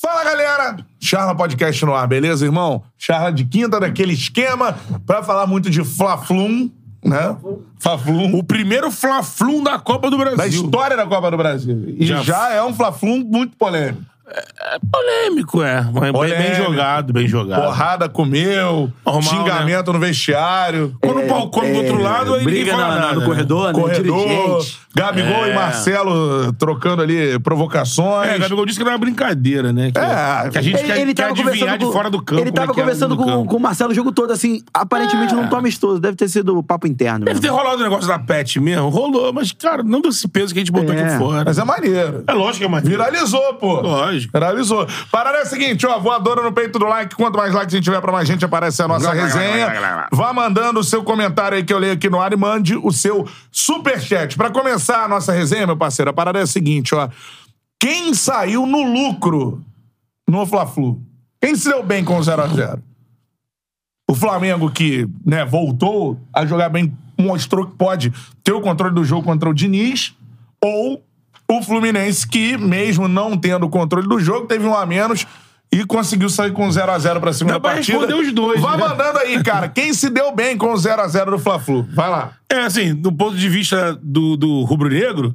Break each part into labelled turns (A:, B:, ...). A: Fala, galera! Charla Podcast no ar, beleza, irmão? Charla de quinta, daquele esquema, pra falar muito de Fla-Flum, né? Fla-Flum.
B: O primeiro Fla-Flum da Copa do Brasil.
A: Da história da Copa do Brasil. E já,
B: Já-
A: é um Fla-Flum muito polêmico.
B: É polêmico, é. Mas bem- bem,
A: Polêmico.
B: jogado, bem jogado.
A: Porrada comeu,
B: Normal,
A: xingamento no vestiário.
B: Quando o pau come do outro lado, aí ninguém
C: briga
B: fala
C: na- na-
B: nada.
C: no
B: né?
C: corredor, né?
A: Corredor,
C: Dirigente.
A: Gabigol
B: É.
A: e Marcelo trocando ali provocações.
B: É, Gabigol disse que não é brincadeira, né? Que,
A: É.
B: que a gente quer, quer adivinhar de fora do campo.
C: Ele tava
B: como é que era
C: conversando
B: dentro do
C: com,
B: campo. É.
C: com o Marcelo o jogo todo, assim, aparentemente não tão amistoso. Deve ter sido um papo interno.
B: Deve ter
C: mesmo.
B: rolado o negócio da PET mesmo. Rolou, mas, cara, não desse peso que a gente botou
C: É.
B: aqui fora.
A: Mas é maneiro.
B: É lógico que é mais.
A: Viralizou, pô.
B: Lógico.
A: Viralizou. Parada é a seguinte, ó, voadora no peito do like. Quanto mais likes a gente tiver pra mais gente, aparece a nossa resenha. Vá mandando o seu comentário aí que eu leio aqui no ar e mande o seu superchat. Pra começar a nossa resenha, meu parceiro, a parada é a seguinte, ó. Quem saiu no lucro no Fla-Flu? Quem se deu bem com o 0x0? O Flamengo que né, voltou a jogar bem, mostrou que pode ter o controle do jogo contra o Diniz, ou o Fluminense que, mesmo não tendo o controle do jogo, teve um a menos e conseguiu sair com 0 a 0 pra segunda
B: Dá pra
A: partida.
B: responder os dois,
A: Vai
B: né?
A: mandando aí, cara. Quem se deu bem com o 0 a 0 do Fla-Flu? Vai lá.
B: É, assim, do ponto de vista do, do rubro-negro,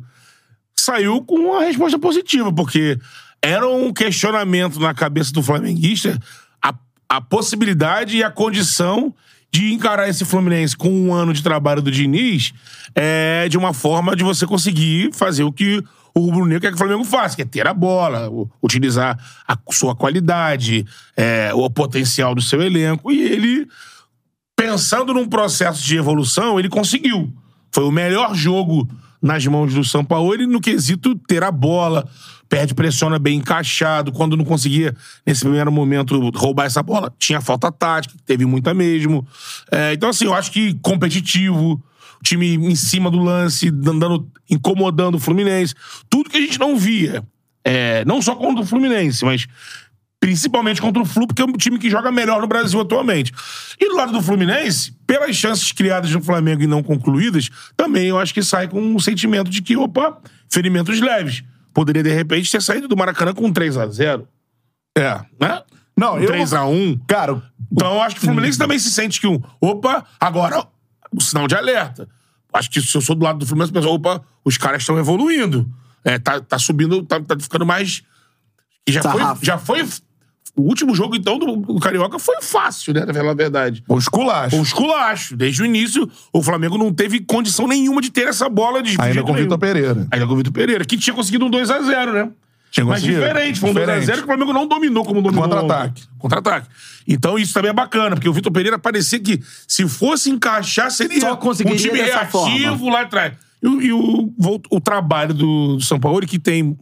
B: saiu com uma resposta positiva, porque era um questionamento na cabeça do flamenguista a, a possibilidade e a condição de encarar esse Fluminense com um ano de trabalho do Diniz é, de uma forma de você conseguir fazer o que o rubro-negro quer que o Flamengo faça, que é ter a bola, u- utilizar a sua qualidade, é, o potencial do seu elenco, e ele pensando num processo de evolução, ele conseguiu. Foi o melhor jogo nas mãos do São Paulo, ele no quesito ter a bola, perde, pressiona bem encaixado, quando não conseguia nesse primeiro momento roubar essa bola, tinha falta tática, teve muita mesmo. É, então assim, eu acho que competitivo, o time em cima do lance, andando, incomodando o Fluminense, tudo que a gente não via, é, não só contra o Fluminense, mas Principalmente contra o Flu, porque é um time que joga melhor no Brasil atualmente. E do lado do Fluminense, pelas chances criadas no Flamengo e não concluídas, também eu acho que sai com um sentimento de que, opa, ferimentos leves. Poderia, de repente, ter saído do Maracanã com 3 a 0
A: É.
B: né?
A: Não,
B: Um
A: eu.
B: 3 a 1
A: Cara,
B: Então eu acho que o Fluminense também se sente que um, opa, agora, um sinal de alerta. Acho que se eu sou do lado do Fluminense, eu penso, opa, os caras estão evoluindo. É, tá, tá subindo, tá, tá ficando mais e já foi,
C: Sarrafo.
B: já foi. O último jogo, então, do, do Carioca foi fácil, né? Na ver- na verdade.
A: os culachos.
B: Foi um esculacho. Desde o início, o Flamengo não teve condição nenhuma de ter essa bola de
A: Ainda com o Vitor Pereira.
B: Ainda com o Vitor Pereira, que tinha conseguido um 2x0, né?
A: Tinha
B: Mas
A: conseguido.
B: diferente, foi um
A: assim, é, Diferente.
B: 2x0 que o Flamengo não dominou como dominou.
A: Contra-ataque.
B: Contra-ataque. Então isso também é bacana, porque o Vitor Pereira parecia que se fosse encaixar, seria
C: Só conseguiria
B: um time
C: dessa
B: reativo lá atrás. E, o- e o, vol- o trabalho do, do São Paulo, que tem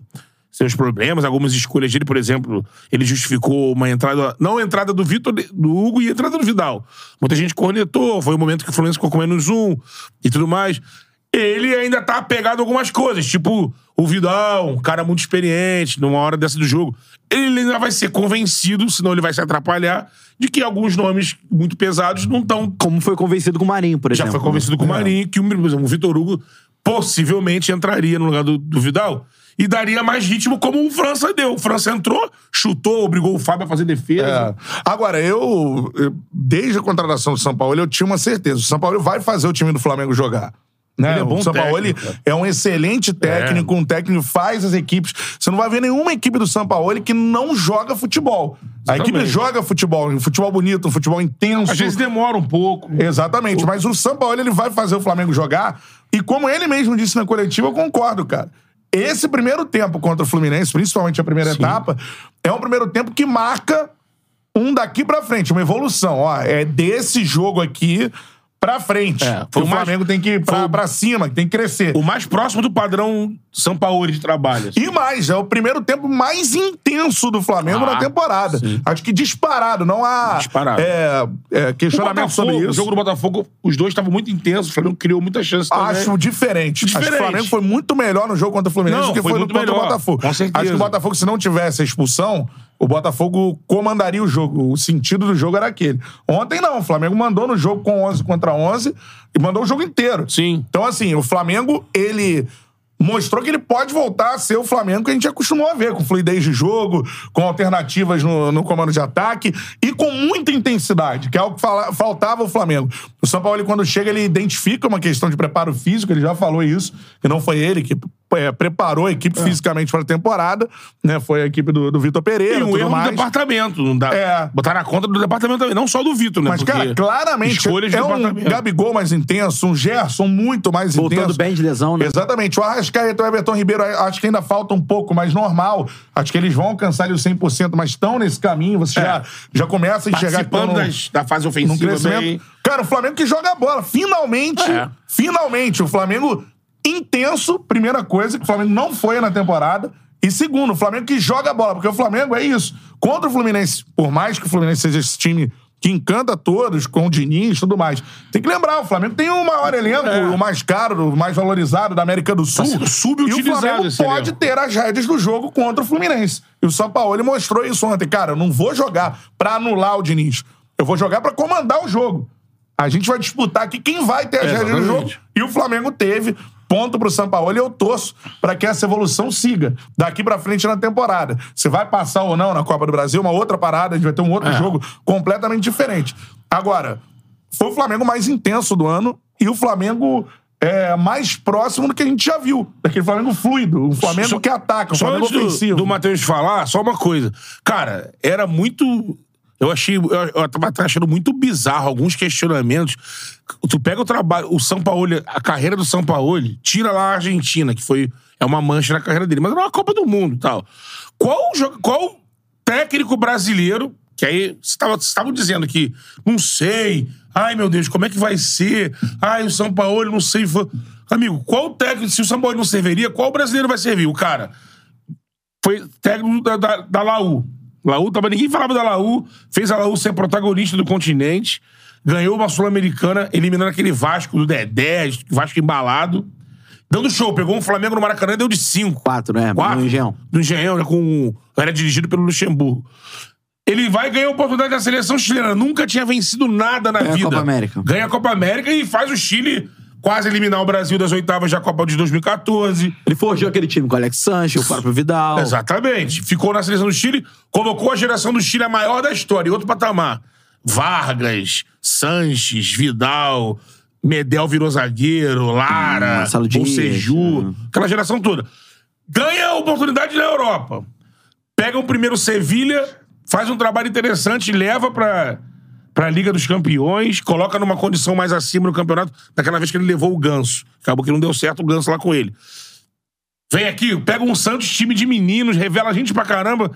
B: seus problemas, algumas escolhas dele, por exemplo, ele justificou uma entrada, não a entrada do Vitor, do Hugo e a entrada do Vidal. Muita gente cornetou, foi o momento que o Fluminense ficou comendo zoom e tudo mais. Ele ainda tá apegado a algumas coisas, tipo o Vidal, um cara muito experiente, numa hora dessa do jogo. Ele ainda vai ser convencido, senão ele vai se atrapalhar, de que alguns nomes muito pesados não estão
C: Como foi convencido com o Marinho, por
B: já
C: exemplo. né?
B: foi convencido com o
A: É.
B: Marinho que o, por exemplo, o Vitor Hugo possivelmente entraria no lugar do, do Vidal e daria mais ritmo como o França deu. O França entrou, chutou, obrigou o Fábio a fazer defesa.
A: É. Agora, eu, eu- desde a contratação do São Paulo, eu tinha uma certeza. O São Paulo vai fazer o time do Flamengo jogar. Né?
B: Ele é bom
A: o São Paulo
B: técnico,
A: ele
B: cara. É.
A: é um excelente técnico, um técnico que faz as equipes. Você não vai ver nenhuma equipe do São Paulo que não joga futebol. A
B: Exatamente.
A: equipe joga futebol, um futebol bonito, um futebol intenso.
B: Às vezes demora um pouco.
A: Exatamente, mas o Sampaoli ele vai fazer o Flamengo jogar e como ele mesmo disse na coletiva, eu concordo, cara. Esse primeiro tempo contra o Fluminense, principalmente a primeira etapa, é um primeiro tempo que marca um daqui pra frente, uma evolução, ó, é desse jogo aqui pra frente.
B: É,
A: que
B: foi
A: o
B: o mais-
A: Flamengo tem que ir pra,
B: foi o-
A: pra cima, que tem que crescer.
B: O mais próximo do padrão São Paulo de trabalho. assim.
A: E mais, é o primeiro tempo mais intenso do Flamengo
B: Ah,
A: na temporada.
B: sim.
A: Acho que disparado, não há
B: Disparado.
A: é, é,
B: O
A: questionamento
B: Botafogo,
A: sobre isso.
B: o jogo do Botafogo, os dois estavam muito intensos, o Flamengo criou muita chance também.
A: Acho diferente. Acho que o
B: Diferente.
A: Flamengo foi muito melhor no jogo contra o Fluminense
B: Não,
A: do que
B: foi
A: foi, no
B: muito
A: contra o
B: melhor.
A: Botafogo.
B: Com certeza.
A: Acho que o Botafogo, se não tivesse a expulsão, o Botafogo comandaria o jogo. O sentido do jogo era aquele. Ontem não. O Flamengo mandou no jogo com 11 contra 11 e mandou o jogo inteiro.
B: Sim.
A: Então, assim, o Flamengo, ele mostrou que ele pode voltar a ser o Flamengo que a gente acostumou a ver, com fluidez de jogo, com alternativas no, no comando de ataque e com muita intensidade, que é algo que fala- faltava ao Flamengo. O São Paulo, ele, quando chega, ele identifica uma questão de preparo físico, ele já falou isso, que não foi ele que é, preparou a equipe fisicamente para a temporada, né? Foi a equipe do, do Vitor Pereira
B: E um
A: tudo
B: erro do
A: mais.
B: departamento. Não dá,
A: É.
B: Botar na conta do departamento também, não só do Vitor, né?
A: Mas, cara,
B: Porque
A: claramente
B: escolhas do
A: é um
B: departamento.
A: Gabigol mais intenso, um Gerson muito mais
C: Voltando
A: intenso.
C: bem de lesão, né?
A: Exatamente. O Arrascaeta e o então, Everton Ribeiro acho que ainda falta um pouco, mas normal. Acho que eles vão alcançar ali os 100%, mas estão nesse caminho. Você já, já começa a enxergar que estão
B: É. Participando
A: num-
B: das- da fase
A: num
B: ofensiva
A: crescimento.
B: bem.
A: Cara, o Flamengo que joga a bola. Finalmente,
B: É.
A: finalmente, o Flamengo intenso, primeira coisa, que o Flamengo não foi na temporada. E segundo, o Flamengo que joga a bola, porque o Flamengo é isso. Contra o Fluminense, por mais que o Fluminense seja esse time que encanta a todos, com o Diniz e tudo mais. Tem que lembrar, o Flamengo tem o maior elenco, o mais caro, o mais valorizado da América do Sul.
B: É. Tá sendo subutilizado
A: E o Flamengo
B: esse
A: pode
B: elenco.
A: ter as rédeas do jogo contra o Fluminense. E o São Paulo mostrou isso ontem. Cara, eu não vou jogar pra anular o Diniz. Eu vou jogar pra comandar o jogo. A gente vai disputar aqui quem vai ter as rédeas do jogo.
B: exatamente.
A: E o Flamengo teve. Ponto pro São Paulo e eu torço pra que essa evolução siga daqui pra frente na temporada. Se vai passar ou não na Copa do Brasil, uma outra parada, a gente vai ter um
B: É.
A: outro jogo completamente diferente. Agora, foi o Flamengo mais intenso do ano e o Flamengo é mais próximo do que a gente já viu. Daquele Flamengo fluido, o Flamengo
B: Só-
A: que ataca, o
B: Só
A: Flamengo
B: antes do,
A: ofensivo.
B: do Matheus falar, só uma coisa. Cara, era muito. Eu achei. Eu, eu tava achando muito bizarro alguns questionamentos. Tu pega o trabalho, o São Paulo, a carreira do São Paulo, tira lá a Argentina, que foi. É uma mancha na carreira dele, mas era uma Copa do Mundo e tal. Qual, jo- qual técnico brasileiro, que aí vocês estavam dizendo que não sei, ai meu Deus, como é que vai ser? Ai, o São Paulo, não sei. fa- Amigo, qual técnico, se o São Paulo não serviria, qual brasileiro vai servir? O cara foi técnico da, da, da Laú. Laú tava, ninguém falava da Laú, fez a Laú ser protagonista do continente, ganhou uma Sul-Americana, eliminando aquele Vasco do Dedé, Vasco embalado, dando show, pegou um Flamengo no Maracanã e deu de cinco.
C: Quatro, né?
B: Quatro.
C: No Engenhão.
B: Do Engenhão, né, com, era dirigido pelo Luxemburgo. Ele vai ganhar a oportunidade da seleção chilena. Nunca tinha vencido nada na
C: Ganha a
B: vida.
C: Copa América.
B: Ganha a Copa América e faz o Chile quase eliminar o Brasil das oitavas da Copa de 2014.
C: Ele forjou aquele time com o Alex Sanches, o próprio Vidal.
B: Exatamente. Ficou na seleção do Chile, colocou a geração do Chile a maior da história, em outro patamar. Vargas, Sanches, Vidal, Medel virou zagueiro,
C: Hum,
B: Lara,
C: Marcelo Dias,
B: Bolseju,
C: hum.
B: aquela geração toda. Ganha a oportunidade na Europa. Pega o primeiro Sevilha, faz um trabalho interessante, leva pra, pra Liga dos Campeões, coloca numa condição mais acima no campeonato, daquela vez que ele levou o Ganso. Acabou que não deu certo o Ganso lá com ele. Vem aqui, pega um Santos time de meninos, revela gente pra caramba.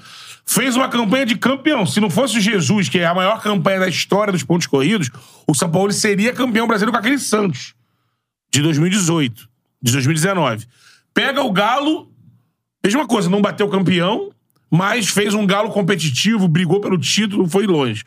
B: Fez uma campanha de campeão. Se não fosse o Jesus, que é a maior campanha da história dos pontos corridos, o São Paulo seria campeão brasileiro com aquele Santos. De 2018, de 2019. Pega o Galo, mesma coisa, não bateu campeão, mas fez um Galo competitivo, brigou pelo título, foi longe.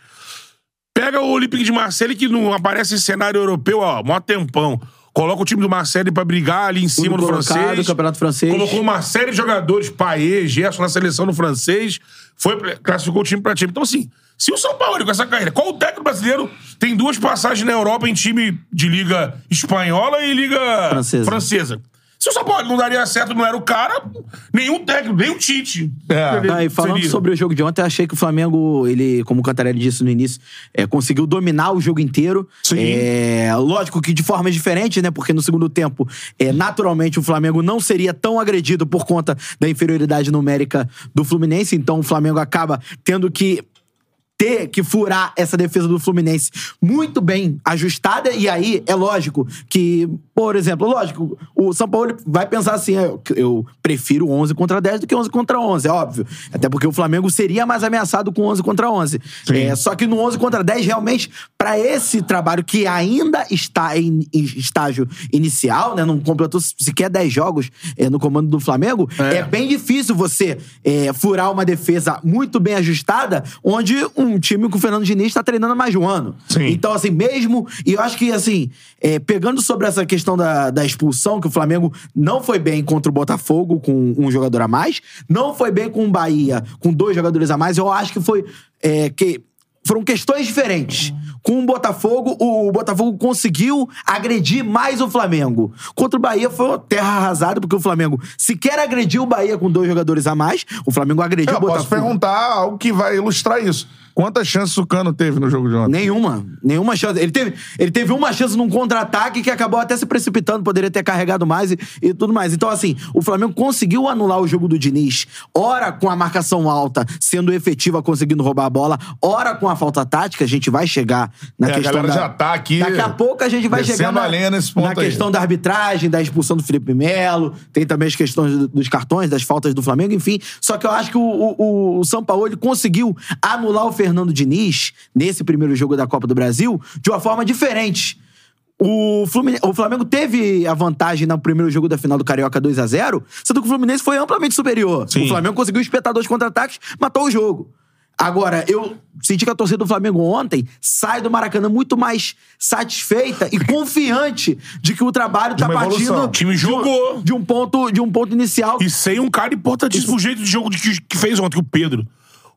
B: Pega o Olympique de Marseille, que não aparece em cenário europeu, ó, mó tempão. Coloca o time do Marseille pra brigar ali em cima do
C: colocado,
B: francês.
C: Campeonato francês.
B: Colocou uma série de jogadores, Paê, Gerson na seleção no francês, foi, pra- classificou o time pra time. Então, assim, se o São Paulo com essa carreira, qual o técnico brasileiro tem duas passagens na Europa em time de liga espanhola e liga
C: Francesa.
B: Se o São Paulo não daria certo, não era o cara, nenhum técnico, nem o Tite.
A: É.
B: Entendeu?
C: Não, e falando
B: Seria.
C: sobre o jogo de ontem, eu achei que o Flamengo, ele, como o Cantarelli disse no início, é, conseguiu dominar o jogo inteiro.
A: Sim.
C: É, lógico que de formas diferentes, né? Porque no segundo tempo, é, naturalmente, o Flamengo não seria tão agredido por conta da inferioridade numérica do Fluminense. Então o Flamengo acaba tendo que ter que furar essa defesa do Fluminense muito bem ajustada, e aí é lógico que, por exemplo, lógico, o São Paulo vai pensar assim, eu, eu prefiro 11 contra 10 do que 11 contra 11, é óbvio. Até porque o Flamengo seria mais ameaçado com 11 contra 11. É, só que no 11 contra 10, realmente, para esse trabalho que ainda está em, em estágio inicial, né, não completou sequer 10 jogos é, no comando do Flamengo, é, bem difícil você é, furar uma defesa muito bem ajustada, onde um time com o Fernando Diniz está treinando há mais de um ano.
A: Sim.
C: Então, assim, mesmo. E eu acho que, assim, é, pegando sobre essa questão da, da expulsão, que o Flamengo não foi bem contra o Botafogo com um jogador a mais, não foi bem com o Bahia com dois jogadores a mais, eu acho que foi. é, que foram questões diferentes. Com o Botafogo, o Botafogo conseguiu agredir mais o Flamengo. Contra o Bahia foi uma terra arrasada, porque o Flamengo sequer agrediu o Bahia com dois jogadores a mais. O Flamengo agrediu
A: Eu
C: o Botafogo.
A: posso perguntar algo que vai ilustrar isso. Quantas chances o Cano teve no jogo de ontem?
C: Nenhuma. Nenhuma chance. Ele teve, ele teve uma chance num contra-ataque que acabou até se precipitando, poderia ter carregado mais e, e tudo mais. Então, assim, o Flamengo conseguiu anular o jogo do Diniz, ora com a marcação alta, sendo efetiva, conseguindo roubar a bola, ora com a falta tática, a gente vai chegar na
A: É, a
C: questão
A: galera
C: da...
A: já tá aqui
C: Daqui a pouco a gente vai
A: descendo
C: chegar na,
A: a lenha nesse ponto
C: na
A: aí.
C: questão da arbitragem, da expulsão do Felipe Melo, tem também as questões do- dos cartões, das faltas do Flamengo, enfim. Só que eu acho que o, o, o São Paulo conseguiu anular o Fernando Diniz nesse primeiro jogo da Copa do Brasil de uma forma diferente. O, Flumin- o Flamengo teve a vantagem no primeiro jogo da final do Carioca 2 a 0 sendo que o Fluminense foi amplamente superior. O Flamengo conseguiu espetar dois contra-ataques, matou o jogo. Agora, eu senti que a torcida do Flamengo ontem sai do Maracanã muito mais satisfeita e confiante de que o trabalho tá
A: uma evolução. O
C: partindo
B: time
C: de um-
B: jogou.
C: de um ponto de um ponto inicial.
B: E sem um cara importantíssimo, o jeito de jogo de que, que fez ontem, o Pedro.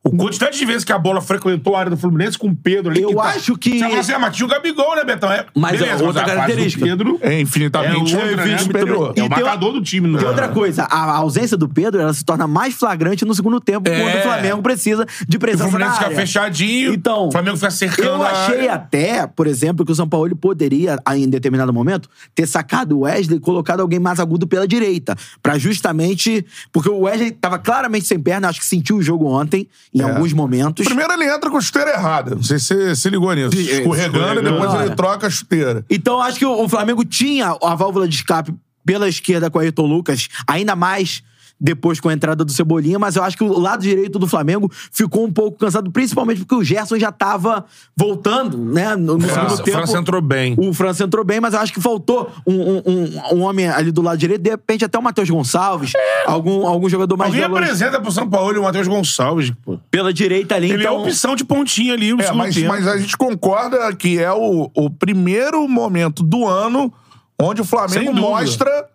B: O quantidade de vezes que a bola frequentou a área do Fluminense com o Pedro ali. tá
C: Eu acho que-
B: Você fala assim, ah, mas tinha o Gabigol, né, Betão? É,
C: Mas é outra
B: a fase do
C: característica.
B: Pedro
A: É infinitamente
B: é outra, né?
A: superior.
B: É o
C: E tem
B: marcador do time, né?
C: E outra coisa, a a ausência do Pedro ela se torna mais flagrante no segundo tempo,
B: É.
C: quando o Flamengo precisa de
B: O
C: presença na
B: Fluminense fica
C: área.
B: fechadinho,
C: Então,
B: o Flamengo fica cercando
C: Eu
B: a área.
C: achei até, por exemplo, que o São Paulo poderia, aí, em determinado momento, ter sacado o Wesley e colocado alguém mais agudo pela direita. Pra justamente. Porque o Wesley tava claramente sem perna, acho que sentiu o jogo ontem, em alguns momentos.
A: Primeiro ele entra com a chuteira errada. Não sei se você se ligou nisso. Escorregando e depois
C: Escorregando.
A: ele troca a chuteira.
C: Então, acho que o o Flamengo tinha a válvula de escape pela esquerda com o Ayrton Lucas, ainda mais depois com a entrada do Cebolinha, mas eu acho que o lado direito do Flamengo ficou um pouco cansado, principalmente porque o Gerson já tava voltando, né, no, no segundo
B: É, França,
C: tempo.
B: França entrou bem.
C: O França entrou bem, mas eu acho que faltou um, um, um- um homem ali do lado direito, de repente até o Matheus Gonçalves, algum, algum jogador mais
B: Alguém
C: veloz
B: apresenta pro São Paulo o Matheus Gonçalves, pô.
C: pela direita ali.
B: Ele é
C: então,
B: opção de pontinha ali no
A: É,
B: segundo
A: mas,
B: tempo.
A: mas a gente concorda que é o, o primeiro momento do ano onde o
B: Sem
A: Flamengo
B: dúvida.
A: mostra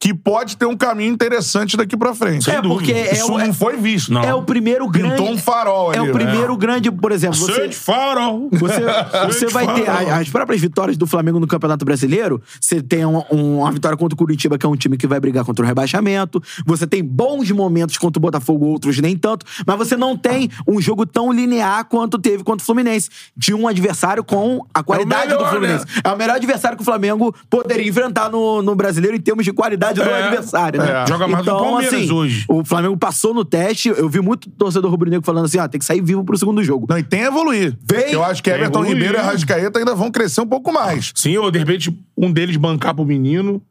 A: que pode ter um caminho interessante daqui pra frente.
C: É,
A: Sem dúvida.
C: porque é
A: Isso
C: o-
A: não foi visto.
B: Não.
C: é o primeiro grande.
A: Pintou um farol
C: é
A: ali.
C: o primeiro grande, por exemplo. Você,
B: Sante Farol.
C: Você, você
B: Eu te
C: vai ter
B: falo.
C: a- as próprias vitórias do Flamengo no Campeonato Brasileiro. Você tem um- um- uma vitória contra o Curitiba, que é um time que vai brigar contra o rebaixamento. Você tem bons momentos contra o Botafogo, outros nem tanto. Mas você não tem um jogo tão linear quanto teve contra o Fluminense. De um adversário com a qualidade
B: melhor, né?
C: do Fluminense. É o melhor adversário que o Flamengo poderia enfrentar no, no brasileiro em termos de qualidade do
B: É.
C: adversário. Né?
B: É. Joga mais do
C: então,
B: Palmeiras
C: assim,
B: hoje.
C: O Flamengo passou no teste. Eu vi muito torcedor rubro-negro falando assim: ó, tem que sair vivo pro segundo jogo.
A: Não, e tem a evoluir.
C: Vem-
A: Eu acho que
B: Tem
A: Everton
B: evoluir.
A: Ribeiro e Arrascaeta ainda vão crescer um pouco mais.
B: Sim, ou de repente um deles bancar pro menino.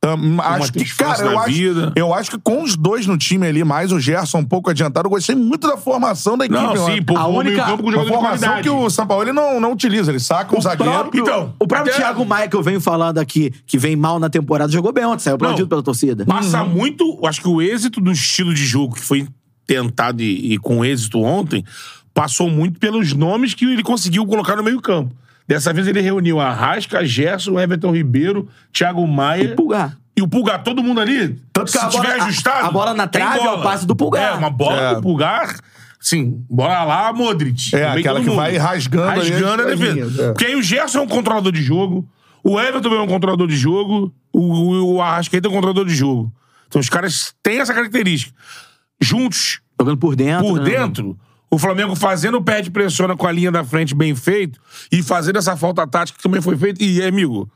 A: Tam- acho que,
B: Matheus
A: cara,
B: França
A: eu
B: da
A: acho,
B: vida.
A: eu acho que com os dois no time ali, mais o Gerson um pouco adiantado, eu gostei muito da formação da equipe.
B: Não,
A: ontem.
B: sim, pô,
C: a
B: o
C: única-
B: meio-campo
A: Uma
B: com um jogador de
A: formação
B: Tipo, qualidade.
A: que o São Paulo ele não, não utiliza. Ele saca um zagueiro.
C: próprio-
B: Então,
C: o próprio
B: até-
C: Thiago Maia, que eu venho falando aqui, que vem mal na temporada, jogou bem ontem, saiu aplaudido
B: Não.
C: pela torcida. Hum.
B: Passa muito, eu acho que o êxito do estilo de jogo que foi tentado e, e com êxito ontem, passou muito pelos nomes que ele conseguiu colocar no meio-campo. Dessa vez ele reuniu Arrasca, Gerson, Everton Ribeiro, Thiago Maia.
C: E Pulgar.
B: E o Pulgar, todo mundo ali,
C: Tanto que
B: se
C: a bola-
B: tiver
C: a-
B: ajustado.
C: a bola na
B: tem
C: trave é o
B: bola.
C: passe do Pulgar.
B: É, uma bola
A: É.
B: do Pulgar. Sim, bola lá, Modric.
A: É,
B: No meio
A: aquela
B: todo
A: que
B: mundo.
A: vai rasgando ali
B: Rasgando a
A: as linhas,
B: defesa.
A: é.
B: Porque aí o Gerson é um controlador de jogo, o Everton é um controlador de jogo, o, o Arrascaeta é um controlador de jogo. Então os caras têm essa característica. Juntos,
C: Jogando por dentro.
B: por
C: né?
B: dentro, o Flamengo fazendo o pé de pressiona com a linha da frente bem feito e fazendo essa falta tática que também foi feita. E, amigo,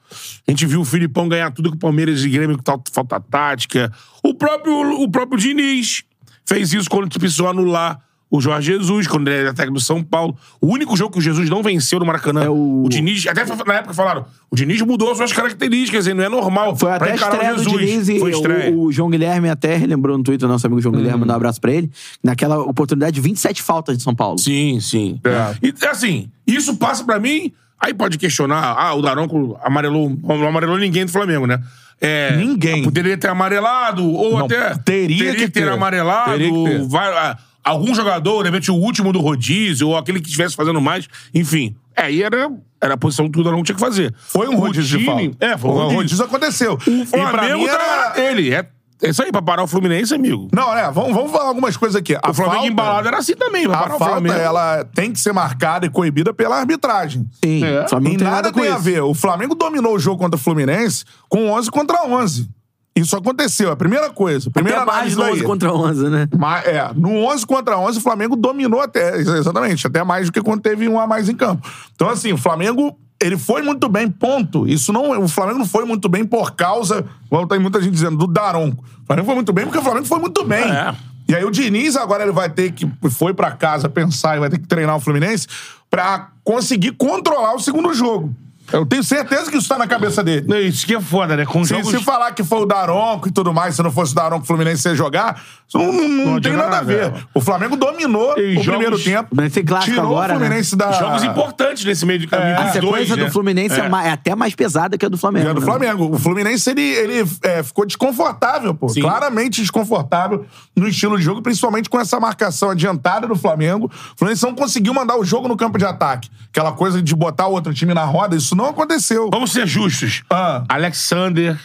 B: a gente viu o Filipão ganhar tudo com o Palmeiras e Grêmio com tal falta tática. O próprio, o próprio Diniz fez isso quando precisou anular o Jorge Jesus, quando ele era técnico do São Paulo. O único jogo que o Jesus não venceu no Maracanã.
C: É o-
B: Diniz, até na época falaram, o Diniz mudou suas características, ele não é normal
C: Foi
B: pra
C: até a
B: encarar
C: estreia
B: o
C: do
B: Jesus.
C: Diniz e
B: Foi estreia. Uhum.
C: o, o João Guilherme até relembrou no Twitter, nosso amigo João Guilherme, mandar um abraço pra ele. Naquela oportunidade, 27 faltas de São Paulo.
B: Sim, sim.
A: É.
B: E assim, isso passa pra mim, aí pode questionar, ah, o Daronco amarelou, não amarelou ninguém do Flamengo, né? É,
A: Ninguém.
B: Poderia ter amarelado, ou
A: Não,
B: até
A: teria que
B: ter,
A: ter.
B: amarelado,
A: Teria que ter.
B: vai- ah, algum jogador, de repente o último do rodízio, ou aquele que estivesse fazendo mais, enfim. É, aí era, era a posição que o Daronco tinha que fazer.
A: Foi um
B: O
A: rodízio de
B: time-
A: falta.
B: É, foi um
A: O
B: rodízio.
A: aconteceu.
B: O
A: e pra
B: Flamengo
A: mim
B: tá na
A: era...
B: hora dele. É É isso aí, pra parar o Fluminense, amigo.
A: Não, né? Vamos, vamos falar algumas coisas aqui. A
B: o Flamengo
A: falta,
B: embalado era assim também, pra
A: a
B: parar o
A: falta,
B: Flamengo.
A: ela tem que ser marcada e coibida pela arbitragem.
C: Sim.
B: É.
C: O Flamengo
A: E
C: não tem
A: nada
C: com
A: tem a
C: isso.
A: ver. O Flamengo dominou o jogo contra o Fluminense com 11 contra 11. Isso aconteceu, é a primeira coisa. a Primeira
C: Até mais
A: análise
C: do
A: daí.
C: 11 contra 11, né?
A: Ma- é, no 11 contra 11, o Flamengo dominou até, exatamente, até mais do que quando teve um a mais em campo. Então, assim, o Flamengo, ele foi muito bem, ponto. Isso não, o Flamengo não foi muito bem por causa, igual tem muita gente dizendo, do Daronco. O Flamengo foi muito bem porque o Flamengo foi muito bem.
B: É.
A: E aí o Diniz agora ele vai ter que, foi pra casa pensar e vai ter que treinar o Fluminense pra conseguir controlar o segundo jogo. Eu tenho certeza que isso tá na cabeça dele.
B: Não, Isso que é foda, né? Com
A: Se,
B: jogos...
A: se falar que foi o Daronco e tudo mais, se não fosse o Daronco o Fluminense ia jogar, isso não, não- não
B: Não
A: tem
B: adianta
A: nada a
B: nada,
A: ver.
B: é.
A: O Flamengo dominou o
B: E jogos-
A: primeiro tempo.
C: Vai ser clássico
A: tirou
C: agora, né?
A: o Fluminense da.
B: Jogos importantes nesse meio de caminho.
A: É.
C: Ah. A
B: dos
C: sequência
B: dois,
C: do
B: né?
C: Fluminense é. ma- é até mais pesada que a do Flamengo.
A: É, do
C: né?
A: Flamengo. O Fluminense, ele, ele é, ficou desconfortável, pô.
B: Sim.
A: Claramente desconfortável no estilo de jogo, principalmente com essa marcação adiantada do Flamengo. O Fluminense não conseguiu mandar o jogo no campo de ataque. Aquela coisa de botar outro time na roda, isso não aconteceu.
B: Vamos ser justos.
A: Ah.
B: Alexander.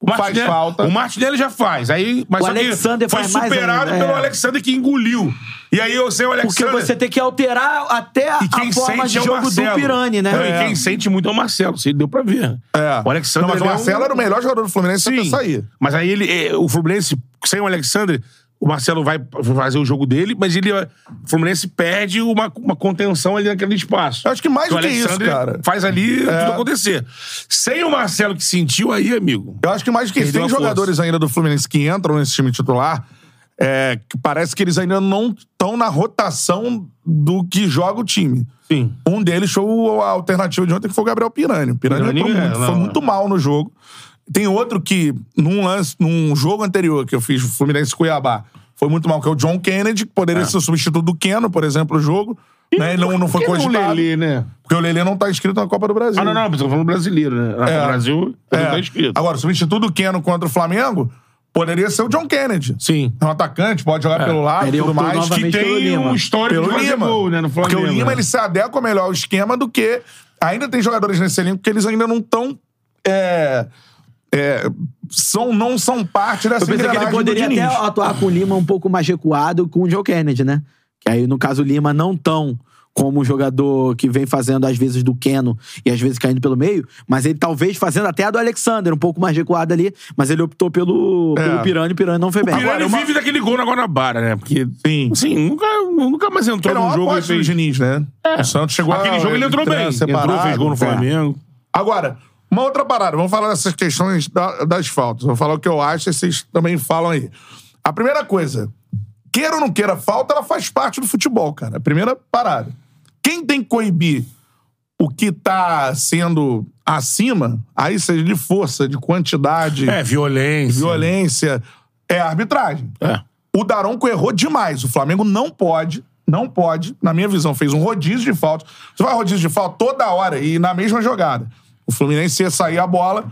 B: O
A: Faz
B: Martinelli-
A: falta.
B: O Martinelli já faz. Aí, mas
C: O
B: só que
C: Alexander
B: foi
C: faz mais
B: superado
C: ainda,
B: pelo
C: é.
B: Alexander que engoliu. E aí eu sei o
C: Porque
B: Alexander.
C: você tem que alterar até a
B: E quem
C: forma
B: sente
C: de
B: é o
C: jogo
B: Marcelo.
C: do Pirani, né?
B: Não, e quem sente muito é o Marcelo. Isso aí deu pra ver.
A: É.
B: O Alexander.
A: Não, mas o
B: ele é
A: Marcelo
B: um-
A: era o melhor jogador do Fluminense até
B: Sim.
A: sair.
B: Mas aí ele. é, O Fluminense, sem o Alexander, o Marcelo vai fazer o jogo dele, mas ele. O Fluminense perde uma, uma contenção ali naquele espaço.
A: Eu acho que mais
B: Porque
A: do que é
B: o
A: isso,
B: Alexandre
A: cara. É.
B: Faz ali tudo acontecer. Sem o Marcelo que sentiu aí, amigo.
A: Eu acho que mais que isso,
B: Perdeu
A: tem
B: a força.
A: jogadores ainda do Fluminense que entram nesse time titular, é, que parece que eles ainda não estão na rotação do que joga o time.
B: Sim.
A: Um deles foi o- a alternativa de ontem, que foi o Gabriel Pirani. O Pirani
B: Pirani,
A: entrou
B: é,
A: muito,
B: não,
A: foi
B: não.
A: muito mal no jogo. Tem outro que, num lance, num jogo anterior que eu fiz, o Fluminense e Cuiabá, foi muito mal, que é o John Kennedy, que poderia ser o substituto do Keno, por exemplo, no jogo. né? Ele não, não foi
B: É. Por que não
A: cogitado.
B: o Lelê, né?
A: Porque o Lelê não tá inscrito na Copa do Brasil.
B: Ah, não, não, mas eu tô falando brasileiro, né? No
A: É.
B: Brasil,
A: É.
B: não tá escrito.
A: Agora, o substituto do Keno contra o Flamengo poderia ser o John Kennedy.
B: Sim.
A: É um atacante, pode jogar pelo lado e
C: Ele
A: tudo
C: optou
A: mais.
C: novamente
B: Que
C: pelo
B: tem
C: Lima.
B: um histórico
A: Pelo
B: de fazer
A: Lima.
B: gol, né? No Flamengo.
A: Porque o Lima
B: né?
A: ele se adequa melhor ao esquema do que. Ainda tem jogadores nesse elenco que eles ainda não estão. são, não são parte dessa
C: Eu pensei que ele
A: engrenagem do
C: poderia até
A: Diniz.
C: atuar com o Lima um pouco mais recuado com o Joe Kennedy, né? Que aí, no caso, o Lima não tão como um jogador que vem fazendo às vezes do Keno e às vezes caindo pelo meio, mas ele talvez fazendo até a do Alexander, um pouco mais recuado ali, mas ele optou pelo,
A: É.
C: pelo Pirani, o Pirani não foi bem.
B: O Pirani
A: Agora, uma-
B: vive daquele gol na Guanabara, né? Porque,
A: Sim.
B: assim, nunca, nunca mais entrou
A: Era
B: num
A: uma
B: jogo e
A: aposta do
B: fez...
A: Diniz, né?
B: É.
A: O Santos chegou a-
B: Aquele jogo ele entrou bem. Entrou,
A: separado,
B: fez gol no
A: é.
B: Flamengo.
A: Agora, uma outra parada. Vamos falar dessas questões da- das faltas. Vou falar o que eu acho e vocês também falam aí. A primeira coisa, queira ou não queira, falta, ela faz parte do futebol, cara. A primeira parada. Quem tem que coibir o que tá sendo acima, aí seja de força, de quantidade,
B: É, violência.
A: violência, é a arbitragem.
B: É.
A: O Daronco errou demais. O Flamengo não pode, não pode, na minha visão, fez um rodízio de falta. Você vai rodízio de falta toda hora e na mesma jogada. O Fluminense ia sair a bola,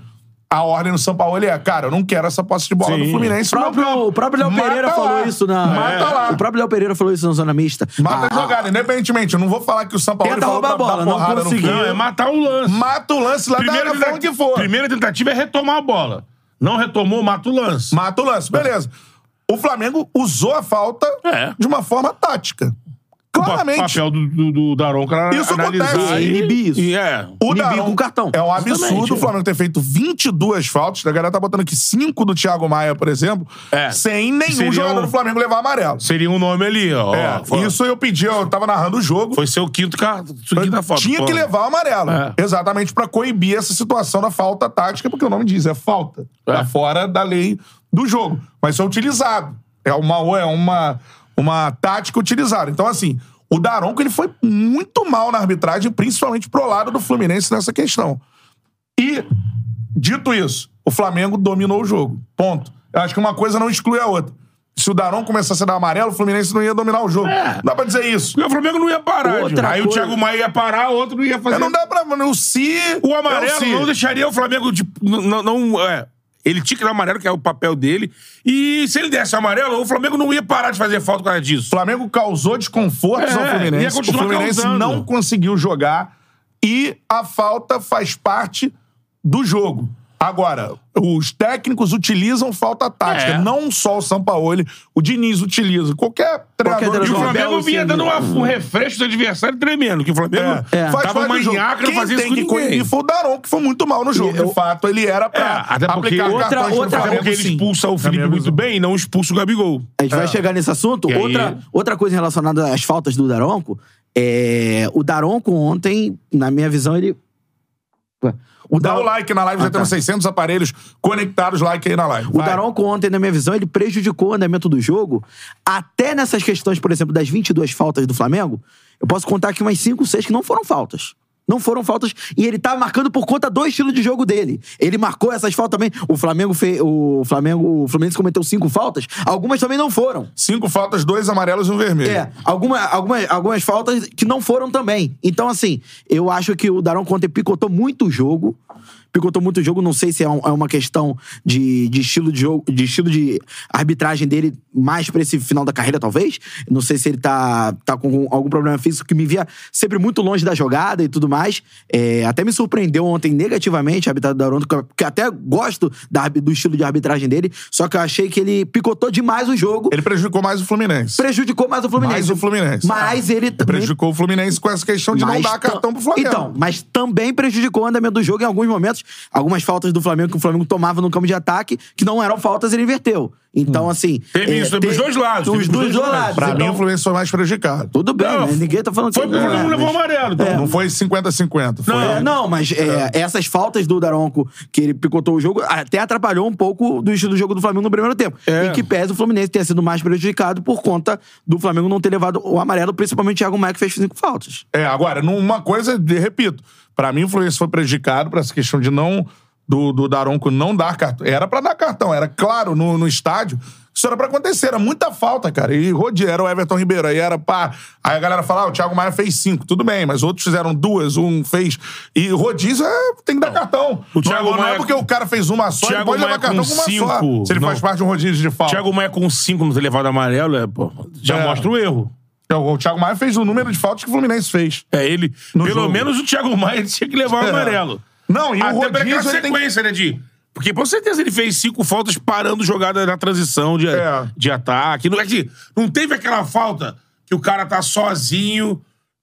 A: a ordem no São Paulo é, cara, eu não quero essa posse de bola
B: Sim.
A: do Fluminense.
C: O próprio, o próprio Léo
A: Mata
C: Pereira
A: lá.
C: falou isso na. É.
A: Mata lá.
C: O próprio Léo Pereira falou isso na zona mista.
A: Mata
C: Ah,
A: a jogada, independentemente. Eu não vou falar que o São Paulo
C: Tenta
A: falou
C: roubar a
A: da- da
C: bola, não
A: porrada no
C: conseguiu.
A: Fluminense.
B: Não, é matar o lance.
A: Mata o lance lá da, da forma que for.
B: primeira tentativa é retomar a bola. Não retomou, mata o lance.
A: Mata o lance, beleza. O Flamengo usou a falta
B: É.
A: de uma forma tática.
B: O pa-
A: Claramente.
B: papel do, do, do Daronco era
A: Isso
B: analisar
A: acontece.
B: e-
C: É, inibir isso.
B: e é.
A: O
C: Inibir
A: Daronco
C: com cartão.
A: É um absurdo
B: Justamente,
A: o Flamengo ter feito 22 faltas. A galera tá botando aqui 5 do Thiago Maia, por exemplo,
B: É.
A: sem nenhum
B: Seria
A: jogador
B: um-
A: do Flamengo levar amarelo.
B: Seria um nome ali, ó.
A: É,
B: Ó, foi,
A: isso eu pedi, eu tava narrando o jogo.
B: Foi seu quinto cartão. Quinta falta.
A: Tinha
B: Pô.
A: que levar o amarelo.
B: É.
A: Exatamente pra coibir essa situação da falta tática, porque o nome diz, é falta.
B: É.
A: Tá fora da lei do jogo. Mas isso é utilizado. É uma, é uma, uma tática utilizada. Então, assim, o Daronco ele foi muito mal na arbitragem, principalmente pro lado do Fluminense nessa questão. E, dito isso, o Flamengo dominou o jogo. Ponto. Eu acho que uma coisa não exclui a outra. Se o Daron começasse a dar amarelo, o Fluminense não ia dominar o jogo.
B: É.
A: Não dá pra dizer isso.
B: Porque o Flamengo não ia parar.
C: Outra
B: Gil. Aí o
C: coisa.
B: Thiago Maia ia parar, outro não ia fazer.
A: É, não dá pra. O se.
B: O
A: é
B: amarelo
A: se.
B: não deixaria o Flamengo de. Não, não- não, é. Ele tinha que dar o amarelo, que é o papel dele. E se ele desse o amarelo, o Flamengo não ia parar de fazer falta por causa
A: O
B: disso.
A: Flamengo causou desconfortos
B: É,
A: ao
B: ia
A: Fluminense. O
B: continuar
A: Fluminense
B: causando.
A: não conseguiu jogar e a falta faz parte do jogo. A Agora, os técnicos utilizam falta tática.
B: É.
A: Não só o Sampaoli, o Diniz utiliza. Qualquer treinador.
C: treinador
B: E o
C: Abel,
B: Flamengo vinha
C: sim,
B: dando uma- um refresco do adversário tremendo, que o Flamengo
C: É.
A: Faz
B: tava
A: parte do jogo.
B: manhaca, não
A: Quem
B: fazia isso
A: tem
B: com
A: que
B: ninguém.
A: coibir foi o Daron, que foi muito mal no jogo.
C: eu-
A: de fato, ele era pra
B: É, até porque
A: aplicar
B: outra-
A: cartões
C: outra-
A: pro
B: Até
A: Flamengo, É.
B: porque ele
A: sim.
B: expulsa o
A: É
B: Felipe
A: a minha
B: muito
A: visão.
B: bem e não expulsa o Gabigol.
C: A gente vai chegar nesse assunto.
B: Ah. E aí-
C: Outra, outra coisa relacionada às faltas do Daronco é. O Daronco ontem, na minha visão, ele. Ué, O
A: Dá
C: Daron-
A: o like na live, já
C: Ah,
A: temos
C: tá.
A: 600 aparelhos conectados, like aí na live.
C: O
A: Vai.
C: Daronco ontem, na minha visão, ele prejudicou o andamento do jogo. Até nessas questões, por exemplo, das 22 faltas do Flamengo, eu posso contar aqui umas 5, 6 que não foram faltas. Não foram faltas. E ele tava marcando por conta do estilo de jogo dele. Ele marcou essas faltas também. O Flamengo fez. O Flamengo. O Fluminense cometeu cinco faltas. Algumas também não foram.
A: Cinco faltas, dois amarelos e um vermelho.
C: É, alguma, algumas, algumas faltas que não foram também. Então, assim, eu acho que o Daron Conte picotou muito o jogo. Picotou muito o jogo, não sei se é, um- é uma questão de, de estilo de jogo, de estilo de arbitragem dele mais pra esse final da carreira, talvez. Não sei se ele tá, tá com algum problema físico que me via sempre muito longe da jogada e tudo mais. É, até me surpreendeu ontem negativamente a arbitragem do Daron, que eu- que eu até gosto da arbi- do estilo de arbitragem dele, só que eu achei que ele picotou demais o jogo
A: Ele prejudicou mais o Fluminense.
C: prejudicou mais o Fluminense.
A: Mais o Fluminense. É,
C: Mas ele também.
A: Prejudicou o Fluminense com essa questão de não
C: mas
A: dar
C: tam-
A: cartão pro Flamengo.
C: Então, mas também prejudicou o andamento do jogo em alguns momentos. Algumas faltas do Flamengo que o Flamengo tomava no campo de ataque, que não eram faltas, ele inverteu.
A: Hum.
C: Então, assim.
B: Teve isso, teve os dois lados, teve
C: Os
B: os
C: dois,
B: dois
C: lados.
B: lados.
A: pra
C: Então,
A: mim, o Fluminense foi mais prejudicado.
C: Tudo bem,
B: Não,
C: né? Ninguém tá falando
B: Foi
C: que.
B: porque o Flamengo
A: É.
B: levou amarelo. então.
A: Não foi 50-50. Foi...
B: Não.
C: É, não, mas é, essas faltas do Daronco, que ele picotou o jogo, até atrapalhou um pouco do estilo do jogo do Flamengo no primeiro tempo.
B: É.
C: Em que pese o Fluminense tenha sido mais prejudicado por conta do Flamengo não ter levado o amarelo, principalmente o Thiago Maia, que fez cinco faltas.
A: É, agora, numa coisa, de, repito, pra mim o Fluminense foi prejudicado pra essa questão de não. Do, do Daronco não dar cartão. Era pra dar cartão, era claro, no, no estádio. Isso era pra acontecer, era muita falta, cara. E rodia, era o Everton Ribeiro, aí era pá. Aí a galera fala, ah, o Thiago Maia fez cinco, tudo bem, mas outros fizeram duas, um fez. E rodízio é, tem que dar cartão.
B: O Thiago
A: não, não é
B: Maia-
A: porque o cara fez uma só, ele
B: Thiago
A: pode levar
B: Maia
A: cartão
B: com
A: com uma só.
B: cinco,
A: Se ele
B: não.
A: faz parte de um rodízio de falta.
B: Thiago Maia com 5 no ter levado amarelo, é, pô, já
A: É.
B: mostra o erro.
A: O Thiago Maia fez o número de faltas que o Fluminense fez.
B: É ele.
A: No
B: pelo
A: jogo.
B: menos o Thiago Maia tinha que levar o
A: É.
B: um amarelo.
A: Não, e o
B: Até pra aquela
A: rodízio ele tem que
B: sequência, né, Di? Porque com certeza ele fez cinco faltas parando jogada na transição de,
A: É.
B: de ataque. Não, é que, não teve aquela falta que o cara tá sozinho,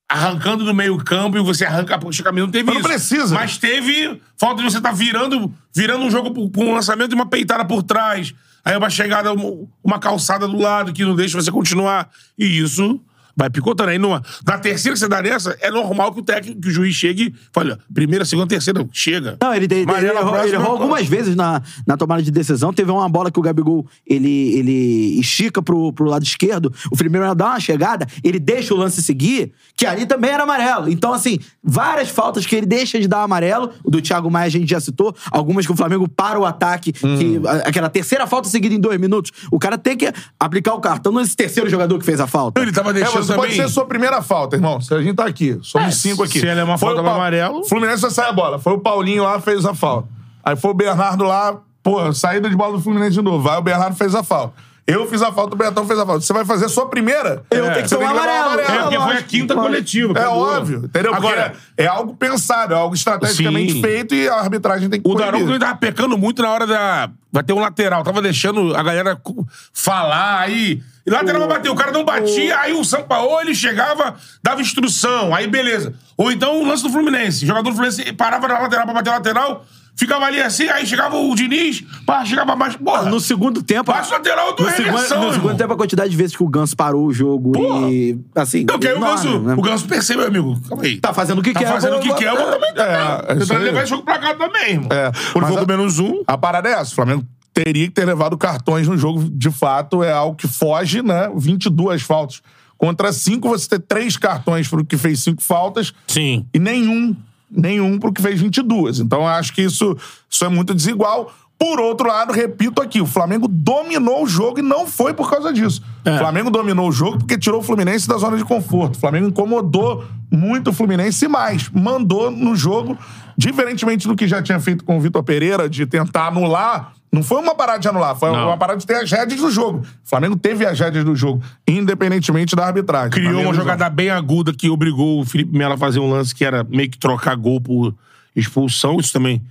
B: arrancando do meio campo e você arranca a ponta de caminho. Não teve
A: Mas não
B: isso.
A: precisa.
B: Mas teve falta de você tá virando, virando um jogo com um lançamento e uma peitada por trás. Aí uma chegada, um- uma calçada do lado que não deixa você continuar. E isso vai picotando. Aí numa, na terceira que você dá nessa, é normal que o técnico, que o juiz chegue e fale, ó, primeira, segunda, terceira, chega.
C: Não, ele, ele,
B: Mas é
C: ele
B: era
C: errou,
B: próximo,
C: ele errou
B: não.
C: algumas vezes na, na tomada de decisão. Teve uma bola que o Gabigol ele, ele estica pro, pro lado esquerdo. O primeiro dá uma chegada, ele deixa o lance seguir, que ali também era amarelo. Então, assim, várias faltas que ele deixa de dar amarelo. O do Thiago Maia a gente já citou. Algumas que o Flamengo para o ataque,
B: Hum.
C: que a- aquela terceira falta seguida em dois minutos. O cara tem que aplicar o cartão nesse terceiro jogador que fez a falta.
B: Ele tava
A: É,
B: deixando
A: você
B: também.
A: pode ser sua primeira falta, irmão. Se a gente tá aqui, somos
B: É,
A: cinco aqui.
B: se ele é uma
A: Foi
B: falta
A: o
B: pra amarelo.
A: Fluminense vai sair a bola. Foi o Paulinho lá, fez a falta. Aí foi o Bernardo lá, pô, saída de bola do Fluminense de novo. Vai, o Bernardo fez a falta. Eu fiz a falta, o Bertão fez a falta. Você vai fazer a sua primeira?
C: Eu
A: É.
C: tenho que
A: Você
C: tomar
A: levar o
C: amarelo.
B: É, porque foi a
C: lógico,
B: quinta
C: lógico.
B: coletiva.
A: É
B: acabou.
A: óbvio, entendeu? Agora,
B: Agora,
A: é algo pensado, é algo estrategicamente
B: Sim.
A: feito e a arbitragem tem que
B: o
A: proibir.
B: Daronco ele tava pecando muito na hora da. Vai ter um lateral. Tava deixando a galera co- falar aí. E lateral vai bater. O cara não batia, aí o Sampaoli ele chegava, dava instrução. Aí beleza. Ou então o lance do Fluminense. O jogador do Fluminense parava na lateral pra bater a lateral. Ficava ali assim, aí chegava o Diniz, pá, chegava mais. Porra,
C: No segundo tempo.
B: bate o lateral do
C: No segundo,
B: regressão,
C: no segundo
B: irmão.
C: tempo, a quantidade de vezes que o Ganso parou o jogo e. Assim.
B: Não, que aí o
C: enorme,
B: Ganso,
C: né?
B: o Ganso percebeu, amigo. Calma aí.
C: Tá fazendo o que
B: tá
C: quer.
B: fazendo o que
C: vou-
B: quer, eu vou também tentar.
A: é isso
B: Tentando
A: aí.
B: levar esse jogo pra cá também, irmão.
A: É,
B: Por
A: mas
B: pouco
A: a-
B: menos um.
A: A parada é essa. O Flamengo teria que ter levado cartões no jogo. De fato, é algo que foge, né? 22 faltas. Contra cinco, você ter três cartões pro que fez cinco faltas
B: Sim.
A: e nenhum, nenhum pro que fez 22. Então, eu acho que isso, isso é muito desigual. Por outro lado, repito aqui, o Flamengo dominou o jogo e não foi por causa disso.
B: É.
A: O Flamengo dominou o jogo porque tirou o Fluminense da zona de conforto. O Flamengo incomodou muito o Fluminense e mais, mandou no jogo, diferentemente do que já tinha feito com o Vitor Pereira, de tentar anular. Não foi uma parada de anular, foi
B: Não.
A: uma parada de ter as rédeas do jogo. O Flamengo teve as rédeas do jogo, independentemente da arbitragem.
B: Criou
A: Flamengo-
B: uma jogada bem aguda que obrigou o Felipe Melo a fazer um lance que era meio que trocar gol por expulsão. Isso também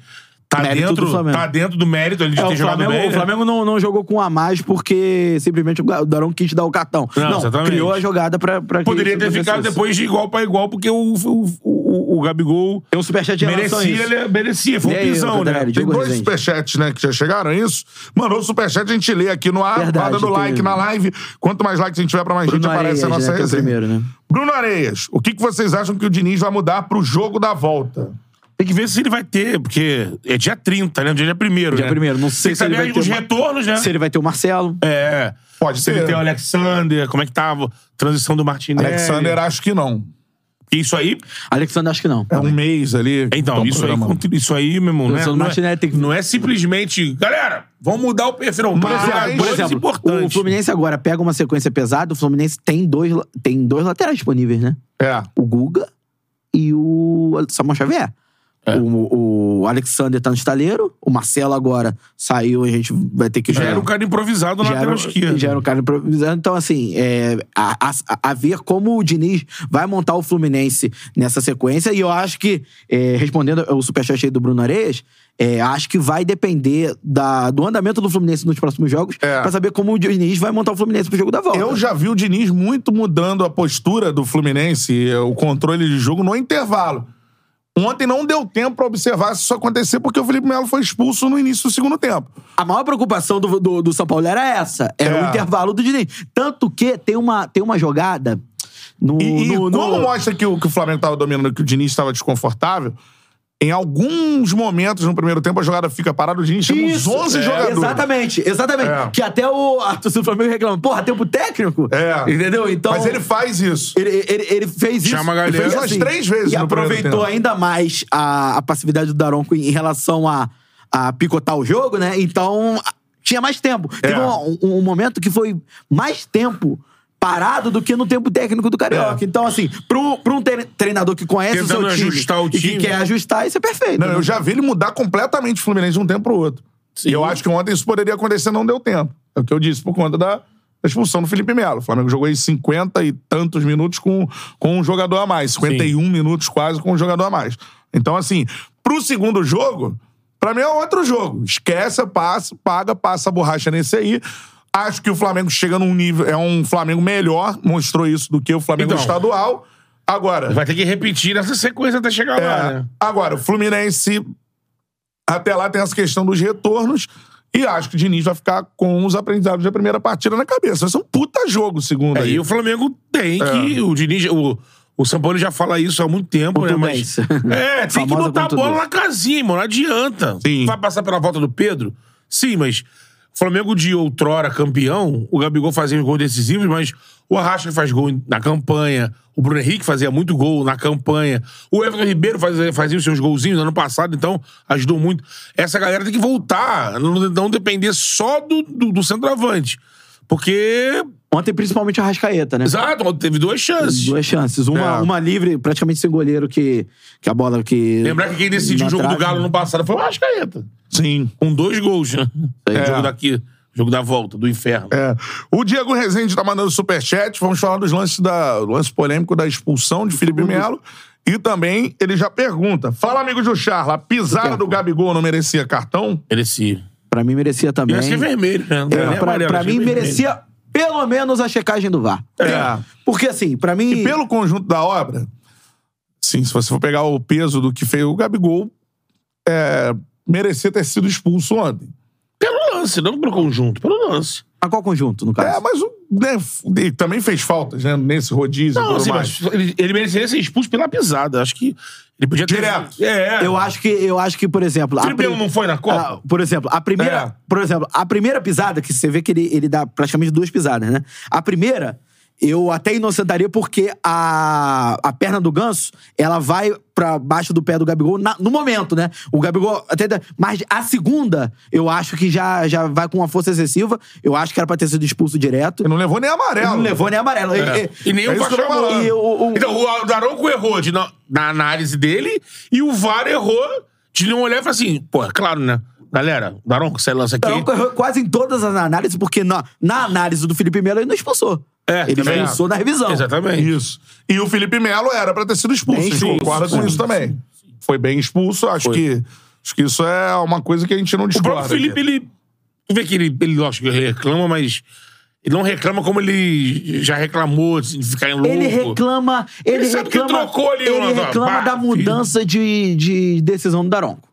B: Tá
C: Mérito do
B: dentro,
C: Flamengo.
B: tá dentro do mérito ali de
C: É,
B: ter
C: o
B: jogado
C: Flamengo,
B: bem.
C: o
B: né?
C: Flamengo não, não jogou com um a mais porque simplesmente o Darão quis dar o cartão.
B: Não,
C: Não,
B: exatamente.
C: criou a jogada pra, pra que
B: Poderia
C: isso
B: ter ficado
C: acontecesse.
B: depois de igual pra igual, porque o, o, o, o Gabigol
C: Tem um superchat em relação a
B: merecia,
C: isso.
B: ele merecia, foi
C: E
B: um
C: aí,
B: pisão, né?
C: Cantarelli,
A: Tem
C: Diego
A: dois
C: Rezende.
A: superchats, né, que já chegaram, é isso? Mandou o superchat, a gente lê aqui no ar,
C: Verdade,
A: tá dando
C: tem-
A: like na live. Quanto mais likes a gente tiver, pra mais
C: Bruno
A: gente aparece
C: Areias,
A: a nossa
C: né, que é o
A: resenha.
C: primeiro, né?
A: Bruno Areias, o que, que vocês acham que o Diniz vai mudar pro jogo da volta?
B: Tem que ver se ele vai ter, porque é dia 30, né? Dia 1 né?
C: Dia 1º,
B: Tem
C: não sei
B: que
C: se ele
B: saber
C: vai ter
B: os
C: uma-
B: retornos, né?
C: Se ele vai ter o Marcelo.
B: É.
A: Pode
B: Se ele
A: ser.
B: tem o Alexander, como é que tava? Transição do Martinelli.
A: Alexander, acho que não.
B: Porque Isso aí.
C: Alexandre, acho que não.
B: Ah,
A: É um mês ali. que
B: Então,
A: tão
B: isso aí,
A: programando.
B: conti- isso aí, meu irmão. Não é,
C: Transição do
B: não, é,
C: Martinelli tem que-
B: não é simplesmente. Galera, vamos mudar o perfil. Não,
A: Por exemplo,
B: jogadores
A: por exemplo,
B: importantes.
C: o Fluminense agora pega uma sequência pesada. O Fluminense tem dois, la- tem dois laterais disponíveis, né?
A: É.
C: O Guga e o Samuel Xavier.
B: É.
C: O, o Alexander tá no estaleiro. O Marcelo agora saiu. A gente vai ter que
B: Já era
C: jogar.
B: um cara improvisado na
C: É. Já
B: lateral
C: era,
B: esquerda.
C: já era um cara improvisando. Então, assim, é, a, a- a ver como o Diniz vai montar o Fluminense nessa sequência. E eu acho que, é, respondendo o superchat aí do Bruno Areias, é, acho que vai depender da- do andamento do Fluminense nos próximos jogos
A: É.
C: pra saber como o Diniz vai montar o Fluminense pro jogo da volta.
A: Eu já vi o Diniz muito mudando a postura do Fluminense, eh, o controle de jogo no intervalo. Ontem não deu tempo pra observar se isso acontecer, porque o Felipe Melo foi expulso no início do segundo tempo.
C: A maior preocupação do, do, do São Paulo era essa. Era
A: É.
C: o intervalo do Diniz. Tanto que tem uma, tem uma jogada no...
A: E, e
C: no- no-
A: como mostra que o, que o Flamengo estava dominando, que o Diniz estava desconfortável, em alguns momentos no primeiro tempo a jogada fica parada, o Diniz chama uns
C: Isso,
A: 11
C: é.
A: jogadores.
C: Exatamente, exatamente.
A: É.
C: Que até o a torcida do Flamengo reclama. Porra, tempo técnico?
A: É.
C: Entendeu? Então.
A: Mas ele faz isso.
C: ele, ele- ele fez isso.
B: Chama a galera.
C: Ele fez assim,
A: Fez umas três vezes
C: E
A: no primeiro
C: aproveitou
A: tempo.
C: ainda mais a, a passividade do Daronco em relação a, a picotar o jogo, né? Então, a- tinha mais tempo.
A: É.
C: Teve um, um- um momento que foi mais tempo parado do que no tempo técnico do
A: É.
C: Carioca. Então, assim, pro, pro um tre- treinador que conhece o seu
B: Tentando
C: time,
B: ajustar o
C: e que
B: time.
C: quer ajustar, isso é perfeito.
A: Não,
C: né?
A: eu já vi ele mudar completamente o Fluminense de um tempo pro outro. E eu acho que ontem isso poderia acontecer, não deu tempo. É o que eu disse, por conta da da expulsão do Felipe Melo. O Flamengo jogou aí 50 e tantos minutos com, com um jogador a mais. 51 minutos quase com um jogador a mais. Então, assim, pro segundo jogo, pra mim é outro jogo. Esquece, passa, paga, passa a borracha nesse aí. Acho que o Flamengo chega num nível. É um Flamengo melhor, mostrou isso do que o Flamengo
B: Então.
A: estadual. Agora.
B: Vai ter que repetir essa sequência até chegar lá,
A: um É.
B: né?
A: Agora, o Fluminense, até lá tem essa questão dos retornos. E acho que o Diniz vai ficar com os aprendizados da primeira partida na cabeça. Vai ser um puta jogo, segundo
B: É,
A: aí.
B: e É. o Flamengo tem que. O Diniz. O, o São Paulo já fala isso há muito tempo, né? Mas.
C: Contundência.
B: É, tem que
C: Famosa
B: botar a bola
C: contundência.
B: na casinha, mano. Não adianta.
A: Sim.
B: Vai passar pela volta do Pedro? Sim, mas. O Flamengo de outrora campeão, o Gabigol fazia os gols decisivos, mas o Arrasca faz gol na campanha, o Bruno Henrique fazia muito gol na campanha, o Everton Ribeiro fazia, fazia os seus golzinhos no ano passado, então ajudou muito. Essa galera tem que voltar, não, não depender só do, do, do centroavante. Porque
C: Ontem, principalmente, o Rascaeta, né?
B: Exato, teve duas chances.
C: Duas chances. Uma,
A: É.
C: uma livre, praticamente sem goleiro, que, que a bola que.
B: Lembrar que quem decidiu
C: na
B: o jogo do
C: trave.
B: Galo no passado foi o Arrascaeta.
A: Sim.
B: Com dois gols, né?
A: É.
B: O jogo daqui, o jogo da volta, do inferno.
A: É. O Diego Rezende tá mandando superchat. Vamos falar dos lances da do lance polêmico da expulsão de Felipe Melo. E também ele já pergunta: Fala, amigos do Charla, a pisada do Gabigol não merecia cartão?
B: Merecia.
C: Pra mim, merecia também.
B: Merecia é vermelho, né? Não
C: É,
B: era nem
C: pra
B: amarelo,
C: pra
B: era
C: mim,
B: vermelho.
C: merecia pelo menos a checagem do VAR.
A: É.
C: Porque, assim, pra mim.
A: E pelo conjunto da obra, sim, se você for pegar o peso do que fez o Gabigol, é, merecia ter sido expulso ontem.
B: Pelo lance, não pelo conjunto, pelo lance.
C: A qual conjunto, no
A: É,
C: caso?
A: mas o, né, f- ele também fez faltas, né? Nesse rodízio e
B: Não,
A: tudo
B: assim,
A: mais.
B: mas ele, ele mereceria ser expulso pela pisada. Acho que ele podia ter.
A: Direto.
B: É.
C: eu, acho que, eu acho que, por exemplo. a
B: O Tribelo
C: pri-
B: não foi na Copa?
C: Ah, por exemplo, a primeira,
A: É.
C: por exemplo, a primeira pisada que você vê que ele, ele dá praticamente duas pisadas, né? A primeira eu até inocentaria porque a, a perna do ganso, ela vai pra baixo do pé do Gabigol na- no momento, né? O Gabigol até dá- mas a segunda, eu acho que já já vai com uma força excessiva. Eu acho que era pra ter sido expulso direto.
A: Ele não levou nem
C: Ele
A: amarelo.
C: não levou nem amarelo. E- e-
B: E nem
A: É
B: o
A: isso que eu tô
B: Vasco
A: falando.
C: e o- o-
B: Então, o Daronco errou de não- na análise dele e o VAR errou de não olhar e falar assim, pô, é claro, né? Galera, Daronco, você lança aqui.
C: Então, errou quase em todas as análises, porque na, na análise do Felipe Melo ele não expulsou.
B: É,
C: ele
B: também é.
C: expulsou na revisão.
B: Exatamente.
A: Isso. E o Felipe Melo era pra ter sido expulso.
C: Bem
A: Vocês
C: expulso,
A: concordam com
C: sim,
A: isso também? Foi bem expulso, acho que Acho que isso é uma coisa que a gente não
B: O
A: discorda.
B: próprio Felipe,
A: aqui.
B: ele. Tu vê que ele, ele, lógico, ele reclama, mas. Ele não reclama como ele já reclamou de ficar em louco.
C: Ele reclama. Ele,
B: Ele sabe que
C: reclama,
B: trocou ali uma-
C: Ele reclama
B: Bah,
C: da
B: filho.
C: mudança de, de decisão do Daronco.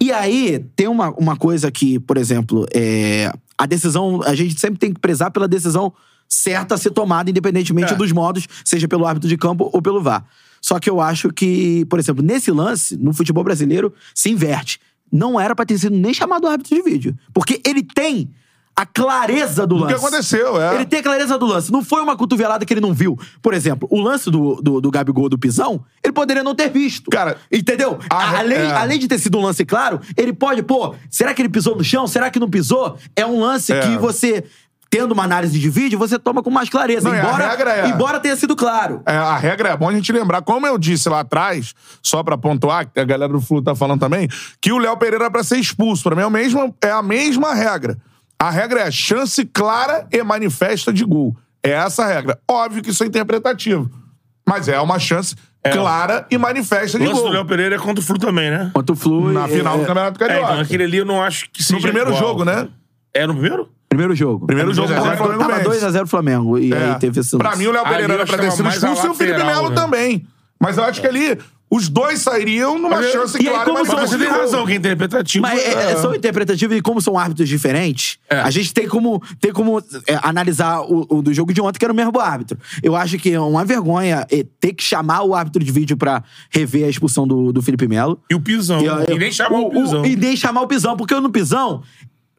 C: E aí, tem uma, uma coisa que, por exemplo, é, a decisão. A gente sempre tem que prezar pela decisão certa a ser tomada, independentemente
B: É.
C: dos modos, seja pelo árbitro de campo ou pelo VAR. Só que eu acho que, por exemplo, nesse lance, no futebol brasileiro, se inverte. Não era pra ter sido nem chamado árbitro de vídeo. Porque ele tem a clareza do
A: O que
C: lance.
A: aconteceu, é.
C: Ele tem a clareza do lance. Não foi uma cotovelada que ele não viu. Por exemplo, o lance do, do, do Gabigol do Pisão, ele poderia não ter visto.
A: Cara,
C: entendeu?
A: a-
C: além,
A: é.
C: além de ter sido um lance claro, ele pode, pô, será que ele pisou no chão? Será que não pisou? É um lance
A: É.
C: que você, tendo uma análise de vídeo, você toma com mais clareza.
A: Não, e a
C: embora,
A: regra é-
C: embora tenha sido claro.
A: É, a regra é bom a gente lembrar, como eu disse lá atrás, só pra pontuar, que a galera do Flu tá falando também, que o Léo Pereira é pra ser expulso. Pra mim é, o mesmo, é a mesma regra. A regra é chance clara e manifesta de gol. É essa a regra. Óbvio que isso é interpretativo. Mas é uma chance clara e manifesta
B: O
A: de
B: lance do
A: gol.
B: Léo Pereira é contra o Flu também, né?
C: Quanto flui.
A: Na final do
C: é,
A: Campeonato
B: É, então
A: Carioca.
B: aquele ali eu não acho que seja
A: no primeiro
B: igual.
A: jogo, né?
B: É no primeiro?
C: Primeiro jogo.
A: Primeiro jogo
B: Dois a
C: Tava
B: zero,
A: Flamengo
C: tava
A: vence.
C: 2x0 Flamengo. E
A: É.
C: aí teve esse lance.
A: Pra mim, o Léo
B: Ali
A: Pereira
B: eu
A: era pra ter
B: achava
A: sido
B: mais a
A: expulso e o Felipe
B: lateral,
A: Melo
B: né?
A: também. Mas eu acho que ali os dois sairiam numa
B: Mas eu-
A: chance
C: e aí,
A: clara
C: como
A: mas
C: são-
A: não
B: Mas você tem
A: ficou.
B: razão, que é interpretativo.
C: Mas é, é, são interpretativos e como são árbitros diferentes,
B: É.
C: a gente tem como, tem como é, analisar o, o do jogo de ontem, que era o mesmo árbitro. Eu acho que é uma vergonha é, ter que chamar o árbitro de vídeo pra rever a expulsão do, do Felipe Melo.
B: E o pisão.
C: E,
B: E,
C: eu-
B: nem chamou o, pisão.
C: E nem chamar o pisão, porque no pisão.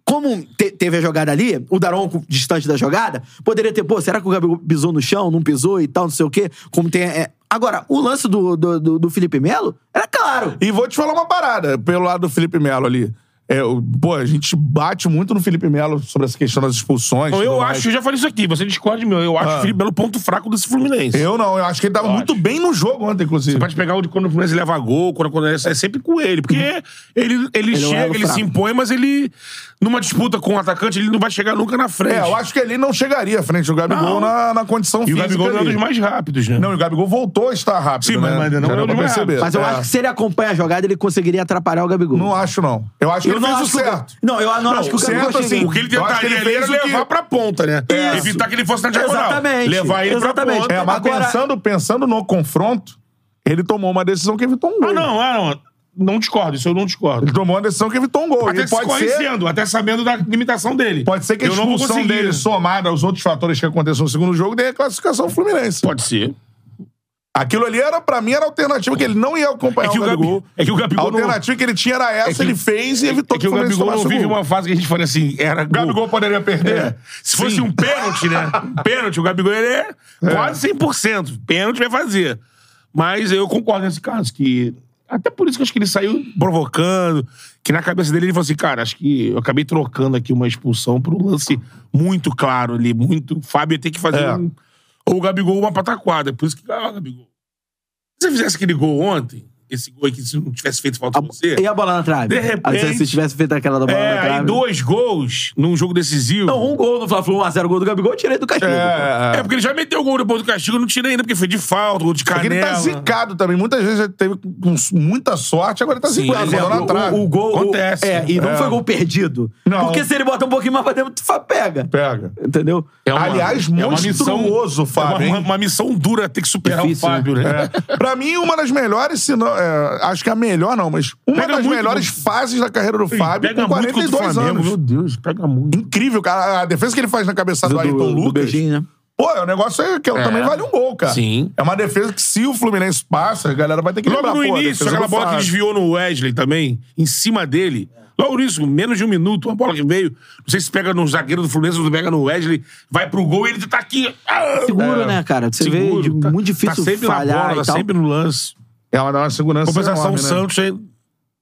C: Como te- teve a jogada ali, o Daronco distante da jogada, poderia ter, pô, será que o Gabigol pisou no chão, não pisou e tal, não sei o quê? Como tem. é- Agora, o lance do, do, do- do Felipe Melo era claro.
A: E vou te falar uma parada, pelo lado do Felipe Melo ali. É, o- pô, a gente bate muito no Felipe Melo sobre essa questão das expulsões.
B: Não, Então, eu
A: tudo mais.
B: acho, eu já falei isso aqui, você discorda de mim. Eu acho
A: Ah.
B: o Felipe Melo o ponto fraco desse Fluminense.
A: Eu não, eu acho que ele tava
B: Eu
A: muito
B: acho.
A: bem no jogo ontem, inclusive.
B: Você pode pegar o de quando o Fluminense leva gol, quando acontece, é sempre com ele. Porque
A: Uhum.
B: ele, ele,
C: é um
B: chega,
C: elo
B: ele
C: fraco.
B: se impõe, mas ele, numa disputa com o atacante, ele não vai chegar nunca na frente.
A: É, eu acho que ele não chegaria à frente do Gabigol
B: Não.
A: na, na condição
B: e o
A: física.
B: Gabigol não é um
A: ali.
B: dos mais rápidos, né?
A: Não, e o Gabigol voltou a estar rápido.
B: Sim, mas-
A: né?
B: mas ainda não
A: Já
B: é
A: deu
B: o
A: pra
B: mais rápido.
A: perceber.
C: Mas eu
A: É.
C: acho que se ele acompanha a jogada, ele conseguiria atrapalhar o Gabigol.
A: Não acho, não. Eu acho que ele fez o
C: Eu não acho que o
A: certo.
C: Gabigol- Não, eu não, acho que o Gabigol
A: certo,
C: chega-
A: assim,
B: O que ele
A: Eu acho que ele
B: tentaria ali era
A: fez o que-
B: levar pra ponta, né?
C: Isso.
B: Evitar que ele fosse na diagonal.
C: Exatamente.
B: Levar ele
C: Exatamente.
B: pra ponta.
A: É, mas
C: Agora-
A: pensando, pensando no confronto, ele tomou uma decisão que evitou um gol.
B: Ah, não, ah, não. Não discordo, isso eu não discordo.
A: Ele tomou uma decisão que evitou um gol.
B: Até
A: Ele
B: se
A: pode ser,
B: corrigendo, até sabendo da limitação dele.
A: pode ser que a
B: Eu não vou
A: expulsão
B: conseguir.
A: dele, somada aos outros fatores que aconteceram no segundo jogo, dê a classificação do Fluminense.
B: Pode ser.
A: Aquilo ali era, pra mim, era a alternativa que ele não ia acompanhar
B: É que
A: o
B: o
A: Gabigol.
B: Gabigol, é que o
A: A
B: Gabigol não,
A: alternativa que ele tinha era essa,
B: É que-
A: ele fez e evitou
B: é que o
A: Fluminense
B: Gabigol não
A: tomasse
B: vive
A: gol.
B: uma fase que a gente fala assim, era
A: O Gabigol
B: gol.
A: poderia
C: É.
A: perder.
B: Se fosse um pênalti, né? Um pênalti, o Gabigol ele é, quase 100%. Pênalti vai fazer. Mas eu concordo nesse caso, que até por isso que eu acho que ele saiu provocando, que na cabeça dele ele falou assim, cara, acho que eu acabei trocando aqui uma expulsão por um lance muito claro ali, muito... O Fábio ia ter que fazer
A: É.
B: um... Ou o Gabigol uma pataquada. Por isso que, ah, Gabigol, se você fizesse aquele gol ontem, esse gol aí que se não tivesse feito falta
C: A-
B: com você...
C: E a bola na trave?
B: De repente-
C: Se- Se tivesse feito aquela da bola na
B: É, aí
C: trave.
B: dois gols num jogo decisivo.
C: Não, um gol no Fla-Flu, 1x0 gol do Gabigol, eu tirei do castigo. pô.
B: É porque ele já meteu o gol depois do castigo, eu não tirei ainda, porque foi de falta, gol de
A: Porque
B: canela.
A: ele tá zicado também. Muitas vezes já teve com muita sorte, agora tá
B: Sim,
A: zicado.
B: mas é,
A: bola na
C: O-
A: trave.
C: O, o gol. o-
B: Acontece.
C: é, e não
A: É.
C: foi gol perdido.
A: Não.
C: Porque se ele bota um pouquinho mais pra dentro, tu fa- pega.
A: Pega.
C: Entendeu?
B: É uma-
A: Aliás,
B: é uma missão-
A: monstruoso, Fábio,
B: É uma,
A: hein?
B: uma missão dura ter que superar
C: Difícil,
B: o Fábio, né?
A: É. Pra mim, uma das melhores, se não, é, acho que a melhor não, mas uma
B: Pega
A: das
B: muito
A: melhores fases da carreira do
B: Ih,
A: Fábio
B: pega
A: com
B: muito contra o
A: 42
B: Flamengo,
A: anos.
B: Meu Deus, pega muito.
A: Incrível, cara. A defesa que ele faz na cabeçada do,
C: Do,
A: Ayrton
C: do, do
A: Lucas.
C: beijinho, né?
A: pô, é um negócio é que ela
B: É.
A: também vale um gol, cara.
B: Sim.
A: É uma defesa que se o Fluminense passa, a galera vai ter que
B: Logo
A: lembrar,
B: no
A: pô, a
B: início,
A: defesa
B: aquela
A: do
B: bola que
A: Fábio.
B: desviou no Wesley também, em cima dele. Logo nisso, menos de um minuto, uma bola que veio. Não sei se pega no zagueiro do Fluminense ou se pega no Wesley, vai pro gol e ele tá aqui. Ah,
C: Seguro, né, cara? Você vê de-
B: tá-
C: muito difícil
B: tá sempre
C: falhar
B: na bola, Tá
C: e tal.
B: sempre no lance.
A: É uma, dá uma segurança
B: Compensação, o
A: enorme, né?
B: Santos aí.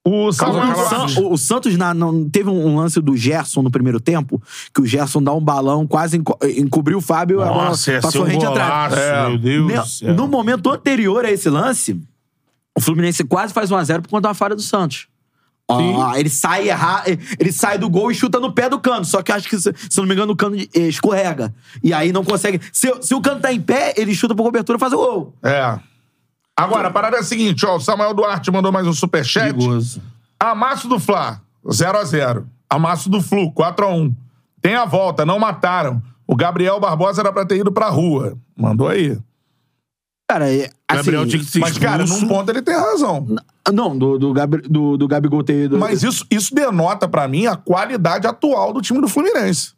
A: O Samuel
B: Calma, calma.
A: Santos.
C: San- o, o Santos na- não- teve um, um lance do Gerson no primeiro tempo, que o Gerson dá um balão, quase enco- encobriu o Fábio a bola
B: Nossa, ia ser
C: passou
B: um
C: rente atrás.
B: golaço,
A: É.
B: meu Deus
C: Ne-
B: do céu.
C: No momento anterior a esse lance, o Fluminense quase faz 1x0 por conta de uma falha do Santos. Ah, ele sai errar, ele sai do gol e chuta no pé do cano. Só que acho que, se se eu não me engano, o cano eh, escorrega. E aí não consegue. Se, se o cano tá em pé, ele chuta por cobertura e faz o gol.
A: É. Agora, a parada é a seguinte, ó. O Samuel Duarte mandou mais um superchat.
B: Perigoso.
A: Amasso do Fla, 0x0. Amasso do Flu, 4x1. Tem a volta, não mataram. O Gabriel Barbosa era pra ter ido pra rua. Mandou aí.
C: Cara, é, assim,
B: Gabriel tinha que ser
A: Mas, cara,
B: expulso.
A: num ponto ele tem razão.
C: Não, do, do, Gabri, do, do Gabigol ter ido-
A: Mas isso, isso denota pra mim a qualidade atual do time do Fluminense.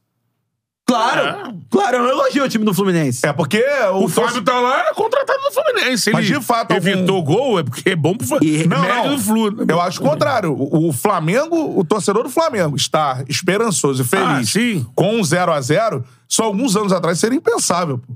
C: Claro! É. Claro, eu não elogio o time do Fluminense.
A: É porque o,
B: O Fábio tá lá contratado do Fluminense. Ele
A: Mas, de fato, algum-
B: evitou gol, é porque é bom pro
C: E-
B: Fluminense.
A: Não, não.
B: do Flu. né?
A: Eu acho o contrário. O, o Flamengo, o torcedor do Flamengo, está esperançoso e
B: Ah,
A: feliz
B: sim.
A: com um 0 a 0 Só alguns anos atrás seria impensável. pô.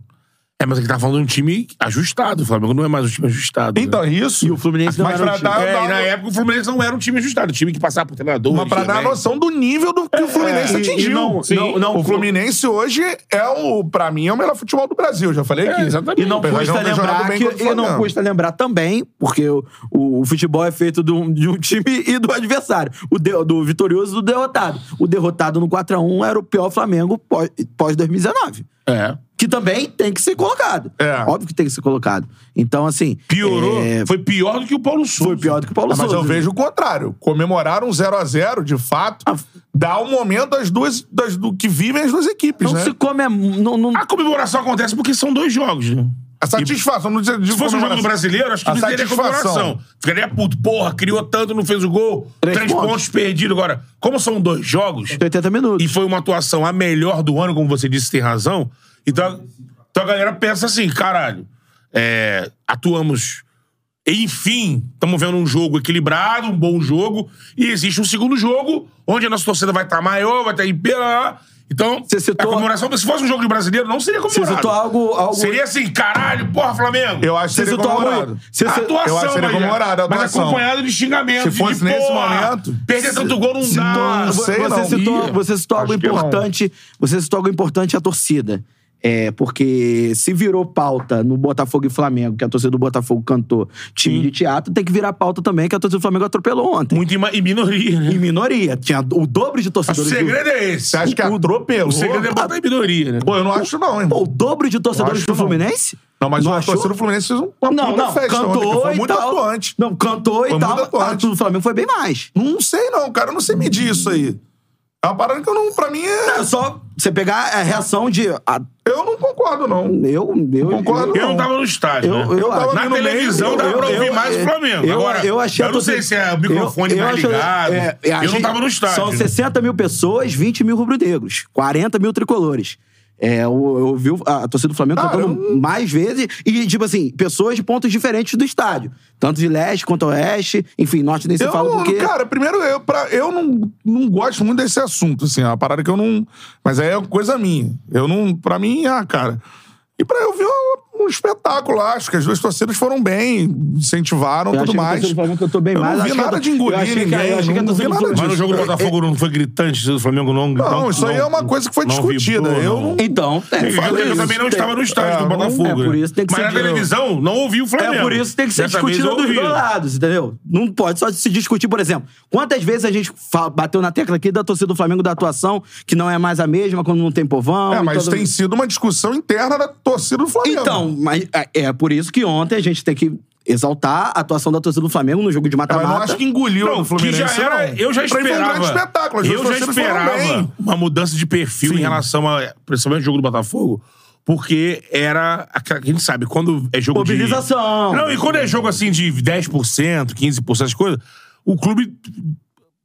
B: É, mas ele tá falando de um time ajustado. O Flamengo não é mais um time ajustado. né?
A: Então, isso.
C: E o Fluminense não
A: Mas
C: era um
A: pra
C: time.
A: dar-
B: É,
A: dava-
B: e na época o Fluminense não era um time ajustado, um time que passava por né? treinador.
A: Mas pra dar a noção do nível do que o Fluminense
C: né? é, e- e
A: atingiu.
C: não-
A: Sim.
C: não- não-
A: o Fluminense hoje é o, pra mim, é o melhor futebol do Brasil. Já falei
B: É,
A: aqui.
B: exatamente.
A: E não
B: Apesar
A: custa
C: custa lembrar que, e não custa lembrar também, porque o, o, o futebol é feito de um, de um time e do adversário. O de- do vitorioso e do derrotado. O derrotado no 4x1 era o pior Flamengo pós- pós-2019.
B: É.
C: que também tem que ser colocado.
A: É.
C: Óbvio que tem que ser colocado. Então, assim.
B: Piorou.
C: é,
B: Foi pior do que o Paulo Souza.
C: foi pior do que o Paulo
A: Mas
C: Souza.
A: eu vejo o contrário. Comemorar um 0 a 0 de fato,
C: Ah,
A: dá um momento das duas, das, do que vivem as duas equipes,
C: Não
A: né? Ah.
C: se come. Não, não...
B: A comemoração acontece porque são dois jogos, né?
A: A satisfação. Não dizer- de
B: Se fosse um jogo do brasileiro, acho que
A: A
B: não teria
A: satisfação.
B: comemoração. Ficaria puto. Porra, criou tanto, não fez o gol.
C: Três
B: Três,
C: pontos.
B: pontos. perdidos. Agora, como são dois jogos,
C: 80
B: e
C: minutos.
B: foi uma atuação a melhor do ano, como você disse, tem razão. Então, então a galera pensa assim, caralho, é, atuamos. Enfim, estamos vendo um jogo equilibrado, um bom jogo, e existe um segundo jogo, onde a nossa torcida vai estar maior, vai estar em pé, lá, lá. Então,
C: Você citou-
B: a comemoração, se fosse um jogo de brasileiro, não seria
C: Você
A: é
B: comemorado.
C: citou algo. algo...
B: Seria assim, caralho, porra, Flamengo.
A: Eu acho que
C: Você
A: seria
C: citou
A: comemorado.
C: algo. Você,
B: A
C: você...
B: atuação,
A: eu acho que seria
B: mas-
A: comemorado, a
B: mas
A: atuação.
B: acompanhado de xingamento.
A: Se fosse
B: de,
A: nesse
B: porra,
A: momento,
B: Perder tanto gol não dá.
A: não sei,
C: você,
A: não.
C: citou, você citou
A: Acho
C: algo
A: que não.
C: importante. Você citou algo importante à torcida. É, porque se virou pauta no Botafogo e Flamengo, que a torcida do Botafogo cantou time de teatro, tem que virar pauta também, que a torcida do Flamengo atropelou ontem.
B: Muito em, ma- em minoria, né?
C: Em minoria. Tinha o dobro de
B: O
C: torcedores. do-
B: segredo é esse.
A: Você acha que atropelou?
B: O segredo é botar em minoria, né?
A: Pô, eu não acho, não,
C: Pô, o
A: irmão.
C: dobro de torcedores
A: Acho que
C: do
A: não.
C: Fluminense?
A: Não, mas
C: não
A: o
C: achou?
A: torcedor do Fluminense fez um- uma
C: Não,
A: puta
C: não,
A: festa ontem, que
C: cantou
A: foi
C: e
A: muito
C: tal.
A: atuante.
C: Não, cantou e
A: Foi
C: tal.
A: muito
C: A
A: atuante.
C: do Flamengo foi bem mais.
A: Não sei, não, cara. Eu não sei medir isso aí. É uma parada que eu não. Pra mim é.
C: É só você pegar a reação de. ah,
A: Eu não concordo, não.
C: eu, eu.
A: Concordo.
B: Eu não tava no estádio,
C: Eu-
B: né?
C: eu acho-
B: Na
A: no meio,
B: televisão dava
C: eu-
B: pra ouvir
C: eu-
B: mais o Flamengo.
C: eu-
B: Agora,
C: eu achei a
B: não
C: torcida-
B: sei se é o microfone
C: eu- eu
B: mais
C: achei-
B: ligado.
C: é, é, a
B: eu não
C: gente-
B: tava no estádio.
C: São
B: né?
C: 60 mil pessoas, 20 mil rubro-negros, 40 mil tricolores. É, eu, eu ouvi o- a, a torcida do Flamengo
B: Ah,
A: Cara,
C: cantando
A: eu-
C: mais vezes e, tipo assim, pessoas de pontos diferentes do estádio. Tanto de leste quanto oeste, enfim, norte nem se
A: Eu
C: fala
A: não-
C: porque...
A: Cara, primeiro, eu, pra, eu não, não gosto muito desse assunto, assim. É uma parada que eu não. Mas aí é coisa minha. Eu não. Pra mim, ah, cara. E pra eu ver um, um espetáculo, acho que as duas torcidas foram bem, incentivaram e
C: Eu
A: tudo
C: achei que a
A: mais.
C: torcida do Flamengo cantou bem
A: eu
C: mais.
A: não vi
C: Acho que a
A: nada
C: tor-
A: de engolir
C: eu achei que a- eu
A: ninguém.
C: achei que a
A: não vi
C: torcida do
A: nada
C: Flamengo-
A: disso.
B: Mas no jogo do
A: Eu-
B: Botafogo não foi gritante, do Flamengo não. então
A: Não, isso aí é uma coisa que foi
B: não
A: discutida.
B: vibrou,
A: eu
B: não.
A: não.
C: Então, é,
B: Eu,
C: fala
B: eu
C: isso.
B: também não
C: Tem-
B: estava no estádio
A: é,
B: do
A: não-
B: Botafogo.
C: é por isso que tem que
B: né?
C: ser
B: Mas na
C: dinheiro.
B: televisão não ouvi o Flamengo.
C: É por isso que tem que ser
B: Dessa vez
C: discutido Ah, dos
B: ouviram.
C: dois lados, entendeu? Não pode só se discutir, por exemplo, quantas vezes a gente fa- bateu na tecla aqui da torcida do Flamengo da atuação, que não é mais a mesma quando não tem povão.
A: É,
C: e
A: mas isso
C: todo-
A: tem sido uma discussão interna da torcida do Flamengo.
C: Então, mas é- é por isso que ontem a gente tem que exaltar a atuação da torcida do Flamengo no jogo de
A: É, Mas não acho
C: mata-mata.
A: que engoliu
B: Não,
A: o Fluminense.
B: que já era,
A: não.
B: eu
A: Pra
B: já
A: mim foi
B: esperava.
A: um grande espetáculo. As
B: eu
A: duas
B: já
A: torcidas foram
B: esperava
A: bem.
B: uma mudança de perfil
A: Sim.
B: em relação a, principalmente o jogo do Botafogo, porque era, aquela- a gente sabe, quando é jogo
C: Mobilização.
B: de... Não, e quando é jogo assim de 10%, 15%, essas coisas, o clube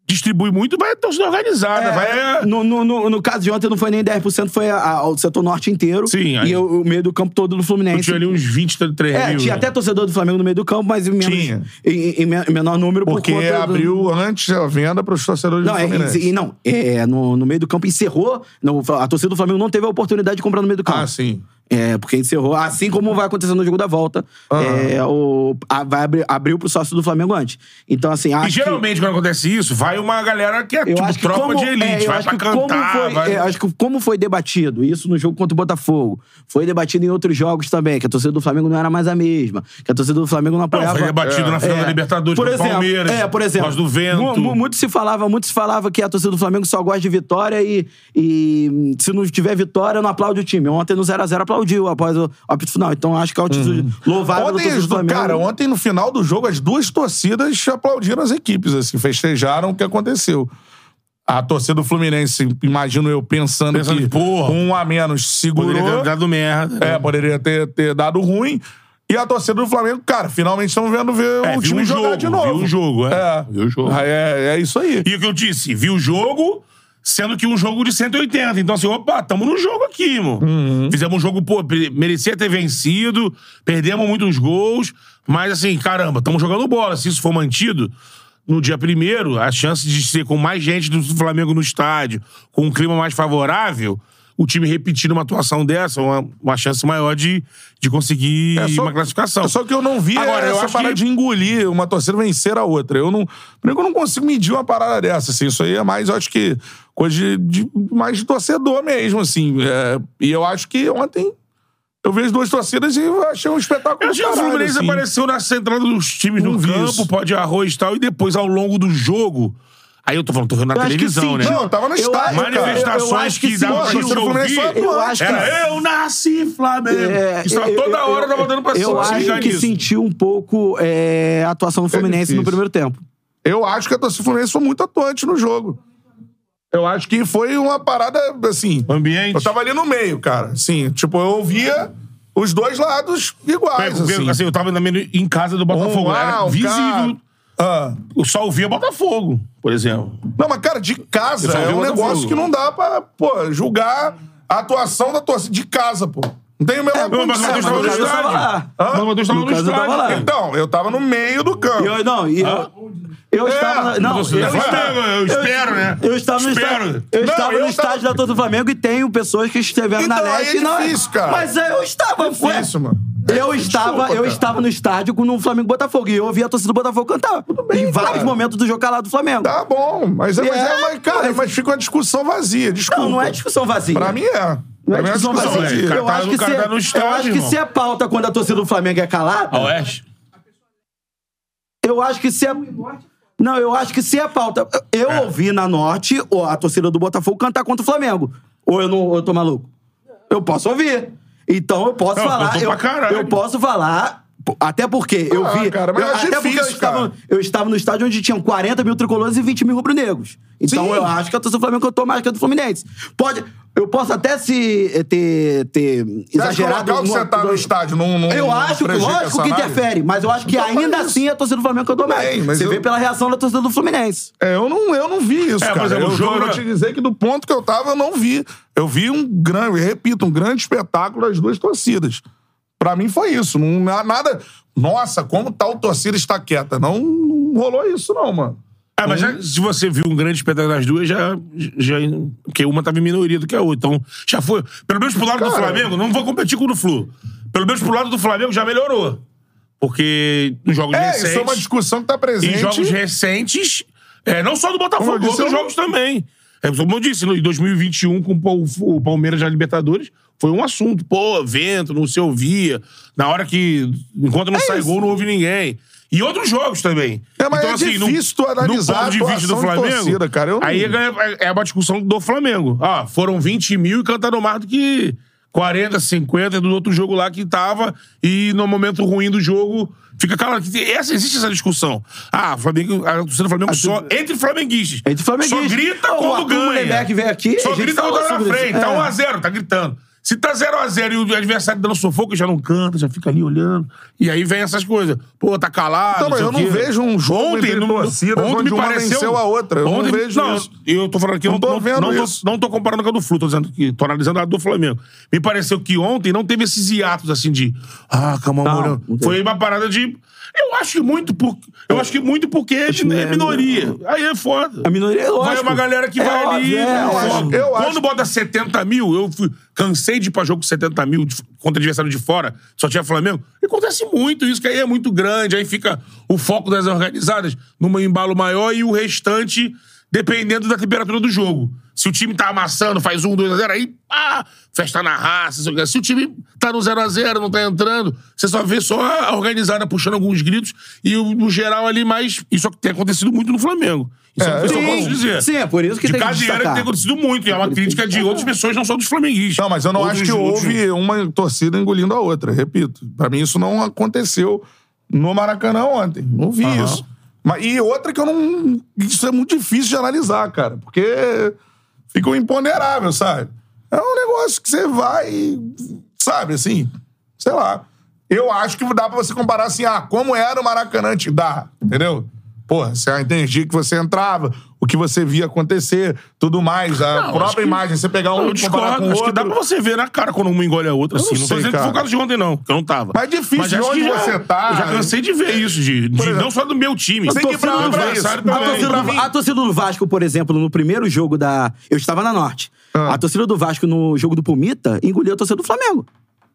B: distribui muito e vai a torcida
C: É.
B: organizada, vai... é.
C: No, no, no, no caso de ontem não foi nem 10%, foi a, a- o setor norte inteiro.
B: Sim, aí-
C: e o, o meio do campo todo do Fluminense.
B: Tinha ali uns 23
C: É,
B: mil.
C: tinha
B: né?
C: até torcedor do Flamengo no meio do campo, mas em, menos,
A: Tinha.
C: em- em men- em menor número
A: Porque
C: por conta do-
A: abriu antes a venda para os torcedores
C: Não,
A: do
C: é,
A: Fluminense.
C: e, e não é, no, no meio do campo encerrou. não, a torcida do Flamengo não teve a oportunidade de comprar no meio do campo.
A: Ah, sim.
C: É, porque encerrou, assim como vai acontecer no jogo da volta.
A: Aham.
C: É, o, a- vai abrir, abriu pro sócio do Flamengo antes. Então, assim, acho
B: E geralmente, quando acontece isso, vai uma galera que é
C: que. Eu
B: tipo
C: acho que
B: tropa
C: como,
B: de
C: é,
B: elite,
C: eu
B: vai
C: acho
B: pra
C: que como
B: cantar,
C: foi,
B: vai...
C: é, acho que como foi debatido isso no jogo contra o Botafogo, foi debatido em outros jogos também, que a torcida do Flamengo não era mais a mesma, que a torcida do Flamengo não
B: Não,
C: apoiava.
B: foi debatido na final
C: É.
B: da Libertadores
C: por
B: por
C: exemplo,
B: Palmeiras.
C: É, por exemplo.
B: Voz do
C: mu-
B: Vento.
C: mu- muito se falava, muito se falava que a torcida do Flamengo só gosta de vitória e, e, hum, se não tiver vitória, não aplaude o time. Ontem no 0x0 aplaudiu aplaudiu após o apito final. Então acho que é uma atitude
B: Hum.
C: louvável do
A: Ontem,
C: torcedor do Flamengo.
A: cara, ontem no final do jogo, as duas torcidas aplaudiram as equipes, assim, festejaram o que aconteceu. A torcida do Fluminense, imagino eu, pensando,
B: Pensando
A: que
B: que, porra,
A: com um a menos segurou.
B: Poderia ter dado merda.
A: É, poderia ter, ter dado ruim. E a torcida do Flamengo, cara, finalmente estamos vendo ver
B: É,
A: o
B: viu
A: time
B: um
A: jogar
B: jogo,
A: de novo.
B: Viu o jogo, é.
A: É.
B: Viu o jogo.
A: Ah, É, é isso aí.
B: E o que eu disse, viu o jogo, sendo que um jogo de 180. Então, assim, opa, tamo no jogo aqui, irmão.
A: Uhum.
B: Fizemos um jogo, pô, pre- merecia ter vencido, perdemos muitos gols, mas assim, caramba, tamo jogando bola. Se isso for mantido, no dia primeiro, a chance de ser com mais gente do Flamengo no estádio, com um clima mais favorável. O time repetindo uma atuação dessa, uma, uma chance maior de, de conseguir
A: É só-
B: uma classificação.
A: Só que eu não vi
B: Agora, eu
A: essa
B: acho
A: parada
B: que-
A: de engolir uma torcida vencer a outra. Eu não, primeiro que eu não consigo medir uma parada dessa, assim. Isso aí é mais, eu acho que, coisa de, de- mais de torcedor mesmo, assim. É, e eu acho que ontem eu vi as duas torcidas e eu achei um espetáculo
B: Eu achei que o
A: caralho,
B: Fluminense
A: assim.
B: É, apareceu na central dos times
A: Não
B: no
A: vi
B: campo,
A: isso.
B: pó de arroz e tal, e depois, ao longo do jogo. Aí eu tô falando, tô vendo na
C: acho que
B: televisão,
C: sim,
B: né?
A: Não, eu tava no
C: Eu-
A: estádio, cara.
B: Manifestações
C: eu- eu acho que
B: que,
C: sim,
B: davam
A: a
B: pra
A: torcida
B: gente
A: do Fluminense
B: ouvir.
A: foi atuante,
C: Eu acho que
B: Era, eu nasci Flamengo.
C: É,
B: Isso
A: tá
B: tava
C: eu-
B: toda
C: eu-
B: hora
C: eu-
B: tava dando pra
C: Eu
B: se
C: acho
B: ligar
C: que
B: nisso.
C: sentiu um pouco é, a atuação do Fluminense
A: difícil.
C: no primeiro tempo.
A: Eu acho que a torcida do Fluminense foi muito atuante no jogo. Eu acho que foi uma parada, assim.
B: O ambiente.
A: Eu tava ali no meio, cara. Assim, tipo, eu ouvia os dois lados
B: Pera,
A: iguais,
B: assim,
A: assim.
B: eu tava na minha- em casa do Botafogo.
A: Um
C: né?
B: era
A: lá, um
B: visível.
A: cá. Ah.
B: Eu só ouvia Botafogo, por exemplo.
A: Não, mas, cara, de
B: Eu
A: casa
B: só vi
A: é um
B: o Botafogo.
A: negócio que não dá pra, pô, julgar a atuação da torcida de casa, pô. Não tem o mesmo
B: Não, mas o Matheus
C: É, mas
B: tava
C: o
B: no
C: Lucas
B: estádio.
C: tava lá.
B: Mas O Matheus tava no
C: Lucas tava lá.
B: estádio.
A: Então, eu tava no meio do campo.
C: Eu, não, e eu, eu
A: É,
C: estava. Não, eu,
B: você
C: estava-
B: espera, eu espero, né?
C: Eu estava no
B: Espero.
C: estádio. Eu
A: Não,
C: estava
A: eu
C: no
A: tava-
C: estádio da torcida do Flamengo e tenho pessoas que estiveram na
A: Então, aí
C: leste
A: é
C: e não.
A: difícil, cara.
C: Mas eu estava,
A: Foi
C: ué.
A: isso, mano.
C: Eu estava, eu
A: cara.
C: estava no estádio com o Flamengo e Botafogo e eu ouvi a torcida do Botafogo cantar. em vários
A: cara.
C: momentos do jogo calado do Flamengo.
A: Tá bom, mas, é, mas, é,
C: É,
A: mas, cara, mas fica uma discussão vazia, desculpa.
C: Não, não é discussão vazia.
A: Pra mim é.
C: Não
A: pra
C: é
A: mim
C: discussão
B: discussão,
C: vazia.
B: é. O cara
C: Eu
B: tá-
C: acho
B: o
C: que
B: cara
C: se-
B: tá no estádio,
C: eu acho que
B: irmão.
C: se a pauta quando a torcida do Flamengo é calada,
B: A Oeste.
C: Eu acho que se é. Não, eu acho que se é pauta. Eu ouvi na Norte ó, a torcida do Botafogo cantar contra o Flamengo. Ou eu, não, ou eu tô maluco? Eu posso ouvir. Então eu posso
B: Não,
C: falar.
B: cantou
C: Eu,
B: pra caralho.
C: eu posso falar. p- Até porque eu
A: Ah,
C: vi.
A: cara, mas
C: eu,
A: é
C: até porque eu
A: difícil,
C: estava,
A: cara.
C: eu estava no estádio onde tinham 40 mil tricolores e 20 mil rubro-negros. Então
A: Sim.
C: eu acho que a torcida do Flamengo cantou mais que a do Fluminense. Pode. Eu posso até se eh, ter, ter exagerado.
A: Exagerado que o
C: alguma-
A: local que você tá no estádio não. não
C: eu
A: não
C: acho, que
A: prejudica
C: lógico
A: essa
C: que
A: análise?
C: interfere, mas eu acho que
A: Então
C: ainda
A: faz isso.
C: assim a torcida do Flamengo cantou mais.
A: bem, mas
C: Você
A: eu-
C: vê pela reação da torcida do Fluminense.
A: É, eu não, eu não vi isso,
B: É,
A: cara.
B: mas é um
A: eu
B: jogo,
A: eu vou
B: né?
A: te dizer que do ponto que eu tava, eu não vi. Eu vi um grande, eu repito, um grande espetáculo das duas torcidas. Pra mim foi isso. Não, na- nada. Nossa, como tal torcida está quieta. Não, não rolou isso, não, mano.
B: É, mas já- se você viu um grande espetáculo das duas, já, já. Porque uma tava em minoria do que a outra. Então, já foi. Pelo menos pro lado do
A: Cara.
B: Flamengo, não vou competir com o do Flu. Pelo menos pro lado do Flamengo já melhorou. Porque nos jogos
A: É,
B: recentes.
A: isso é uma discussão que tá presente.
B: Em jogos recentes, é, não só do Botafogo,
A: Como eu disse,
B: outros
A: eu-
B: jogos também. É, como eu disse, no- em 2021, com o Pal- o Palmeiras na Libertadores, foi um assunto. Pô, vento, não se ouvia. Na hora que. Enquanto não sai gol, não houve ninguém. E outros jogos também. Então, assim,
A: É, mas é difícil tu analisar
B: no ponto de
A: a
B: vista do
A: atuação de
B: Flamengo,
A: torcida, cara, eu não-
B: aí é, é uma discussão do Flamengo. Ah, foram 20 mil e cantaram mais do que 40, 50 do outro jogo lá que tava e no momento ruim do jogo fica calado. Essa, existe essa discussão. Ah, o Flamengo, a torcida do Flamengo só, entre flamenguistas.
C: Ah, Entre flamenguistas.
B: Só grita
C: Ó, o
B: quando
C: Arthur
B: ganha.
C: Lemberg veio aqui, a
B: só
C: gente
B: grita quando
C: falou
B: tá na
C: sobre
B: frente.
C: isso.
B: Tá
C: É.
B: 1 a 0 tá gritando. Se tá 0x0 e o adversário dando sufoco, já não canta, já fica ali olhando. E aí vem essas coisas. Pô, tá calado.
A: Então, mas
B: sei
A: eu
B: o
A: não
B: quê.
A: vejo um jogo entre torcidas onde uma venceu a outra. Eu não vejo isso.
B: Eu tô falando que eu
A: Não
B: não
A: tô
B: tô
A: vendo
B: não, tô-
A: isso.
B: Não tô comparando com a do Flu, tô dizendo que tô analisando a do Flamengo. Me pareceu que ontem não teve esses hiatos assim de ah, calma,
C: Não,
B: amor.
C: não teve.
B: Foi uma parada de eu acho que muito por eu acho que muito porque é, de- é minoria. Aí é foda.
C: A minoria é lógico.
B: Vai uma galera que
C: É
B: vai ali. né? eu
C: óbvio, é, óbvio.
B: acho,
A: Eu
B: Quando
A: acho-
B: bota 70 mil, eu fui- cansei de ir pra jogo com 70 mil de- contra adversário de fora, só tinha Flamengo. E acontece muito isso, que aí é muito grande, aí fica o foco das organizadas num embalo maior e o restante dependendo da temperatura do jogo. Se o time tá amassando, faz um, dois a zero, aí, pá, festa na raça. isso aqui. Se o time tá no 0 a 0 não tá entrando, você só vê só a organizada puxando alguns gritos e o, no geral ali mais. Isso é o que tem acontecido muito no Flamengo. Isso é, o que eu só
A: sim,
B: posso dizer.
C: Sim, é por isso que
B: De
C: tem que
B: cadeira que
C: destacar.
B: tem acontecido muito, e é uma crítica de outras pessoas, não só dos flamenguistas.
A: Não, mas eu não
B: Outros-
A: acho que
B: outros-
A: houve uma torcida engolindo a outra, repito. Pra mim isso não aconteceu no Maracanã ontem. Não vi
B: Aham.
A: isso. Mas, e outra que eu não. Isso é muito difícil de analisar, cara, porque fica um imponderável, sabe? É um negócio que você vai. e- Sabe, assim, sei lá. Eu acho que dá pra você comparar assim, ah, como era o Maracanã te dá, entendeu? Porra, você entendia que você entrava, o que você via acontecer, tudo mais, a
B: Não, acho
A: própria
B: que-
A: imagem, você pegar um
B: Eu
A: e comparar
B: discordo,
A: com o
B: acho
A: outro.
B: que dá pra você ver na cara quando uma engole a outra,
A: Eu
B: assim.
A: não
B: Não, tô
A: sei,
B: dizendo que foi o
A: cara.
B: caso de ontem, não, que eu não tava.
A: Mas é difícil,
B: acho
A: de onde
B: que já-
A: você tá.
B: Eu já cansei de ver isso, de, de-
A: exemplo,
B: não só do meu time.
A: você tem que
B: do
A: parar pra
B: adversário
A: isso.
C: A
B: também.
C: torcida,
A: pra
C: do,
A: mim-
C: a torcida do Vasco, por exemplo, no primeiro jogo da. Eu estava na Norte.
A: Ah.
C: A torcida do Vasco no jogo do Pumita engoliu a torcida do Flamengo.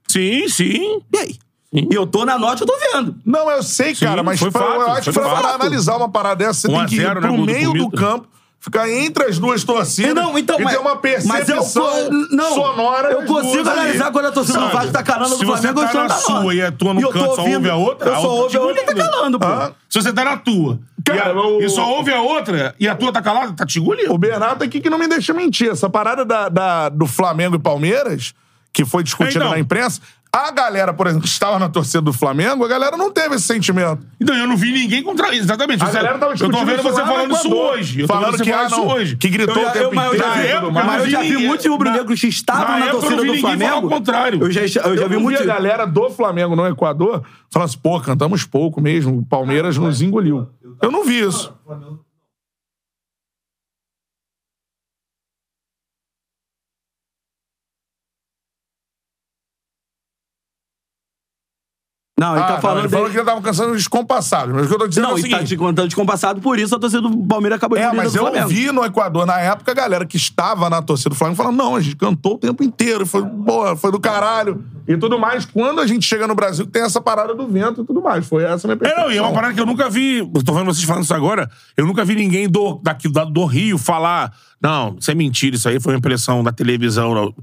B: Sim, sim.
C: E aí? E eu tô na Norte, eu tô vendo.
A: Não, eu sei,
B: Sim,
A: cara, mas
B: foi
A: pra-
B: fato,
A: eu acho que
B: foi
A: pra
B: fato.
A: pra analisar uma parada dessa, você
B: Um a
A: tem que
B: zero,
A: ir
B: né,
A: pro
B: gol do
A: meio do
B: Pumita.
A: campo, ficar entre as duas torcidas
C: Não, então,
A: e
C: mas-
A: ter uma
C: mas eu
A: percepção
C: co- não,
A: sonora
C: eu
A: das
C: consigo
A: duas ali.
C: analisar quando a torcida
B: Sabe,
C: do Vasco tá calando
B: se
C: do Flamengo,
B: você
C: eu
B: tá
C: estou
B: na sua e a tua no
C: eu tô
B: canto só
C: ouvindo-
B: ouve a outra, a
C: Eu só
B: outra
C: ouve a
B: te
C: outra e tá
B: engolindo.
C: calando, pô.
A: Hã?
B: Se você tá na tua
A: Cara,
B: e, a-
A: o-
B: e só ouve a outra e a tua tá calada, tá te engolindo.
A: O Bernardo aqui que não me deixa mentir. Essa parada da, da- do Flamengo e Palmeiras, que foi discutida
B: Então.
A: na imprensa, a galera, por exemplo, que estava na torcida do Flamengo, a galera não teve esse sentimento.
B: Então, eu não vi ninguém contra Exatamente.
A: A
B: Você-
A: galera tava
B: eu tô
A: discutindo
B: vendo
A: isso
B: você
A: lá
B: falando
A: no
B: isso
A: Equador.
B: hoje. Eu tô
A: Falando
B: vendo você
A: que,
B: falando
A: ah,
B: isso
A: não,
B: hoje.
A: que gritou
B: Eu-
A: o tempo
B: eu- mas eu
A: inteiro
B: já
A: e
B: vi-
A: tudo mais.
B: mas
C: Mas eu já vi
B: ninguém-
C: muitos rubro-negros que
B: na
C: estavam na
B: época eu não
C: torcida
B: vi
C: do
B: ninguém falar
C: Flamengo.
B: o contrário.
C: Eu já, eu já vi
A: não
C: muito.
A: a galera do Flamengo no Equador falar assim, pô, cantamos pouco mesmo, o
B: Ah,
A: Palmeiras nos
B: é.
A: engoliu. Eu não vi isso.
C: Não, ele
A: Ah,
C: tá
A: não,
C: falando.
A: ele falou
C: dele-
A: que eu tava cansando descompassado. Mas o que eu tô dizendo é
C: Não,
A: o
C: ele tá
A: seguinte.
C: te contando descompassado, por isso a torcida do Palmeiras acabou de
A: É,
C: engolir a
A: mas
C: do
A: eu
C: Flamengo.
A: vi no Equador, na época, a galera que estava na torcida do Flamengo falando, não, a gente cantou o tempo inteiro, foi, boa, foi do caralho e tudo mais. Quando a gente chega no Brasil, tem essa parada do vento e tudo mais. Foi essa a minha
B: É,
A: percepção.
B: não, e é uma parada que eu nunca vi. eu Tô vendo vocês falando isso agora. Eu nunca vi ninguém do, daqui, da- do Rio falar. Não, isso é mentira, isso aí foi uma impressão da televisão. não."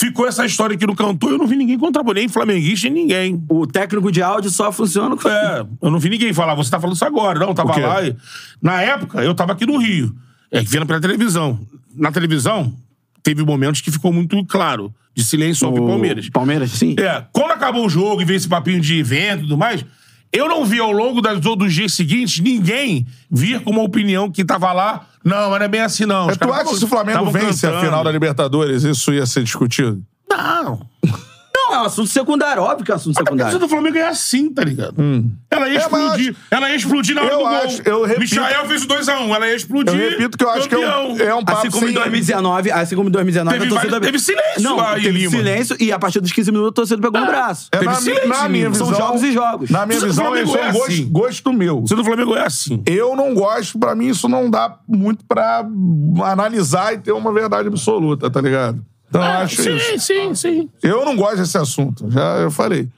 B: Ficou essa história aqui no cantor, eu não vi ninguém contrapor, nem flamenguista, nem ninguém.
C: O técnico de áudio só funciona com.
B: É, eu não vi ninguém falar, você tá falando isso agora. Não, eu
A: O
B: tava
A: quê?
B: lá. e- Na época, eu tava aqui no Rio. É, vendo pela televisão. Na televisão, teve momentos que ficou muito claro de silêncio sobre o Palmeiras.
C: Palmeiras, sim.
B: É, quando acabou o jogo e veio esse papinho de evento e tudo mais, eu não vi ao longo das, dos dias seguintes ninguém vir com uma opinião que tava lá. Não, mas não é bem assim, não. Os
A: Tu
B: caras
A: acha que se o Flamengo
B: tavam
A: vence a
B: cantando.
A: final da Libertadores, isso ia ser discutido?
B: Não.
C: Não, é um assunto secundário, óbvio que é um assunto
B: A torcida
C: secundário.
B: do Flamengo é assim, tá ligado? Ela ia
A: É, mas
B: explodir. Ela ia explodir na hora
A: eu
B: do gol.
A: acho- eu repito-
B: Michael fez o 2x1. Ela ia explodir.
A: Eu repito que eu acho
B: campeão.
A: que é um, é um papo
C: Assim como em
A: sem-
C: 2019, assim como em 2019,
B: Teve
C: a torcida.
B: vários- teve silêncio
C: não,
B: lá em
C: teve
B: Lima.
C: silêncio e a partir dos 15 minutos a torcida pegou no braço.
A: É,
B: Teve
A: na, minha-
B: silêncio,
A: na minha
C: são
A: visão,
C: jogos e jogos.
A: Na minha
B: Só que o
A: visão,
B: Flamengo
A: isso é um
B: é
A: gosto,
B: assim.
A: gosto meu.
B: A torcida do Flamengo é assim.
A: Eu não gosto, pra mim isso não dá muito pra analisar e ter uma verdade absoluta, tá ligado? Então eu acho
B: Ah, sim,
A: isso.
B: sim, sim.
A: Eu não gosto desse assunto, já eu falei.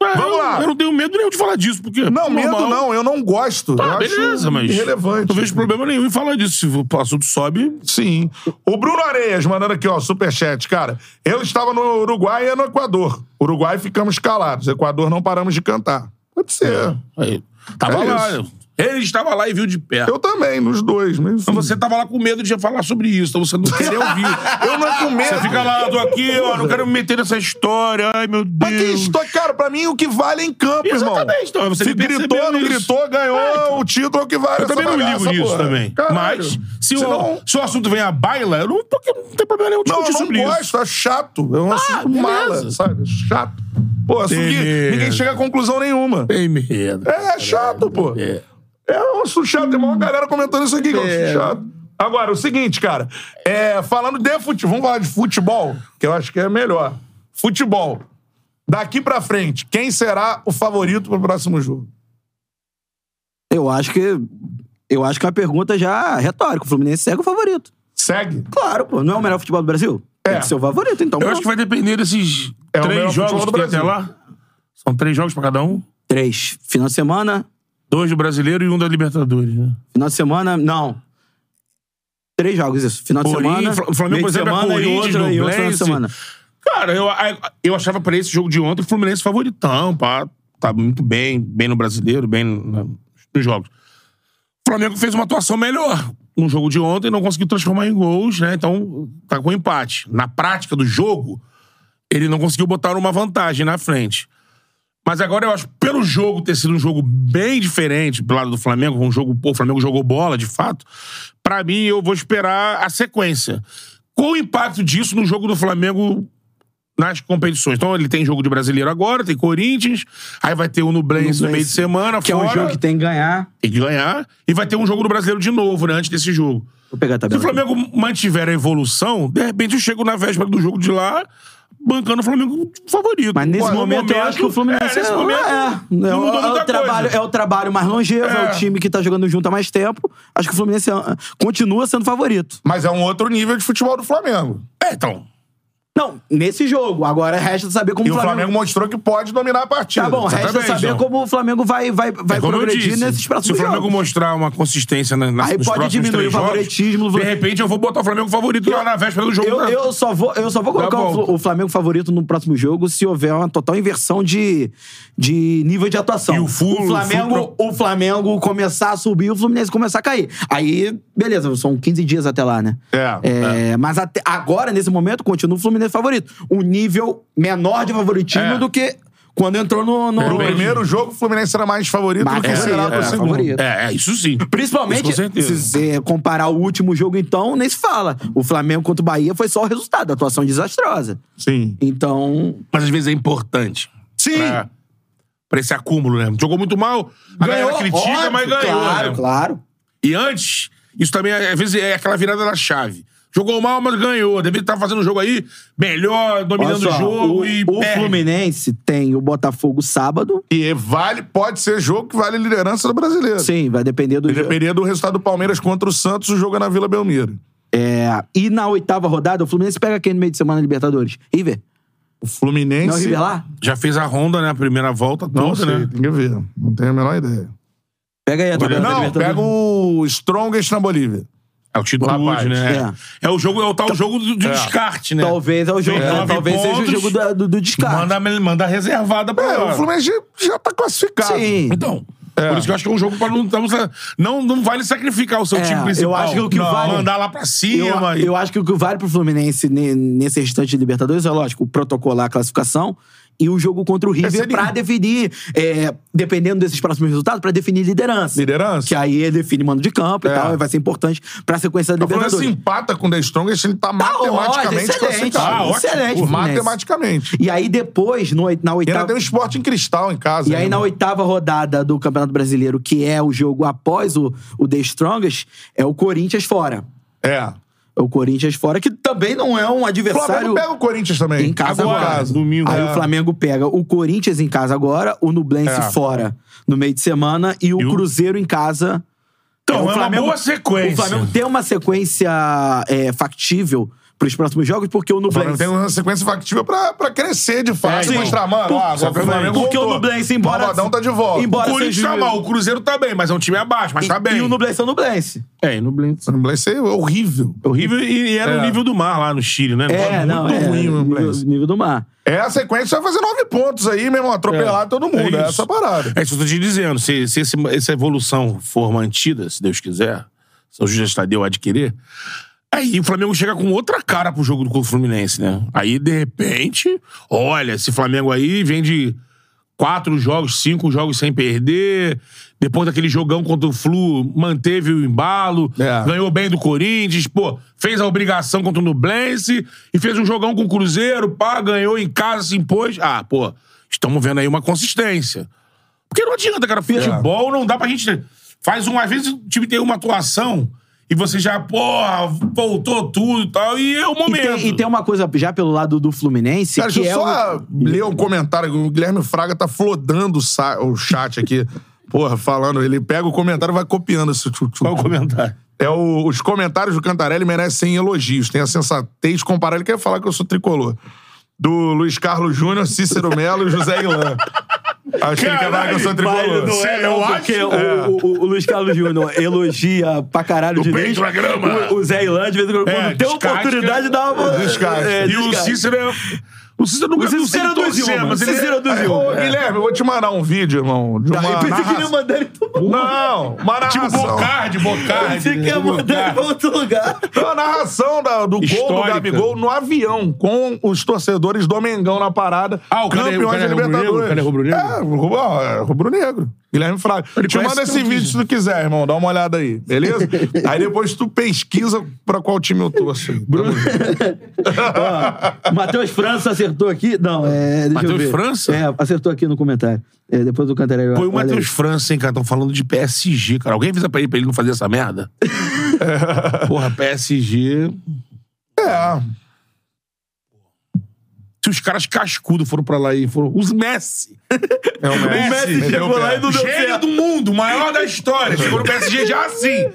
B: Mas
A: Vamos
B: eu-
A: lá.
B: Eu não tenho medo nenhum de falar disso, porque.
A: Não, medo
B: normal.
A: não, eu não gosto.
B: Tá,
A: eu
B: beleza,
A: acho
B: mas.
A: irrelevante.
B: Não vejo problema nenhum em falar disso. Se o assunto sobe.
A: Sim. O Bruno Areias mandando aqui, ó, superchat, cara. Eu estava no Uruguai e no Equador. Uruguai ficamos calados, Equador não paramos de cantar. Pode ser.
B: Aí, tava
A: É
B: lá.
A: isso.
B: Ele estava lá e viu de perto.
A: Eu também, nos dois, mas enfim.
B: Então você tava lá com medo de falar sobre isso, então você não queria ouvir.
A: Eu não é com medo.
B: Você fica lá, eu tô aqui, ó, não quero me meter nessa história, ai meu Deus.
A: Mas que história, cara, pra mim o que vale é em campo, irmão.
B: é Exatamente, então, você
A: Se
B: me percebeu
A: gritou, não
B: isso.
A: gritou, ganhou
B: É, então.
A: o título, é o que vale
B: Eu
A: essa
B: também não
A: bagaça,
B: ligo nisso
A: porra.
B: também.
A: Caralho.
B: Mas, se, o,
A: Senão-
B: se o assunto vem à baila, eu não, tô, aqui- não tem problema nenhum
A: Não,
B: discutir
A: eu não
B: sobre
A: gosto,
B: isso.
A: é chato. É um assunto
B: Ah, beleza.
A: mala, sabe? É Chato. Pô, assunto que
B: Beleza.
A: ninguém chega a conclusão nenhuma.
B: Tem medo.
A: É, é chato, pô.
B: É.
A: É um assunto chato, tem uma galera comentando isso aqui, que é um assunto
B: É.
A: chato. Agora, o seguinte, cara, é, falando de futebol, vamos falar de futebol, que eu acho que é melhor. Futebol. Daqui pra frente, quem será o favorito pro próximo jogo?
C: Eu acho que. Eu acho que é uma pergunta já retórica. O Fluminense segue o favorito.
A: Segue.
C: Claro, pô. Não é o melhor futebol do Brasil?
A: É.
C: Tem que ser o favorito, então.
B: Eu acho que vai depender desses
A: É o melhor
B: três jogos
A: futebol
B: que
A: do
B: tem até
A: Brasil.
B: lá. São três jogos pra cada um.
C: Três. Final de semana.
B: Dois do brasileiro e um da Libertadores, né?
C: Final de semana, não. Três jogos, isso. Final de semana.
B: Corinthians, o Flamengo,
C: meio
B: por
C: de
B: exemplo, é
C: semana e
B: Corinthians,
C: outra, e outra final de
B: Nublense.
C: semana.
B: Cara, eu, eu achava pra esse jogo de ontem o Fluminense favoritão, pá. Tá muito bem, bem no brasileiro, bem na- nos jogos. O Flamengo fez uma atuação melhor no jogo de ontem, não conseguiu transformar em gols, né? Então, tá com empate. Na prática do jogo, ele não conseguiu botar uma vantagem na frente. Mas agora eu acho, pelo jogo ter sido um jogo bem diferente do lado do Flamengo, um jogo, pô, o Flamengo jogou bola, de fato. Pra mim, eu vou esperar a sequência. Qual o impacto disso no jogo do Flamengo nas competições? Então, ele tem jogo de brasileiro agora, tem Corinthians, aí vai ter o Nublense no
C: Nublense,
B: meio de semana,
C: Que é
B: Tá fora,
C: um jogo que tem que ganhar.
B: tem que ganhar, e vai ter um jogo do brasileiro de novo, né, antes desse jogo.
C: Vou pegar a
B: Se o
C: tabela.
B: Flamengo mantiver a evolução, de repente eu chego na véspera do jogo de lá, bancando o Flamengo favorito.
C: Mas nesse
B: Pô, no
C: momento, eu acho que o Fluminense
B: é, nesse
C: é,
B: momento,
C: é,
B: não
C: é o-
B: mudou
C: é
B: muita
C: o trabalho,
B: coisa.
C: é o trabalho mais longevo, é.
B: É.
C: o time que tá jogando junto há mais tempo. Acho que o Fluminense é- continua sendo favorito.
A: Mas é um outro nível de futebol do Flamengo.
B: É, então.
C: Não, nesse jogo. Agora resta saber como
A: E o Flamengo mostrou que pode dominar a partida.
C: Tá bom, resta
B: Exatamente,
C: saber
B: então.
C: como o Flamengo vai, vai, vai
B: é como eu
C: progredir
B: disse,
C: nesses
B: Se o
C: próximos
B: Flamengo
C: jogos.
B: mostrar uma consistência na, na,
C: Aí
B: nos
C: pode
B: próximos
C: diminuir
B: três
C: o
B: jogos,
C: favoritismo, o
B: de
C: Flamengo-
B: repente eu vou botar o Flamengo favorito lá na véspera do jogo. Tá
C: Eu,
B: pra-
C: eu, só vou, eu só vou
B: Dá
C: colocar o,
B: volta.
C: Flu- o Flamengo favorito no próximo jogo se houver uma total inversão de, de nível de atuação.
B: E o Flu-
C: o
B: o
C: Flamengo,
B: Flu
C: o Flamengo começar a subir e o Fluminense começar a cair. Aí, beleza, são 15 dias até lá, né?
A: É,
C: É, Mas até agora, nesse momento, continua o Fluminense favorito. Um nível menor de favoritismo
B: É.
C: do que quando entrou no. no-
A: No
C: no-
A: primeiro jogo, o Fluminense era mais favorito
C: Mais
A: do que
C: favorito,
A: será pro
C: é,
A: segundo.
C: favorito.
B: É, é, isso sim.
C: Principalmente,
B: Isso com certeza.
C: se você comparar o último jogo, então, nem se fala. O Flamengo contra o Bahia foi só o resultado, a atuação desastrosa.
A: Sim. É.
C: Então,
B: Mas às vezes é importante.
A: Sim!
B: Pra, pra esse acúmulo, né? Jogou muito mal, a galera critica,
C: é óbvio,
B: mas ganhou.
C: Claro,
B: né?
C: claro.
B: E antes, isso também, é- às vezes, é aquela virada na chave. Jogou mal, mas ganhou. Devia estar fazendo o jogo aí melhor,
C: Olha
B: dominando
C: só,
B: o jogo
C: o,
B: e
C: o
B: perde.
C: Fluminense tem o Botafogo sábado.
A: E vale, pode ser jogo que vale a liderança do brasileiro.
C: Sim, vai depender do jogo.
A: Dependeria do resultado do Palmeiras contra o Santos, o jogo é na Vila Belmiro.
C: É, e na oitava rodada, o Fluminense pega quem no meio de semana na Libertadores? River?
A: O Fluminense.
C: Não, é o River lá?
B: Já fez a ronda, né? A primeira volta
A: Não
B: toda,
A: sei,
B: né?
A: tem que ver. Não tenho a menor ideia.
C: Pega aí a tabela da
A: Não,
C: Libertadores.
A: pega
B: um.
A: o Strongest na Bolívia.
B: É o título,
A: Rapaz,
B: né? É. o jogo, é o tal jogo do, do descarte, né?
C: Então, Talvez, é o jogo,
B: Fez
C: é,
B: nove
C: talvez seja o
B: pontos,
C: jogo da- do, do descarte.
B: Manda, manda reservada pra
A: É,
B: ela.
A: o Fluminense já tá classificado.
C: Sim.
B: Então. Por isso que eu acho que é um jogo pra não. Não, não vale sacrificar o seu
C: É,
B: time
C: eu
B: principal.
C: acho que o que
B: Não,
C: vale-
B: Mandar lá pra
C: Eu,
B: cima. e-
C: eu acho que o que vale pro Fluminense ne- nesse restante de Libertadores é, lógico, protocolar a classificação e o jogo contra o River
A: seria-
C: pra definir, é, dependendo desses próximos resultados, pra definir liderança.
A: Liderança.
C: Que aí ele define mando de campo
A: É.
C: e tal, e vai ser importante pra sequência da
A: O Fluminense
C: Libertadores.
A: empata com o The Strongest, ele tá,
C: Tá ótimo,
A: matematicamente
C: excelente,
A: classificado.
B: Ah, ótimo.
C: excelente,
A: Pô,
C: Fluminense.
A: matematicamente.
C: E aí depois, no, oit-
A: E
C: na
A: ainda
C: oitava...
A: tem o esporte em cristal em casa.
C: Tá. E aí,
A: ainda.
C: na oitava rodada do Campeonato Brasileiro, que é o jogo após o, o The Strongest, é o Corinthians fora.
A: É.
C: É o Corinthians fora, que também não é um
A: O Flamengo
C: adversário.
A: pega o Corinthians também.
C: Em casa
A: É. Agora,
C: agora.
A: domingo.
C: Aí
A: é.
C: o Flamengo pega o Corinthians em casa agora, o Nublense
A: É.
C: fora no meio de semana e o
B: E o-
C: Cruzeiro em casa.
B: Então,
C: É,
B: é uma boa sequência.
C: O Flamengo tem uma sequência é, factível pros próximos jogos, porque o
A: O Flamengo
C: Nublense.
A: tem um uma sequência factível pra, pra crescer de fato.
B: É,
A: mostrar,
B: sim.
A: mano,
C: Por-
A: ó, agora o Flamengo
C: porque
A: voltou.
C: o Nublense, embora.
A: O Malvadão tá de volta.
C: Embora
B: o Corinthians
C: seja- um
B: tá mal, o Cruzeiro tá bem, mas é um time abaixo, mas
C: E,
B: tá bem.
C: e o Nublense é o Nublense.
B: É, e no Blitz.
A: O Nublense é horrível.
B: Horrível e e era
A: É.
B: o nível do mar lá no Chile, né?
C: É, não,
A: muito
C: é,
A: ruim o
C: nível,
A: Nublense.
C: nível do mar.
A: É, a sequência vai fazer nove pontos aí, meu irmão. Atropelar todo mundo. É,
B: isso.
A: essa parada.
B: É isso que eu tô te dizendo. Se, se esse- essa evolução for mantida, se Deus quiser, se o Judas Tadeu adquirir, aí o Flamengo chega com outra cara pro jogo do contra o Fluminense, né? Aí, de repente, olha, esse Flamengo aí vem de quatro jogos, cinco jogos sem perder. Depois daquele jogão contra o Flu, manteve o embalo,
A: É.
B: ganhou bem do Corinthians, pô, fez a obrigação contra o Nublense e fez um jogão com o Cruzeiro, pá, ganhou em casa, se impôs. Ah, pô, estamos vendo aí uma consistência. Porque não adianta, cara. Futebol não dá pra gente. Faz um. Às vezes o time tem uma atuação e você já, porra, voltou tudo e tal. E é o
C: E
B: momento.
C: tem, e tem uma coisa já pelo lado do Fluminense.
A: Cara,
C: que
A: deixa eu
C: é o-
A: só ler um comentário. O Guilherme Fraga tá flodando o, sa- o chat aqui. Porra, falando. Ele pega o comentário e vai copiando esse tchu, tchu,
B: Qual é o
A: tchu.
B: comentário?
A: É o- os comentários do Cantarelli merecem elogios. Tem a sensatez de comparar. Ele quer falar que eu sou tricolor. Do Luiz Carlos Júnior, Cícero Melo e José Ilan. Acho que ele quer falar que eu sou tricolor.
B: Sim,
A: Sim,
B: eu acho.
C: Porque o, o- o- o Luiz Carlos Júnior elogia pra caralho de vez.
B: peito na grama.
C: O, o Zé Ilã, de vez em quando,
B: É,
C: quando tem
B: descasca.
C: oportunidade, dá uma.
A: Descasca.
C: É,
B: E o
C: descasca.
B: Cícero é... O Cícero nunca
C: O Cícero
B: viu sem
C: era do
B: torcer,
C: Zilma.
B: mas ele-
C: Cícero era do
A: É, Ô, Guilherme, eu vou te mandar um vídeo, irmão.
B: é,
A: De uma
C: Eu pensei que ele ia
A: narração.
C: mandar ele tomar.
A: Não, uma narração.
B: Tipo Bocardi, Bocardi.
C: Pensei que ia mandar ele pra outro lugar.
A: Então, a narração da- do gol do
B: Histórica.
A: Gabigol no avião, com os torcedores do Mengão na parada.
B: Ah, o cara é- o cara é rubro-negro? O cara é rubro-negro?
A: É, rubro- é, rubro-negro. Guilherme Fraga.
B: Ele
A: Te
B: parece
A: manda esse
B: tanto,
A: vídeo
B: gente.
A: se tu quiser, irmão. Dá uma olhada aí, beleza? aí depois tu pesquisa pra qual time eu assim, torço.
C: Ó, Matheus França acertou aqui. Não, é. Deixa eu
B: Matheus
C: ver.
B: França?
C: É, acertou aqui no comentário. É, depois do Cantarelli.
B: Foi o
C: olha aí.
B: Matheus França, hein, cara? Estão falando de PSG, cara. Alguém avisa pra ele, pra ele não fazer essa merda? Porra, PSG...
A: É.
B: Se os caras cascudo foram pra lá e foram... Os Messi!
A: É o Messi.
C: Messi
A: meteu
C: chegou
A: o pé.
C: lá e não deu
B: Gênio
C: certo.
B: do mundo, maior da história. Chegou no PSG já assim.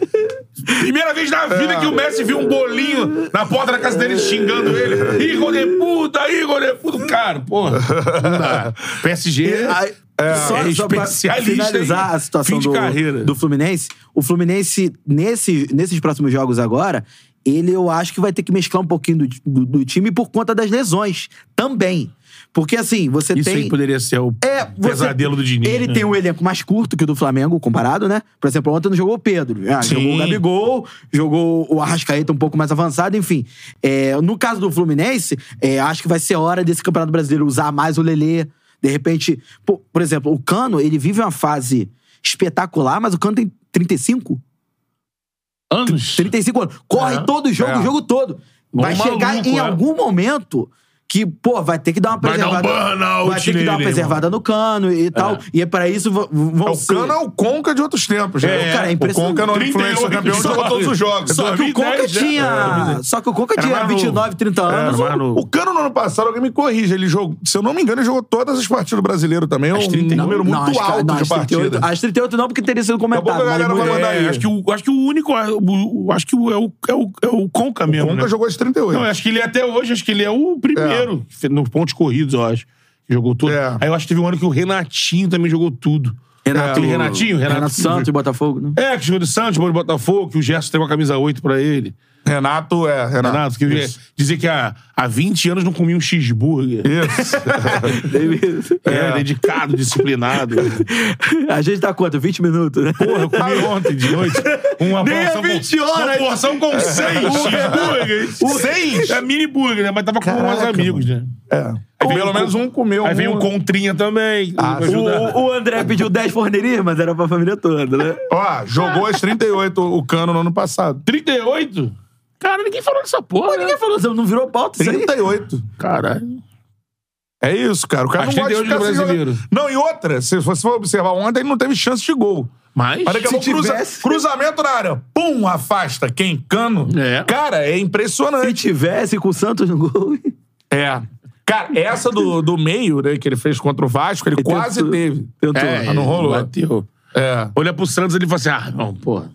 B: Primeira vez na vida que o Messi viu um bolinho na porta da casa dele xingando ele. Igor de puta, Igor de puta. Cara, porra. Não dá. PSG
C: E aí,
B: é,
C: só,
B: é
C: só pra
B: especialista
C: finalizar
B: em
C: a situação
B: fim de
C: do,
B: carreira.
C: do Fluminense, o Fluminense, nesse, nesses próximos jogos agora, ele eu acho que vai ter que mesclar um pouquinho do, do- do time por conta das lesões também. Porque assim, você
B: Isso
C: tem.
B: aí poderia ser o
C: É, você-
B: pesadelo do Diniz.
C: Ele
B: né?
C: tem um elenco mais curto que o do Flamengo, comparado, né? Por exemplo, ontem não jogou o Pedro. Ah,
B: Sim.
C: jogou o Gabigol, jogou o Arrascaeta um pouco mais avançado, enfim. É, no caso do Fluminense, é, acho que vai ser hora desse Campeonato Brasileiro usar mais o Lelê. De repente, pô, por exemplo, o Cano, ele vive uma fase espetacular, mas o Cano tem 35?
B: anos.
C: 35 anos. Corre
B: É,
C: todo jogo,
B: é.
C: o jogo todo. Vai
B: maluco,
C: chegar em
B: é.
C: algum momento que, pô, vai ter que dar uma
B: Vai dar um
C: preservada.
B: burnout
C: vai ter que dar uma
B: nele,
C: preservada no cano e tal. E é pra isso v- v- vão
A: É, O
C: ser-
A: Cano é o Conca de outros tempos, né?
C: É, cara, é
A: é O Conca
C: impressionante.
A: não influência
B: 38
A: campeão, jogou
B: jogos.
A: todos os jogos.
C: Só que
B: 2010,
C: o Conca
B: né?
C: tinha.
B: É,
C: Só que o Conca
B: Era
C: tinha
B: mais novo.
C: 29, 30
B: Era
C: anos.
B: mais novo.
A: O Cano no ano passado, alguém me corrija, ele jogou, se eu não me engano, ele jogou todas as partidas do brasileiro também, é um
B: As 31.
A: número
C: Não,
A: muito
C: acho que- é-
A: alto
C: não,
A: de
C: acho 38,
A: partidas.
C: Acho 38 não, porque teria sido
A: pouco a
C: comentado. mas
A: galera vai
C: muito-
A: mandar aí.
B: É, acho, que o, acho que o único. o- o- acho que o, é, o, é, o, é o Conca
A: O
C: Ah,
B: mesmo.
A: Conca
B: né?
A: jogou as 38.
B: Não, eu acho que ele até hoje, acho que ele é o primeiro nos pontos corridos, eu acho. Que jogou tudo.
A: É.
B: Aí eu acho que teve um ano que o Renatinho também jogou tudo.
C: Renato-
B: Aquele Renatinho, Renato,
C: Renato Santos e Botafogo, né?
B: É, que jogou de Santos, jogou de Botafogo, que o Gerson tem uma camisa 8 pra ele.
A: Renato é, Renato.
B: Renato, que
A: Isso.
B: dizer que há, há 20 anos não comia um cheeseburger.
A: Isso.
B: É, dedicado, disciplinado.
C: A gente tá quanto? 20 minutos, né?
B: Porra, eu comi ontem de noite uma
C: Nem é
B: porção
C: 20 horas.
B: com, uma porção
A: É.
B: com seis cheeseburgers.
A: Seis?
B: É mini burger, né? Mas tava com
A: Caraca,
B: uns amigos, né?
A: É.
B: Aí vem
A: Pelo
B: o-
A: menos um comeu.
B: Aí vem
A: um
B: o Contrinha também.
A: Ah,
B: que ajuda.
C: O, o André pediu 10 fornerias, mas era pra família toda, né?
A: Ó, jogou as 38 o Cano no ano passado.
B: 38? Cara, ninguém falou dessa porra.
C: Ninguém falou assim, não virou pauta isso aí?
A: 38.
B: Caralho.
A: É isso, cara. O cara
B: Mas
A: não gosta de
B: 38
A: ficar
B: do
A: sem
B: brasileiro.
A: jogar. Não, e outra, se você for observar ontem, ele não teve chance de gol.
B: Mas.
A: Mas daqui a
C: Se
A: pouco é cruza-
C: tivesse-
A: cruzamento na área. Pum, afasta. Quem cano?
B: É.
A: Cara, é impressionante.
C: Se tivesse com o Santos no gol.
A: É. Cara, essa do, do meio, né, que ele fez contra o Vasco, ele, quase
C: tentou-
A: teve.
C: tentou.
A: É, mas não rolou.
B: Bateu.
A: É.
B: Olha pro Santos ele fala assim: ah, não, porra.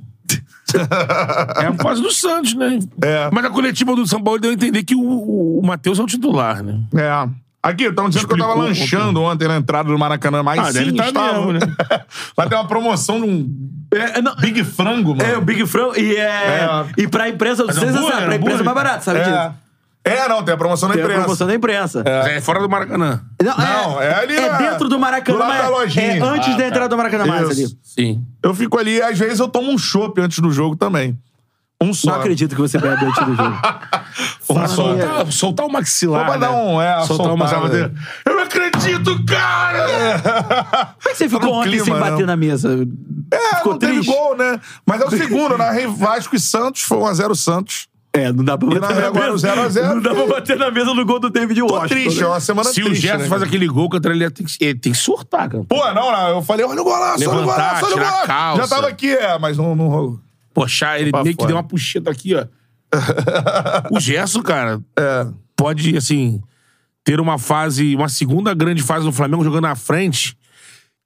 B: é a fase do Santos, né?
A: É.
B: Mas a coletiva do São Paulo deu a entender que o, o, o Matheus é o titular, né?
A: É. Aqui, estão dizendo que eu tava
B: Explicou
A: lanchando ontem na entrada do Maracanã, mas
B: Ah,
A: sim,
B: deve tá
A: estava.
B: mesmo, né?
A: Lá tem uma promoção de um
C: É, não,
A: Big Frango, mano.
C: É, o Big Frango. E, é,
A: É.
C: e pra imprensa, vocês
B: hambúrguer,
C: sabem, pra imprensa é
B: hambúrguer.
C: mais barato, sabe disso?
A: É. É, não, tem a promoção na
C: Tem a
A: imprensa.
C: promoção da imprensa.
B: Mas É, fora do Maracanã.
A: Não, é ali na-
C: dentro do Maracanã.
A: do lado
C: mas
A: da
C: é-
A: lojinha.
C: É antes
B: Ah,
C: da
B: tá.
C: entrada do Maracanã mais
A: Isso.
C: ali.
B: Sim.
A: Eu fico ali, às vezes eu tomo um chopp antes do jogo também. Um só. Um
C: Não acredito que você bebe antes do jogo.
B: Pra
C: Fala,
B: soltar, Tá, soltar o maxilar.
A: Só pra dar
B: né?
A: um- é,
B: soltar uma
A: soltar,
B: sábado.
A: né?
B: Eu não acredito, cara!
C: Como é que você ficou
A: no
C: ontem
A: clima,
C: sem bater
A: não.
C: na mesa?
A: É,
C: ficou
A: não
C: triste?
A: teve gol, né? Mas é o segundo, na Vasco e Santos, foi 1x0 Santos.
C: É, não dá pra
A: E
C: bater
A: na
C: na,
A: agora o
C: mesa.
A: 0x0.
C: Não dá pra bater na mesa no gol do David
A: Tô
C: Washington.
A: triste, é
C: né?
A: uma semana
B: Se o
A: triste.
B: Gerson
A: né,
B: faz
A: cara?
B: aquele gol contra ele, ele tem que, ele tem que surtar, cara.
A: Pô, não, não, eu falei, olha o golaço, olha o
B: Levantar,
A: golaço, olha o
B: tirar a
A: golaço.
B: calça.
A: Já tava aqui, é, mas não, não rolou.
B: Poxa, ele
A: Pra
B: meio que
A: fora.
B: deu uma puxeta aqui, ó. o Gerson, cara,
A: É.
B: pode, assim, ter uma fase, uma segunda grande fase do Flamengo jogando na frente.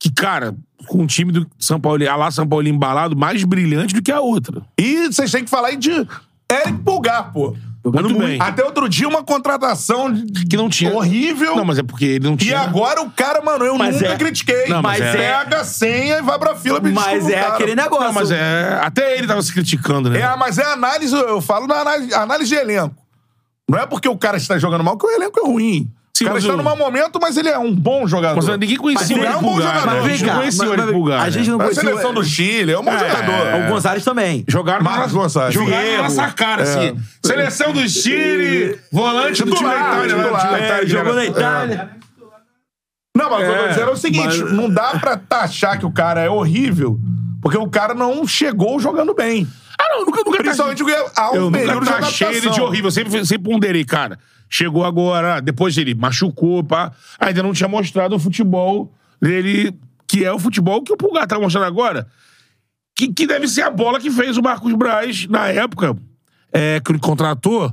B: Que, cara, com o time do São Paulo, a lá São Paulo embalado, mais brilhante do que a outra.
A: E vocês têm que falar aí de Eric Pulgar, pô.
B: Muito bem.
A: Até outro dia, uma contratação de-
B: Que não tinha.
A: horrível.
B: Não, mas é porque ele não
A: E
B: tinha.
A: agora o cara, mano, eu
C: Mas
A: nunca
C: é-
A: critiquei.
B: Não, mas
A: mas
B: é-
A: pega a senha e vai pra fila pedir
C: Mas
A: desculpa,
C: é
A: cara.
C: aquele negócio.
B: Não, mas é. Até ele tava se criticando, né?
A: É, mas é análise, eu falo na análise, análise de elenco. Não é porque o cara está jogando mal que o elenco é ruim.
B: Sim,
A: o cara
B: mas
A: está
B: o-
A: no mau momento, mas ele é um bom jogador.
B: Mas ninguém conhecia
A: Mas
B: o
A: ele é um
B: Eric
A: bom
B: Pulgar.
A: jogador.
B: né?
A: Vem
B: Ninguém
C: cá,
B: conhecia o
C: mas-
B: Eric
C: mas-
B: Pulgar.
C: a
B: né?
C: gente não
A: a
C: conhecia.
A: É seleção do Chile, é um bom
B: É.
A: jogador.
C: O Gonzalez também.
B: Jogaram na-
A: Marcos Gonçalves. É.
B: Jogaram na nossa cara, assim. Seleção do Chile, volante do
C: Ah,
B: time da
A: Titular,
B: Itália. né?
A: titular.
B: Time da
A: É,
B: Itália,
C: Jogou
B: né?
C: na Itália.
A: Não, mas o que eu tô dizendo é o seguinte:
C: mas-
A: não dá pra taxar que o cara é horrível, porque o cara não chegou jogando bem.
B: Ah, não, nunca, nunca
A: Principalmente porque há um
B: Eu
A: período de
B: nunca achei ele
A: adaptação.
B: de horrível. Eu sempre, sempre ponderei, cara. Chegou agora, depois ele machucou, pá. Ainda não tinha mostrado o futebol dele, que é o futebol que o Pulgar tá mostrando agora. Que, que deve ser a bola que fez o Marcos Braz na época, é, que ele contratou,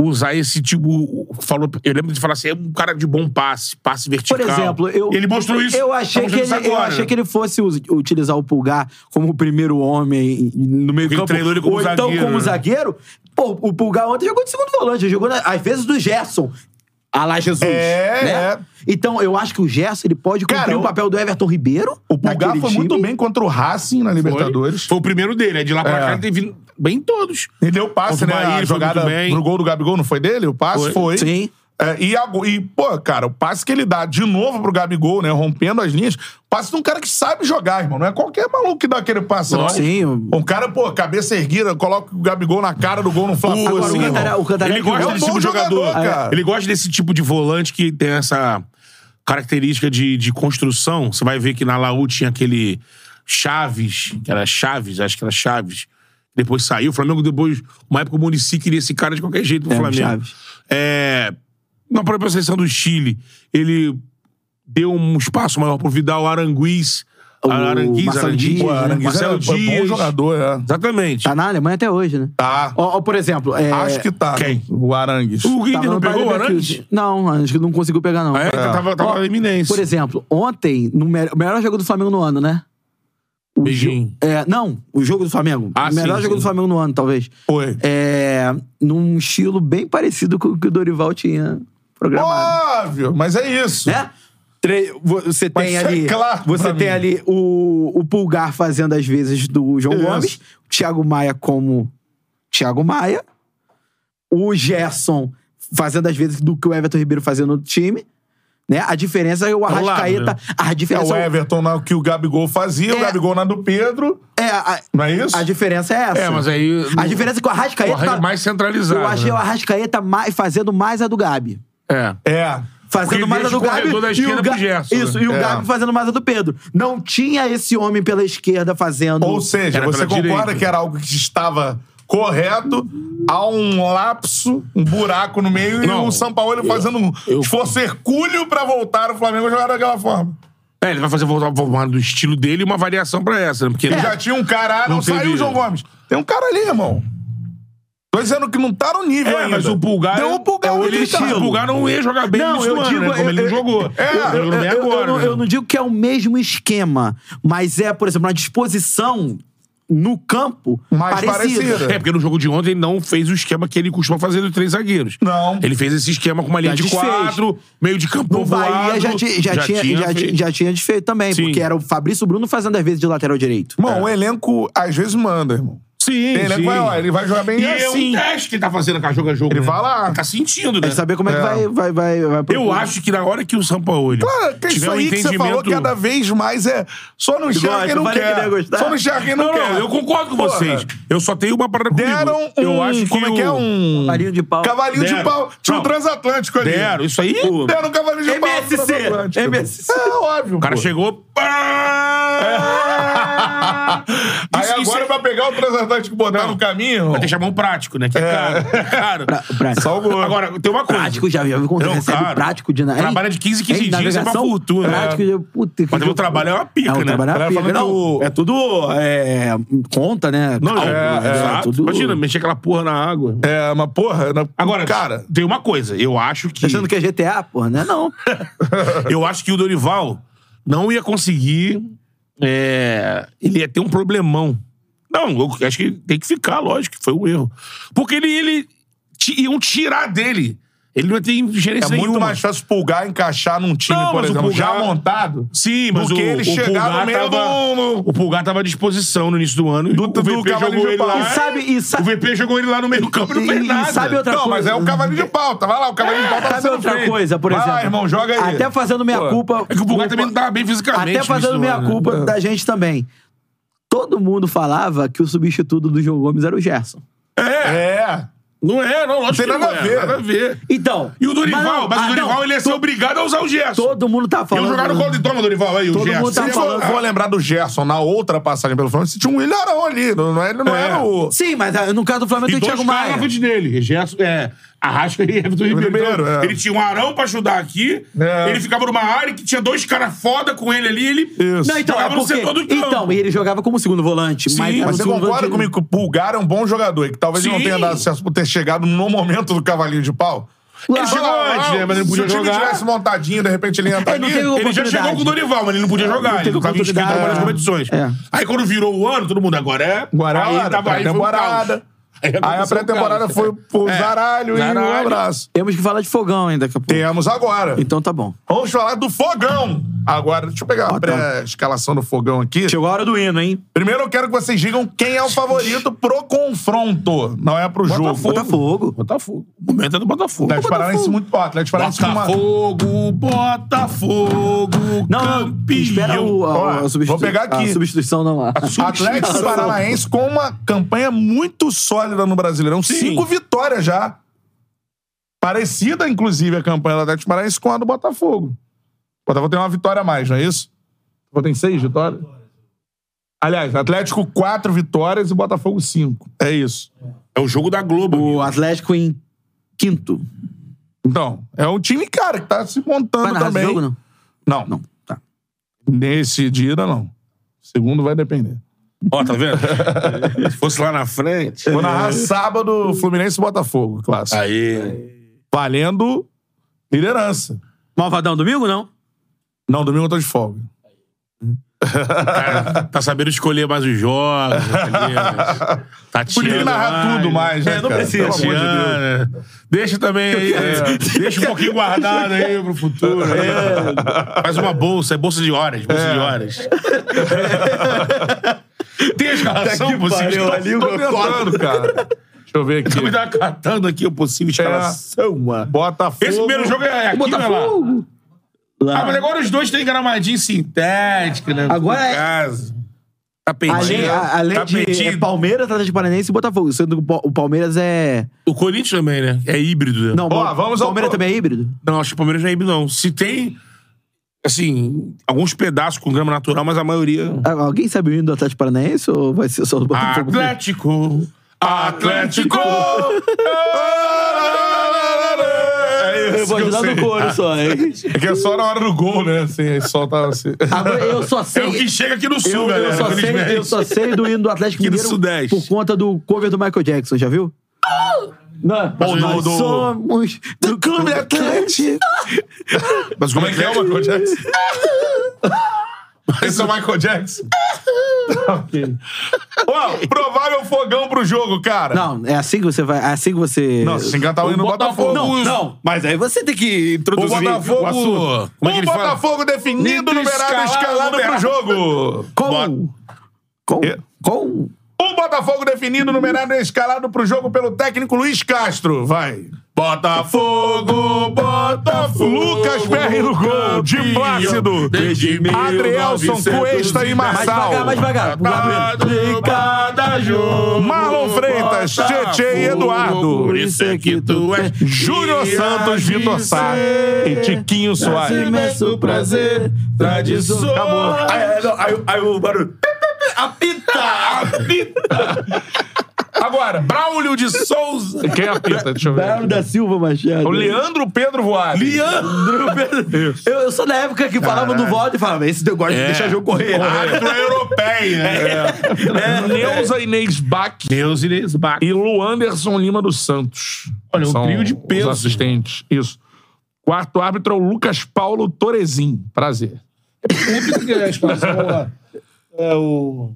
B: usar esse tipo. Falou, eu lembro de falar assim: é um cara de bom passe, passe vertical.
C: Por exemplo, eu.
B: Ele mostrou isso.
C: Eu
B: tá
C: achei, que
B: mostrando
C: ele,
B: isso
C: eu
B: agora,
C: achei
B: né?
C: que ele fosse us- utilizar o Pulgar como o primeiro homem no meio
B: Ele
C: campo.
B: treinou ele como
C: ou então
B: zagueiro,
C: como
B: né?
C: zagueiro. Pô, o Pulgar ontem jogou de segundo volante, jogou na- às vezes do Gerson. A lá Jesus.
A: É,
C: né?
A: é.
C: Então, eu acho que o Gerson ele pode cumprir
A: Cara,
C: o
A: o-
C: papel do Everton Ribeiro.
A: O Pulgar
C: naquele
A: foi
C: time.
A: muito bem contra o Racing na
B: Foi.
A: Libertadores.
B: Foi o primeiro dele. É de lá pra
A: É.
B: cá ele tem vindo bem todos.
A: E deu passe,
B: Contra o
A: né?
B: Bahia,
A: a
B: ele foi
A: jogada
B: muito bem.
A: pro gol do Gabigol, não foi dele? O passe
B: Foi.
A: foi.
C: Sim.
A: É, e, ago- e, pô, cara, o passe que ele dá de novo pro Gabigol, né? Rompendo as linhas. Passe de um cara que sabe jogar, irmão. Não é qualquer maluco que dá aquele passe, não.
C: Sim, o-
A: Um cara, pô, cabeça erguida, coloca o Gabigol na cara do gol no Flamengo.
C: Agora, o Cantaré- o Cantaré
B: assim, Ele
C: que
B: gosta
A: é um
B: desse tipo
A: bom
B: de jogador.
A: jogador, cara.
B: Ele gosta desse tipo de volante que tem essa característica de, de construção. Você vai ver que na Laú tinha aquele Chaves, que era Chaves, acho que era Chaves. Depois saiu. O Flamengo depois, uma época o Munici queria esse cara de qualquer jeito pro
C: É,
B: Flamengo.
C: Chaves.
B: É, na própria seleção do Chile, ele deu um espaço maior pro Vidal Aranguiz.
C: O
B: Aranguiz,
C: Marcelo Dias,
A: Pô,
C: né?
A: Aranguiz
B: Marcelo
A: é
B: Dias.
A: bom jogador, é.
B: Exatamente.
C: Tá na Alemanha até hoje, né?
A: Tá.
C: Ó, ó, por exemplo. é,
A: Acho que tá.
B: Quem?
A: O Arangues.
B: O
C: tava
B: Inter não
C: no
B: pegou o
C: Bayern
B: Arangues?
C: Leverkusen. Não, acho que não conseguiu pegar, não.
B: Ah, é? Tava,
C: Ó,
B: tava Eminense.
C: Por exemplo, ontem, no me- o melhor jogo do Flamengo no ano, né? O
B: Beijinho.
C: jo- é, não, o jogo do Flamengo.
B: Ah,
C: o melhor
B: sim,
C: jogo
B: sim.
C: do Flamengo no ano, talvez.
A: Foi.
C: É, num estilo bem parecido com o que o Dorival tinha programado.
A: Óbvio, mas é isso.
C: Né? Tre- Você
A: Mas
C: tem
A: isso é
C: ali.
A: claro pra
C: você tem
A: mim.
C: ali o, o Pulgar fazendo as vezes do João
A: Isso.
C: Gomes, o Thiago Maia como Thiago Maia, o Gerson fazendo as vezes do que o Everton Ribeiro fazia no time. Né? A diferença é o
B: lado,
C: Arrascaeta.
B: né?
C: A
A: É
C: diferença
A: o
C: é o-
A: Everton na, que o Gabigol fazia, o
C: É.
A: Gabigol na do Pedro.
C: É, a,
A: Não é isso?
C: a diferença é essa.
B: É, mas aí.
C: A diferença é que o Arrascaeta.
B: Porra, é
C: tá-
B: mais centralizado.
C: eu achei
B: né?
C: o Arrascaeta mais, fazendo mais a do Gabi.
B: É.
A: É.
B: Porque
C: Fazendo mais a
B: deixa
C: do
B: o corredor
C: Gabi.
B: da
C: e
B: esquerda
C: o Ga-
B: pro Gerson, né?
C: Isso, e o
A: É.
C: Gabi fazendo mais a do Pedro. Não tinha esse homem pela esquerda fazendo.
A: Ou seja,
B: Era
A: você
B: pela
A: concorda
B: direita.
A: que era algo que estava correto, há um lapso, um buraco no meio
B: Não,
A: e o São Paulo fazendo um
B: eu-
A: esforço hercúleo pra voltar o Flamengo a jogar daquela forma.
B: É, ele vai fazer voltar formando do estilo dele e uma variação pra essa, né? Porque
A: E já tinha um cara, ah, não,
B: Não teve-
A: saiu o João Gomes. Tem um cara ali, irmão. Tô dizendo que não tá no nível
B: É,
A: ainda.
B: mas o Pulgar.
A: Deu o Pulgar
B: é
A: outro
B: ele
A: estilo.
B: O Pulgar não ia jogar bem
C: Não,
B: no
C: eu
B: eu
C: digo,
B: né? Como
C: eu-
B: ele não
C: eu-
B: jogou.
A: É,
B: Ele
A: eu-
B: jogou bem
C: eu,
B: agora.
C: eu não,
B: né?
C: eu não digo que é o mesmo esquema, mas é, por exemplo, uma disposição no campo
A: Mais
C: parecida.
A: parecida.
B: É, porque no jogo de ontem ele não fez o esquema que ele costuma fazer dos três zagueiros.
A: Não.
B: Ele fez esse esquema com uma linha de
C: Já desfez.
B: quatro, meio de campo
C: No Bahia
B: povoado.
C: já, ti- já tinha, já, ti-
B: feito.
C: já tinha desfeito também,
B: Sim.
C: porque era o Fabrício Bruno fazendo às vezes de lateral direito.
A: Irmão, o elenco às vezes manda, irmão.
B: Sim,
A: Tem né? elenco,
B: É. sim.
A: vai, ó, ele vai jogar bem
B: E é
A: assim.
B: um teste que ele tá fazendo com a jogo a jogo.
A: Ele
B: né?
A: vai lá.
B: Ele Tá sentindo, né?
C: É saber como é,
A: É.
C: que vai, vai, vai, vai
B: Eu
C: procurar.
B: acho que na hora que o Sampaoli
A: Cara, que é isso
B: tiver um
A: aí que você falou
B: entendimento...
A: cada vez mais é. Só não enxerga quem
C: Gosto,
A: não
C: tipo, falei que
A: quer.
C: ele ia gostar.
A: Só não enxerga quem não,
B: Não,
A: quer.
B: não, eu concordo com
A: Porra.
B: vocês. Eu só tenho uma parada comigo.
A: Deram um.
B: eu acho que
A: como é que é
B: o-
A: um.
C: Cavalinho de pau.
A: Cavalinho de
B: Deram.
A: pau. Tinha um
B: Não.
A: transatlântico ali.
B: Deram, isso aí...
C: O-
A: Deram um cavalinho de pau.
C: MSC.
A: transatlântico.
C: MSC.
A: É óbvio.
B: O cara chegou... pá!
A: Aí
B: Isso- isso
A: agora
B: é-
A: pra pegar o transatlântico e botar
B: Não.
A: no caminho.
B: Tem que chamar um prático, né? Que é caro. é caro.
C: Pra- prático.
A: Só o gol.
B: Agora, tem uma coisa.
C: Prático, já, já vi quanto
B: Não,
C: recebe
B: cara,
C: prático de... na-
B: Trabalha de 15 em 15
C: Em
B: dias, é uma
C: navegação,
B: fortuna, né?
C: Prático, de- puta, que-
B: Mas o trabalho é uma pica,
C: É, o
B: né?
C: trabalho é uma
A: Ela
C: pica.
A: falando que
C: Não,
A: o-
C: é tudo é, conta, né?
B: Não,
C: Cálculo,
B: é,
C: né?
B: exato.
C: Tudo-
B: Imagina, mexer aquela porra na água.
A: É, mas porra. na-
B: Agora,
A: Cara. Tá
B: tem uma coisa. Eu acho que...
C: Achando que é GTA, porra, né? Não.
B: Eu acho que o Dorival não ia conseguir. é, ele ia ter um problemão. Não, eu acho que tem que ficar, lógico, que foi um erro. Porque ele, ele ti- iam tirar dele. Ele não ia ter ingerência
A: É muito
B: nenhuma.
A: mais fácil pulgar encaixar num time,
B: Não,
A: por
B: mas o
A: exemplo, já
B: Pulgar-
A: montado.
B: Sim, mas
A: Porque
B: o,
A: ele
B: o
A: chegar
B: Pulgar
A: no meio
B: tava,
A: do-
B: O Pulgar tava à disposição no início do ano. e
A: Do-
B: o
A: do
B: VP
A: cavalinho
B: jogou
A: de
B: ele
A: pau.
B: lá.
A: E
C: sabe, e
B: É. O
C: sabe.
B: VP jogou ele lá no meio campo e não
C: E-
B: fez
C: e
B: nada.
C: sabe outra
A: não, mas é o
C: coisa-
A: cavalinho de pauta. Vai lá, o cavalinho de
B: É,
A: pauta tá
C: Sabe
A: sendo
C: outra
A: feito.
C: coisa, por
A: Vai
C: exemplo?
A: lá, irmão, joga aí.
C: Até fazendo minha
A: Pô,
C: culpa.
B: É que o Pulgar
C: culpa-
B: também não tava bem fisicamente.
C: Até
B: no início
C: fazendo
B: do
C: minha
B: ano, né?
C: culpa tá? da gente também. Todo mundo falava que o substituto do João Gomes era o Gerson.
B: É,
A: É.
B: não é, não,
A: Não tem
B: lógico que não
A: nada a
B: é,
A: ver.
B: Nada a ver.
C: Então.
B: E o Dorival,
C: não,
B: mas,
C: ah,
B: o Dorival é
C: não,
B: ele ia ser obrigado a usar o Gerson.
C: Todo mundo tá
B: Iam
C: falando.
B: jogar no colo de toma, Dorival, aí, então, o
C: Todo
B: Gerson.
C: mundo tá
A: Se
B: Ele
A: for-
C: falando-
B: ah,
A: for lembrar do Gerson na outra passagem pelo Flamengo, se tinha um Ilharão ali, não, não, era- não
B: É.
A: era o...
C: Sim, mas ah, no caso do Flamengo
B: E
C: tem o
B: dois
C: Thiago
B: caras
C: Maia.
B: na frente dele. Gerson, é, Arrasca e Everton Ribeiro.
A: Ribeiro,
B: Então,
A: é.
B: Ele tinha um Arão pra ajudar aqui.
A: É.
B: Ele ficava numa área que tinha dois caras foda com ele ali. Ele
A: Isso.
C: Não, então, é
B: jogava no setor do
C: porque,
B: campo.
C: então, e ele jogava como segundo volante.
B: Sim,
C: mas era um
A: Mas você
C: segundo
A: concorda
C: volante-
A: comigo que o Pulgar é um bom jogador e que talvez ele não
B: Sim.
A: tenha dado acesso por ter chegado no momento do cavalinho de pau?
C: Claro.
A: Ele chegou
B: Chegou
A: antes, né? Mas ele
B: podia
A: Se o time
B: jogar.
A: tivesse montadinho, de repente ele ia entrar
C: Ele não
A: ali.
C: teve
B: Ele já
C: oportunidade.
B: chegou com o Dorival, mas ele não podia jogar.
C: não
B: ele
C: teve
B: não tava inscrito em
C: oportunidade.
B: várias competições.
C: É.
B: Aí quando virou o ano, todo mundo agora é.
A: Agora é a hora,
B: aí tava aí foi o
A: pré-temporada.
B: caos. Aí
A: Aí a
B: aconteceu o
A: pré-temporada
B: caos. É.
A: foi pro Zaralho e um
B: Zaralho.
A: abraço.
C: Temos que falar de fogão ainda daqui a pouco.
B: É.
A: Temos agora.
C: Então tá bom.
A: Vamos falar do fogão. Agora, deixa eu pegar a
C: Fogão.
A: pré-escalação do fogão aqui.
C: Chegou a hora do hino, hein?
A: Primeiro eu quero que vocês digam quem é o favorito pro confronto. Não é pro jogo.
C: Botafogo.
B: Botafogo. O momento é do Botafogo.
A: Atlético Paranaense muito forte. Atlético Paranaense com uma...
B: Botafogo, Botafogo,
C: Não, não,
B: campeão.
C: espera o, a,
A: Ó,
C: a
A: vou
C: substitu-
A: pegar aqui.
C: A substituição não lá.
A: Atlético Paranaense com uma campanha muito sólida no Brasileirão. Cinco vitórias já. Parecida, inclusive, a campanha do Atlético Paranaense com a do Botafogo. O Botafogo tem uma vitória a mais, não é isso? O Botafogo tem seis vitórias? Aliás, Atlético quatro vitórias e Botafogo cinco. É isso.
B: É o jogo da Globo.
C: O Atlético em quinto.
A: Então, é um time, cara, que tá se
C: Vai
A: montando
C: narrar esse
A: também.
C: jogo, não?
A: não?
C: Não, tá.
A: Nesse dia, não. Segundo vai depender.
B: Ó, tá vendo? Se fosse lá na frente. é.
A: Vou narrar sábado Fluminense e Botafogo, clássico.
B: Aí.
A: Valendo liderança.
C: Malvadão, domingo, não?
A: Não, domingo eu tô de folga.
B: Cara, tá sabendo escolher mais os jogos. Tá
A: Podia narrar tudo mais, né,
B: É, não
A: cara?
B: precisa.
A: Pelo amor de
B: Tateando. Deixa também aí. é, deixa um pouquinho guardado aí pro futuro. É. Faz uma bolsa, é bolsa de horas. Bolsa
A: É.
B: de horas. Tem a escalação É possível.
A: tô tentando, cara. Deixa eu ver
B: Eu Tá me
A: aqui.
B: tava catando aqui o possível escalação, mano.
A: Botafogo.
B: Esse primeiro jogo é aqui, né, lá?
C: Botafogo.
B: Ah, mas
C: Lá.
B: agora os dois têm gramadinho sintético, né?
C: Agora é-
B: Casa. Tá
C: Além,
B: Tapetinho.
C: a- além de
B: tapetinho.
C: é Palmeiras, Atlético Paranaense e Botafogo. Sendo que o Pa- o Palmeiras é.
B: O Corinthians também, né? É híbrido, né?
C: Não,
A: Ó,
C: o
A: vamos ao
C: Palmeiras
A: pro-
C: também é híbrido?
B: Não, acho que o Palmeiras não é híbrido, não. Se tem, assim, alguns pedaços com grama natural, mas a maioria... Ah,
C: Ah, Alguém sabe o hino do Atlético Paranaense ou vai ser só do Botafogo?
B: Atlético! Atlético!
A: É
C: Eu
A: isso
C: vou
A: que eu
C: ajudar
A: sei.
C: no couro só, hein?
A: É que é só na hora do gol, né? Assim, aí solta assim.
C: Agora eu só sei.
B: É o que chega aqui no sul,
C: Eu,
B: galera.
C: eu, só sei,
B: infelizmente.
C: eu só sei do hino do Atlético
B: Aqui do
C: Mineiro
B: Sudeste.
C: por conta do cover do Michael Jackson, já viu? Não,
B: Mas o
C: nós
B: do-
C: somos do Clube Atlético.
B: Mas
A: Como
B: como
A: é que é o Michael Jackson? Esse é o Michael Jackson. Ó, provável fogão pro jogo, cara.
C: Não, é assim que você vai. É assim que você.
A: Não, se engatar o hino do Botafogo.
C: Não, não. Mas aí você tem que
B: O
C: introduzir.
B: Botafogo...
A: assunto.
B: Como é que
A: o
B: ele fala?
A: Botafogo definido,
B: Nido
A: numerado,
B: escalado,
A: escalado pro
B: numerado.
A: jogo.
C: Com.
B: Bota-
C: Com.
A: É.
C: Com.
A: O Botafogo definido, numerado e escalado pro jogo pelo técnico Luiz Castro. Vai.
B: Botafogo, Botafogo.
A: Lucas Perry no gol, de
B: campeão
A: Plácido.
B: desde
A: Adrielson,
B: 1900
A: Cuesta e
C: Mais
A: Marçal.
C: devagar, mais devagar.
B: De cada jogo.
A: Marlon Freitas,
B: Botafogo,
A: Tietê e Eduardo.
B: Por isso é que tu é.
A: Júnior Santos, Vitor Sá e Tiquinho Soares.
C: imenso prazer, tradição.
B: Acabou.
C: Aí, não, aí, aí o barulho. Apita!
A: Agora,
B: Braulio de Souza.
A: quem apita? Deixa eu
C: Barulho
A: ver. É
C: da Silva Machado.
A: O Leandro Pedro Voari.
B: Leandro.
C: Eu, eu sou da época que falava do voto e falava: esse negócio de
B: É.
C: deixar jogo correr.
B: Árbitro europeia.
A: né? É. Neuza Inês Bach
B: Deus Inês Bach.
A: e Luanderson Lima dos Santos.
B: Olha, um
A: São
B: trio de peso.
A: Os assistentes, isso. Quarto árbitro é o Lucas Paulo Torezin. Prazer.
B: É o.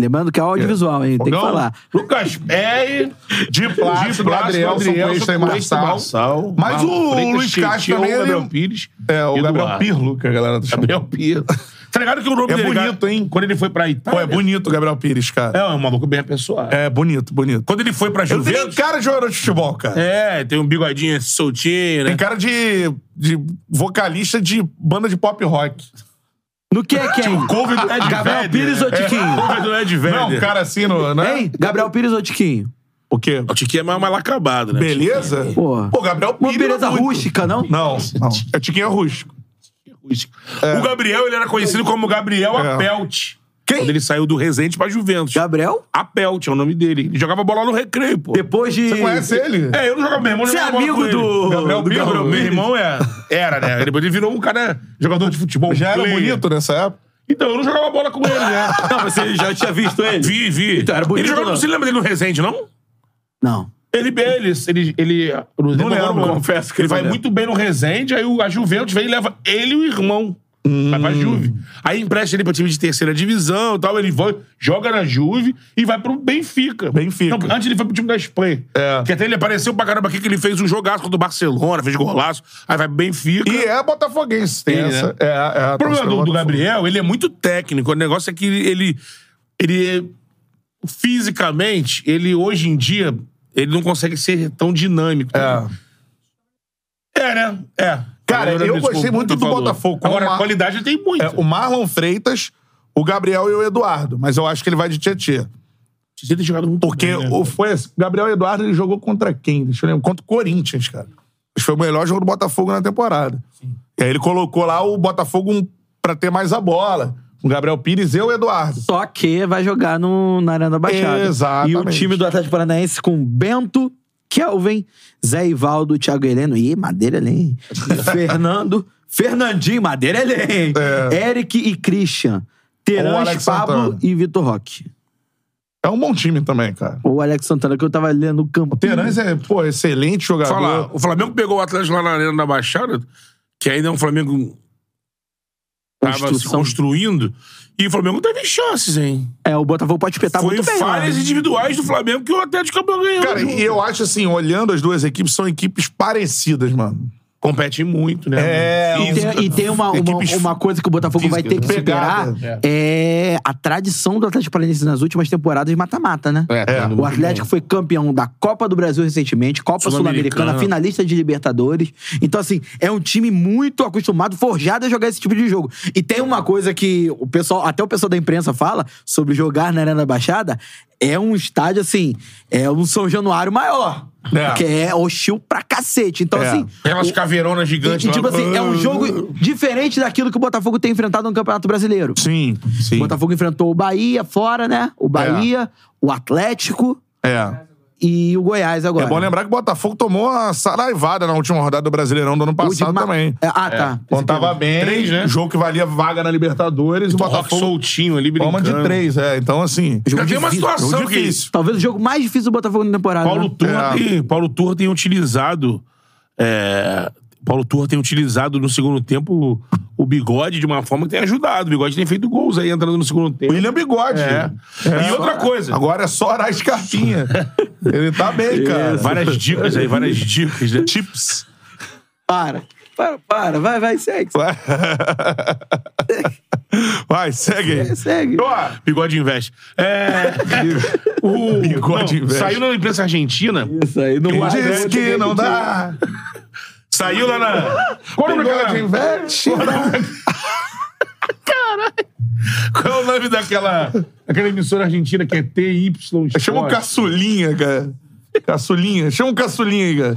C: Lembrando que é audiovisual, hein? Tem que falar.
B: Lucas Perry,
A: De plástico,
B: Plácido,
A: Gabriel, Samuel
B: Samuel,
A: Coelho, e
B: Coelho,
A: Marçal.
B: Marçal.
A: Mas
B: Marlon
A: o
B: Freitas,
A: Luiz Castro
B: Tietchan,
A: também, ele-
B: Gabriel Pires.
A: É, o Gabriel
B: Eduardo.
A: Pirlo, que a galera tá chamando.
B: Gabriel Pires. Tá ligado que o nome
A: É
B: dele,
A: bonito,
B: cara,
A: hein?
B: Quando ele foi pra
A: Pô,
B: Itália.
A: é bonito o Gabriel Pires, cara.
B: É, é um maluco bem apessoado.
A: É, bonito, bonito.
B: Quando ele foi pra
A: Ele não tem nem
B: Juventus.
A: cara de jogador de futebol, cara.
B: É, tem um bigodinho soltinho, né?
A: Tem Um cara de, de vocalista de banda de pop rock.
C: No que é quem?
B: Couve do Ed
C: Gabriel
B: Vedder.
C: Pires ou
B: É,
C: Tiquinho?
B: Couve do Ed Vedder.
A: Não, um cara assim, no, né?
C: Hein? Gabriel Pires ou Tiquinho?
A: O quê?
B: O Tiquinho é mais mal acabado, né?
A: Beleza?
C: Pô.
A: Pô, Gabriel Pires.
C: Uma beleza
A: é muito-
C: rústica, não?
A: Não, não. É Tiquinho Rústico.
B: O Gabriel, ele era conhecido como Gabriel
A: É.
B: Apelt.
A: Quem?
B: Quando ele saiu do Resende pra Juventus.
C: Gabriel?
B: Apelt é o nome dele. Ele jogava bola no recreio, pô.
C: Depois de.
A: Você conhece ele?
B: É, eu não jogava meu irmão.
C: Você é
B: jogava bola
C: amigo
B: com ele.
C: do-
B: Gabriel
A: do
B: Pires.
A: Gabriel
B: Meu
A: Pires.
B: irmão é, era, né? Depois ele virou um cara jogador de futebol.
A: Já era
B: player.
A: bonito nessa época?
B: Então, eu não jogava bola com ele, né?
C: Não, você já tinha visto ele?
B: vi, vi.
C: Então, era bonito,
B: ele jogava,
C: não?
B: não se lembra dele no Resende, não?
C: Não.
B: Ele, ele, ele, ele não
A: lembro,
B: confesso que ele vai muito bem no Resende, aí o- a Juventus vem e leva ele e o irmão. Vai
A: Hum.
B: pra Juve. Aí empresta ele pra time de terceira divisão e tal. Ele vai, joga na Juve e vai pro Benfica.
A: Benfica.
B: Não, antes ele foi pro time da Espanha.
A: É.
B: Que até ele apareceu pra caramba aqui, que ele fez um jogaço contra o Barcelona, fez golaço. Aí vai pro Benfica.
A: E é botafoguense, tem
B: Ele,
A: essa.
B: né?
A: É, é, a
B: O problema
A: torcida
B: do, do
A: Botafogo.
B: Gabriel, ele é muito técnico. O negócio é que ele. Ele. é, Fisicamente, ele hoje em dia, ele não consegue ser tão dinâmico.
A: É.
B: É, né? É.
A: Cara, eu
B: Desculpa,
A: gostei muito do
B: falou.
A: Botafogo.
B: Agora,
A: Uma-
B: a qualidade ele tem muito.
A: É, o Marlon Freitas, o Gabriel e o Eduardo. Mas eu acho que ele vai de Tietchan.
B: Você tem jogado muito
A: Porque
B: bem, né?
A: o foi esse, Gabriel Eduardo ele jogou contra quem? Deixa eu lembrar. Contra o Corinthians, cara. Acho que foi o melhor jogo do Botafogo na temporada. E aí ele colocou lá o Botafogo um, pra ter mais a bola. O Gabriel Pires e o Eduardo.
C: Só que vai jogar no, na Arena da Baixada.
A: Exatamente.
C: E o time do Atlético Paranaense com Bento, Kelvin, Zé Ivaldo, Thiago Heleno. Ih, Madeira Helém. Fernando, Fernandinho, Madeira Helém. Eric e
A: É.
C: Christian.
A: Ou
C: Terãs,
A: Alex
C: Pablo
A: Santana.
C: e Vitor Roque.
A: É um bom time também, cara.
C: Ou Alex Santana, que eu tava lendo o campo.
A: O Terãs é, pô, excelente jogador.
B: Falar, o Flamengo pegou o Atlético lá na Arena da Baixada, que ainda é um Flamengo que tava se
C: Construção.
B: construindo, e o Flamengo teve chances, hein?
C: É, o Botafogo pode espetar
B: Foi
C: muito bem. lá,
B: falhas
C: né?
B: individuais do Flamengo que o Atlético acabou ganhando.
A: Cara, e eu acho assim, olhando as duas equipes, são equipes parecidas, mano.
B: Competem muito, né?
A: É,
B: mano?
A: um-
C: E tem, e tem uma, uma,
A: Equipes
C: uma coisa que o Botafogo vai ter
B: físicas,
C: que
A: né?
C: superar:
B: Pegada.
C: é a tradição do Atlético Paranaense nas últimas temporadas de mata-mata, né?
A: É.
C: O Atlético foi campeão da Copa do Brasil recentemente, Copa
B: Sul-Americana.
C: Sul-Americana, finalista de Libertadores. Então, assim, é um time muito acostumado, forjado a jogar esse tipo de jogo. E tem uma coisa que o pessoal, até o pessoal da imprensa fala sobre jogar na Arena da Baixada, é um estádio, assim, é um São Januário maior.
A: É.
C: Que é hostil pra cacete. Então,
A: É.
C: assim.
B: Aquelas
C: o-
B: caveironas gigantes
C: e,
B: lá.
C: tipo assim, é um jogo diferente daquilo que o Botafogo tem enfrentado no Campeonato Brasileiro.
A: Sim, sim.
C: O Botafogo enfrentou o Bahia fora, né? O Bahia, o Atlético
A: É.
C: e o Goiás agora.
A: É bom lembrar que o Botafogo tomou a saraivada na última rodada do Brasileirão do ano
C: O de
A: passado
C: Ma-
A: também.
C: É, ah, tá.
A: Quando tava bem,
B: Três, né?
A: jogo que valia vaga na Libertadores, o
B: O Rock
A: Botafogo
B: soltinho ali brincando.
A: toma Então, de três, é. Então, assim...
C: Jogo
B: Ainda tem uma
C: difícil,
B: situação
A: jogo
B: que...
A: difícil.
C: Talvez o jogo mais difícil do Botafogo na temporada.
B: Paulo
C: né?
B: Turra,
A: É.
B: tem, Paulo Turra tem utilizado. é, Paulo Turra tem utilizado no segundo tempo o bigode de uma forma que tem ajudado. O bigode tem feito gols aí entrando no segundo tempo.
A: William Bigode.
B: É. E outra coisa.
A: Agora é só Arás Carpinha. Ele tá bem, cara.
B: Várias dicas aí, várias dicas, né? Tips.
C: Para. Para, para. Vai, vai, segue.
A: Vai, segue aí.
C: Segue.
A: Ó,
B: Bigode investe. É. o,
A: Bigode
B: não,
A: investe.
B: Saiu na imprensa argentina.
C: Isso aí. Não vai,
A: diz
C: né?
A: que não dá.
B: Saiu lá na. Qual o nome daquela-
A: Bigode investe.
B: Qual é o nome daquela. Aquela emissora argentina que é TY.
A: Chama o
B: Sport?
A: caçulinha, cara. Caçulinha. Chama o caçulinha aí, cara.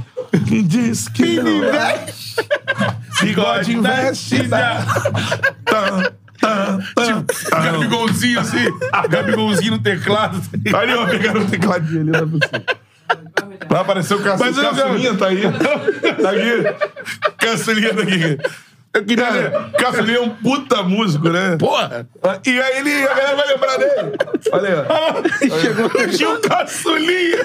A: Me diz que não investe. né? Bigode investe. né? tá, dá. Tan, tan, tan.
B: Gabigolzinho assim. Gabigolzinho no teclado.
A: Ali, ó, pegaram o tecladinho ali, não é possível. Vai aparecer o
B: Mas eu
A: caçulinha.
B: não-
A: Caçulinha tá aí. Tá aqui. Caçulinha tá aqui. Eu queria ver. Caçulinha é um puta músico, né?
B: Porra!
A: E aí ele, a galera vai lembrar dele. Olha aí, ó.
B: Ah, Tinha um caçulinha!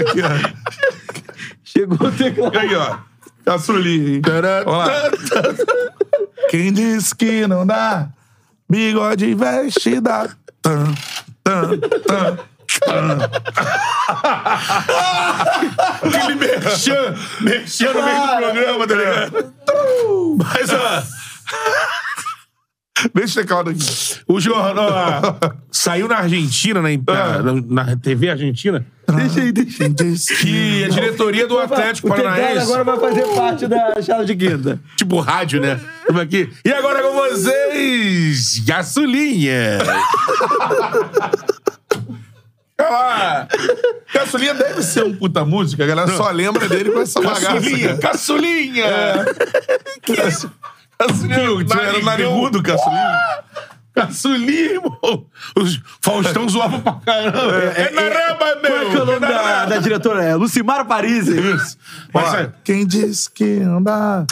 A: Aqui, ó.
C: Chegou o teclado.
A: Aí, ó. Caçulinha, hein? Vamos lá. Quem diz que não dá, bigode veste dá. Tan, tan, Tan, tan, tan.
B: Aquele merchan, merchan no meio do programa, tá ligado? Mas, ó,
A: Deixa o teclado aqui.
B: o jornal ó, saiu na Argentina, né, na, na, na TV Argentina,
C: Deixa aí, deixa aí.
B: que a diretoria do Atlético
C: o Pedrosa
B: Paranaense...
C: agora vai fazer parte da chave de quinta.
B: Tipo rádio, né? Tamo aqui. E agora com vocês, Gasolinha.
A: Olha lá. Caçulinha deve ser um puta música, a galera só lembra dele com essa bagaça.
B: Caçulinha,
A: cara.
B: caçulinha.
A: Caçulinha,
B: Putz, era
A: era narigudo,
B: narigudo,
A: Caçulinha.
B: Caçulinha, irmão. Os Faustão zoava pra caramba. É, naramba, meu.
C: Qual é que é o nome da, da diretora? É Lucimara Parisi.
B: Isso. Mas,
A: Ó,
B: sabe,
A: quem diz que anda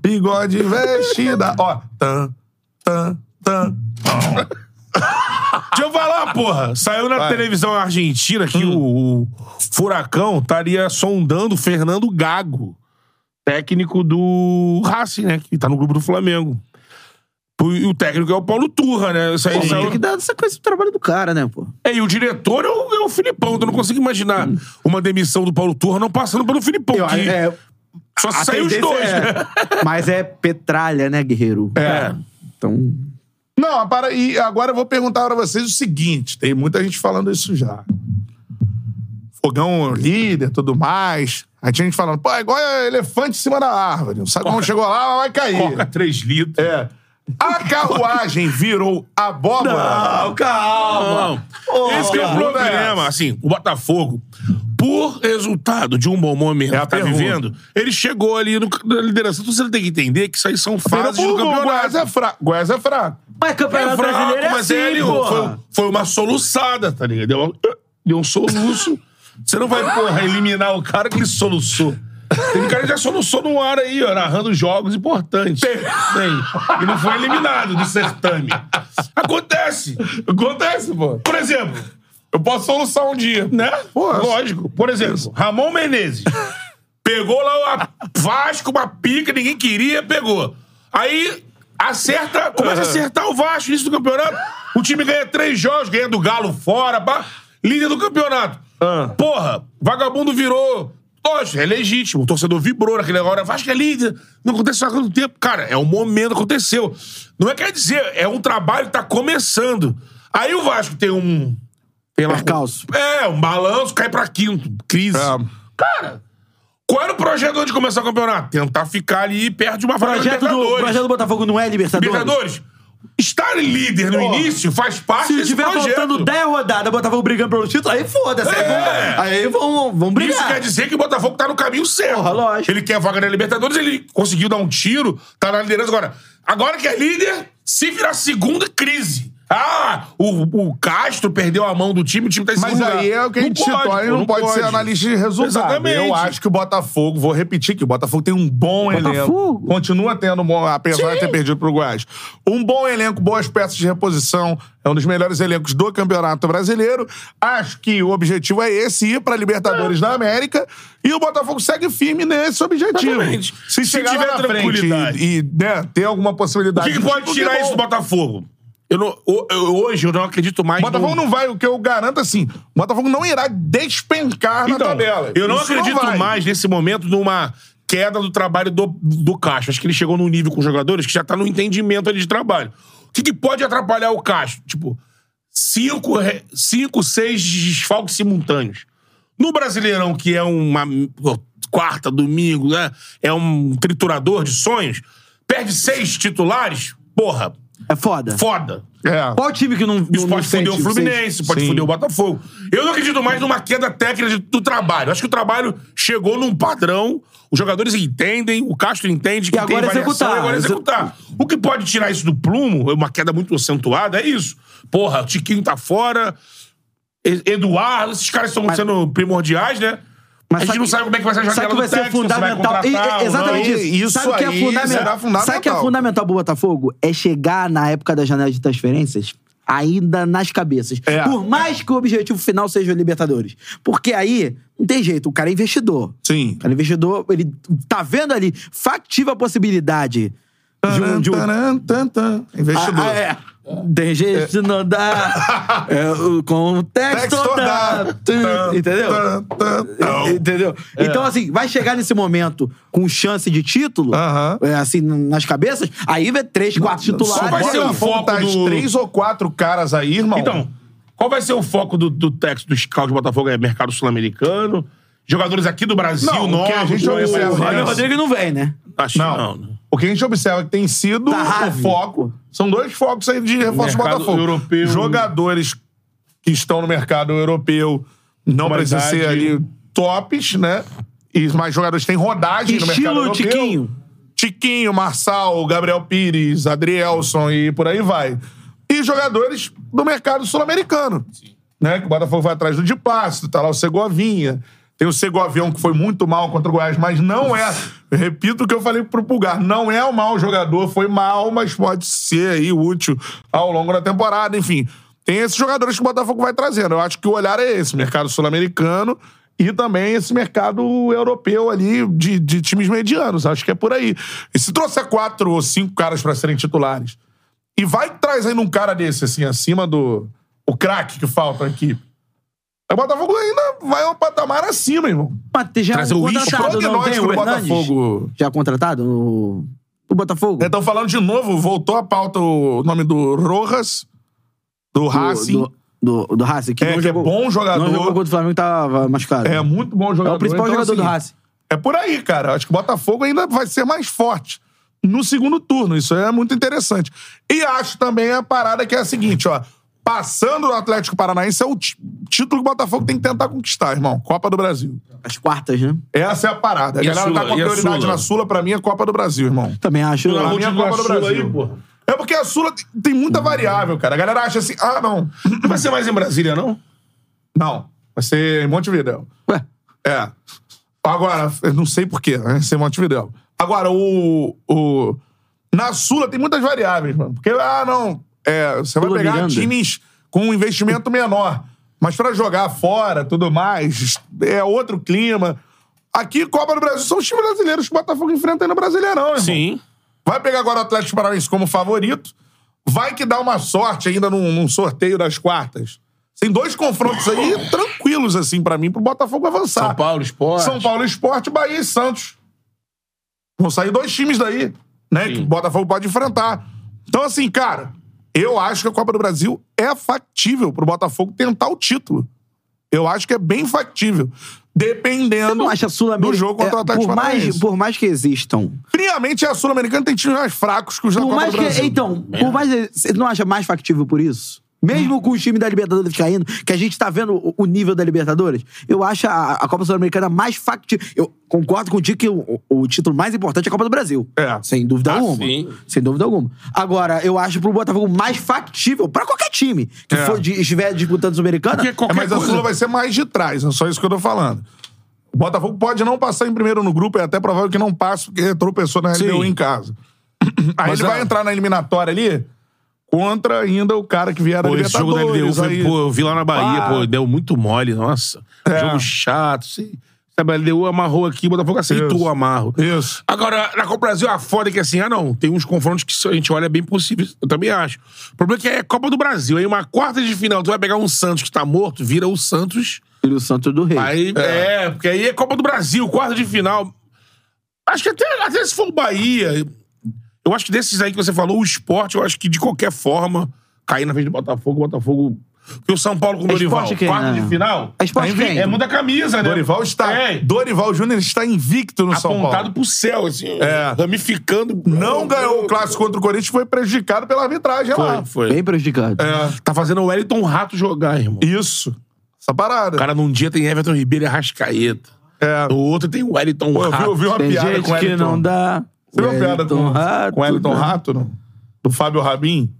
A: bigode vestida. Ó, tan, tan, tan.
B: Deixa eu falar, porra. Saiu na
A: Vai.
B: televisão argentina que o, o Furacão estaria sondando o Fernando Gago, técnico do Racing, né? Que tá no grupo do Flamengo. E o técnico é o Paulo Turra, né? Isso aí
C: Pô,
B: saiu-
C: Tem que dar essa coisa pro trabalho do cara, né, pô?
B: É, e o diretor é o, é o Filipão. Então eu não consigo imaginar uma demissão do Paulo Turra não passando pelo Filipão.
C: Eu-
B: que
C: é,
B: só
C: a
B: se saiu os
C: tendência
B: dois,
C: é-
B: né?
C: Mas é petralha, né, guerreiro?
B: É.
C: Então...
A: Não, para, e agora eu vou perguntar pra vocês o seguinte: tem muita gente falando isso já. Fogão é o líder, tudo mais. Aí tinha gente falando, pô, é igual elefante em cima da árvore. O saco não chegou lá, vai cair.
B: Coca 3 litros.
A: É. A carruagem virou abóbora.
C: calma!
B: Não. Esse que é o
A: cara.
B: problema. Assim, o Botafogo, por resultado de um bom momento
A: É a
B: que tá
A: pergunta.
B: vivendo, ele chegou ali no, na liderança. Então você tem que entender que isso aí são fases do
A: Pernambuco, o Goiás
B: campeonato.
A: é fraco. Goiás é fraco.
C: Mas campeonato brasileiro é
B: mas é
C: assim,
B: ali, foi,
C: pô.
B: foi uma soluçada, tá ligado? Deu, uma- deu um soluço. Você não vai, porra, eliminar o cara que ele soluçou. Teve cara que já soluçou no ar aí, ó, narrando jogos importantes. Tem. E não foi eliminado do certame. Acontece.
A: Acontece, pô.
B: Por exemplo,
A: Eu posso soluçar um dia.
B: né?
A: Pô,
B: Lógico. Por exemplo, Ramon Menezes. Pegou lá o Vasco, uma pica, ninguém queria, pegou. Aí acerta, começa a acertar o Vasco no início do campeonato. O time ganha três jogos, ganha do Galo fora, pá, líder do campeonato.
A: Ah.
B: Porra, vagabundo virou. Lógico, é legítimo. O torcedor vibrou naquele hora. Vasco é líder. Não aconteceu há quanto tempo. Cara, é um momento, aconteceu. Não é quer dizer, é um trabalho que tá começando. Aí o Vasco tem um. Tem lá,
C: Percalço.
B: é, um balanço, cai pra quinto. Crise.
A: É.
B: Cara, qual era o projeto antes de começar o campeonato? Tentar ficar ali perto de uma vaga na
C: Projeto do,
B: Libertadores.
C: projeto do Botafogo não é Libertadores?
B: Libertadores. Estar líder no
A: Pô,
B: início faz parte
C: Se
B: desse
C: tiver
B: projeto.
C: faltando 10 rodadas, Botafogo brigando pelo título, aí foda-se. aí
B: É.
C: vão- Aí vão, vão brigar.
B: Isso quer dizer que o Botafogo tá no caminho certo.
C: Porra, lógico.
B: Ele quer a vaga na Libertadores, ele conseguiu dar um tiro, tá na liderança agora. Agora que é líder, se virar segunda, crise. Ah, o, o Castro perdeu a mão do time, o time tá em segundo
A: Mas aí
B: lugar.
A: é o que a gente
B: pode,
A: citou, aí
B: pô,
A: não, pode, ser analista de resultado.
B: Exatamente.
A: Eu acho que o Botafogo, vou repetir que o Botafogo tem um bom elenco.
C: Botafogo?
A: Continua tendo, um bom, apesar
B: Sim.
A: de ter perdido pro Goiás. Um bom elenco, boas peças de reposição. É um dos melhores elencos do Campeonato Brasileiro. Acho que o objetivo é esse, ir pra
B: É.
A: Libertadores da América. E o Botafogo segue firme nesse objetivo.
B: Exatamente.
A: Se,
B: Se
A: chegar
B: tiver
A: lá na frente
B: tranquilidade.
A: e, e, né, ter alguma
B: O
A: possibilidade...
B: que, que
A: de
B: pode
A: título,
B: tirar
A: que bom.
B: isso do Botafogo? Eu não- ho- eu- hoje eu não acredito mais
A: O Botafogo não vai, o que eu garanto assim, o Botafogo não irá despencar na
B: Então,
A: tabela.
B: Eu não
A: Isso
B: acredito
A: vai.
B: mais nesse momento numa queda do trabalho do, do Caixa. Acho que ele chegou num nível com os jogadores que já tá no entendimento ali de trabalho. O que, que pode atrapalhar o Caixa? Tipo, cinco, re- cinco, seis desfalques simultâneos. No Brasileirão, que é uma pô, quarta, domingo, né? É um triturador de sonhos, perde seis titulares, porra,
C: É foda.
B: foda.
A: É.
C: Qual time que não.
B: Isso pode
C: não, não
B: foder o
C: sente-
B: Fluminense, pode
A: Sim.
B: foder o Botafogo. Eu não acredito mais numa queda técnica de- do trabalho. Acho que o trabalho chegou num padrão, os jogadores entendem, o Castro entende que
C: E agora é
B: tem variação,
C: executar.
B: e agora é executar. O que pode tirar isso do plumo, é uma queda muito acentuada, é isso. Porra, o Tiquinho tá fora, E- Eduardo, esses caras estão sendo primordiais, né?
C: Mas
B: a gente
C: sabe
B: não
C: que-
B: sabe como é que vai ser a
C: Sabe
B: janela
C: que
B: do
C: vai ser
B: técnico, se vai
C: fundamental. E- e-
B: contratar ou
C: exatamente
B: não.
A: não.
C: isso.
A: Isso
C: sabe o que é
A: aí
C: fundamental?
A: será fundamental.
C: Sabe o que é fundamental pro Botafogo? É chegar na época da janela de transferências ainda nas cabeças.
A: É.
C: Por mais que o objetivo final seja o Libertadores. Porque aí, não tem jeito, o cara é investidor.
A: Sim.
C: O cara é investidor, ele tá vendo ali factiva a possibilidade de um. De um...
A: Taran, tan, tan. Investidor.
C: Ah, ah, é. Tem jeito de não dá. É o contexto
A: Texto
C: da.
A: da-
C: Tu- Entendeu?
A: Tan, tan, tan.
C: Entendeu?
A: É.
C: Então, assim, vai chegar nesse momento com chance de título,
A: Aham.
C: é, assim, n- nas cabeças, aí vê três, quatro
A: Só
C: titulares.
A: vai ser o
B: um
A: foco
B: foco
A: das
B: do-
A: três ou quatro caras aí, irmão.
B: Então, qual vai ser o foco do, do texto do scout de Botafogo? É mercado sul-americano? Jogadores aqui do Brasil,
A: Não, o
B: novos?
A: que a gente
B: não é
A: observa-
B: mais-
A: Olha,
C: Olha, o Rodrigo não vem, né?
B: Acho que
A: não.
B: não. né?
A: O que a gente observa é que tem sido
C: Tá
A: o
C: rave.
A: foco. São dois focos aí de reforço do
B: Mercado
A: Botafogo.
B: europeu.
A: Jogadores que estão no mercado europeu não precisam
B: Qualidade.
A: ser ali tops, né? E mais jogadores têm rodagem no mercado
C: Estilo
A: europeu.
C: Tiquinho.
A: Tiquinho, Marçal, Gabriel Pires, Adrielson e por aí vai. E jogadores do mercado sul-americano. Né? Que o Botafogo vai atrás do de passe, tá lá o Segovinha. Tem o Segovião que foi muito mal contra o Goiás, mas não é. Repito o que eu falei pro Pulgar, não é um mau jogador, foi mal, mas pode ser aí útil ao longo da temporada, enfim. Tem esses jogadores que o Botafogo vai trazendo. Eu acho que o olhar é esse, mercado sul-americano e também esse mercado europeu ali de, de times medianos. Acho que é por aí. E se trouxer quatro ou cinco caras pra serem titulares, e vai que traz ainda um cara desse, assim, acima do. O craque que falta aqui. O Botafogo ainda vai um patamar acima, irmão.
C: Mas tem já
B: Trazer o Isco.
C: contratado, não tem
A: Prognóstico
C: o
A: do
C: Hernandes?
A: Botafogo. É
C: Já contratado no... O Botafogo?
A: Estão falando de novo, voltou à pauta o nome do Rojas, do Racing.
C: Do, do, do, do Racing. Que
A: É,
C: não
A: que é
C: jogou,
A: bom jogador.
C: Não jogou contra o Flamengo, tava machucado.
A: É muito bom
C: É
A: jogador.
C: o principal
A: Então,
C: jogador do
A: assim,
C: Racing.
A: É por aí, cara. Acho que o Botafogo ainda vai ser mais forte no segundo turno. Isso é muito interessante. E acho também a parada que é a seguinte, ó. Passando do Atlético Paranaense é o ti- título que o Botafogo tem que tentar conquistar, irmão. Copa do Brasil.
C: As quartas, né?
A: Essa é a parada. A
B: E a
A: galera tá
B: Sula?
A: com a
B: E a
A: prioridade
B: Sula?
A: na Sula, pra mim é Copa do Brasil, irmão.
C: Também acho.
B: Pelo amor
A: Pra mim
B: de
A: é
B: Deus,
A: Copa do
B: a Sula
A: Brasil.
B: aí, porra.
A: É porque a Sula tem- tem muita variável, cara. A galera acha assim, ah, não.
B: Não vai ser mais em Brasília, não?
A: Não. Vai ser um em Montevidéu.
C: Ué,
A: É. Agora, eu não sei porquê, né? Sem Montevidéu. Agora, o, o. Na Sula tem muitas variáveis, mano. Porque, ah, não. é, você vai
C: Sula
A: pegar
C: Miranda.
A: times com um investimento menor. Mas pra jogar fora, tudo mais, é outro clima. Aqui, Copa do Brasil, são os times brasileiros que o Botafogo enfrenta aí no Brasileirão, irmão.
B: Sim.
A: Vai pegar agora o Atlético Paranaense como favorito. Vai que dá uma sorte ainda num, num sorteio das quartas. Tem dois confrontos aí tranquilos, assim, pra mim, pro Botafogo avançar.
B: São Paulo, Esporte.
A: São Paulo Esporte, Bahia e Santos. Vão sair dois times daí, né? Que o Botafogo pode enfrentar. Então, assim, cara, eu acho que a Copa do Brasil é factível pro Botafogo tentar o título. Eu acho que é bem factível.
C: eu
A: Dependendo
C: não acho a Sul-Americana...
A: do jogo contra o
C: é,
A: Atlético
C: por mais,
A: Paranaense.
C: por mais que existam
A: Primeiramente, a Sul-Americana tem times mais fracos que os da
C: Por
A: Copa
C: mais
A: do
C: que,
A: Brasil.
C: então, por mais você não acha mais factível por isso? Mesmo com o time da Libertadores caindo, que a gente tá vendo o- o nível da Libertadores, eu acho a, a Copa Sul-Americana mais factível. Eu concordo contigo que o, o título mais importante é a Copa do Brasil.
A: É.
C: Sem dúvida
B: Ah,
C: alguma.
B: sim.
C: Sem dúvida alguma. Agora, eu acho pro Botafogo mais factível, pra qualquer time que
A: É.
C: for de- estiver disputando Sul-Americana,
B: Porque
A: É,
B: qualquer
A: mas a
B: coisa...
A: Sula vai ser mais de trás, é só isso que eu tô falando. O Botafogo pode não passar em primeiro no grupo, é até provável que não passe, porque tropeçou na
B: Sim.
A: LDU em casa. Aí
B: Mas
A: ele vai
B: a-
A: entrar na eliminatória ali contra ainda o cara que vier da
B: Pô, esse jogo da LDU,
A: Libertadores.
B: foi,
A: aí. É.
B: pô, eu vi lá na Bahia,
A: Ah.
B: pô, deu muito mole, nossa. Jogo chato, sim. Sabe, a LDU amarrou aqui, Botafogo aceitou
A: Isso.
B: o amarro.
A: Isso.
B: Agora, na Copa do Brasil, a foda é que assim, ah não, tem uns confrontos que a gente olha bem possíveis, eu também acho. O problema é que é Copa do Brasil, aí uma quarta de final, tu vai pegar um Santos que tá morto, vira o Santos,
C: filho Santos do Rei.
B: aí, é. porque aí é Copa do Brasil, quarta de final. Acho que até, até se for o Bahia, eu acho que desses aí que você falou, o esporte, eu acho que de qualquer forma, cair na frente do Botafogo, o Botafogo... Porque o São Paulo com o
C: É
B: Dorival,
C: esporte quem,
B: quarta
C: né?
B: de final,
C: É esporte
B: invi-
C: quem?
B: é muda a camisa, né?
A: Dorival está.
B: É,
A: Dorival Júnior está invicto no São
B: apontado
A: Paulo. É.
B: pro céu, assim, ramificando.
A: Não ganhou o clássico contra o Corinthians, foi prejudicado pela arbitragem lá.
B: Foi, foi.
C: Bem prejudicado.
A: É.
B: Tá fazendo o Wellington Rato jogar, irmão.
A: Isso. Essa parada.
B: O cara num dia tem Everton Ribeiro e Arrascaeta.
A: É.
B: No outro tem o Wellington
A: Pô, eu, vi,
B: Rato.
A: eu vi uma
C: Tem
A: piada
C: gente
A: com o
C: que
A: Elton.
C: não dá.
A: Você viu uma piada com, com o Elton
C: né?
A: Rato, não? Do Fábio Rabin?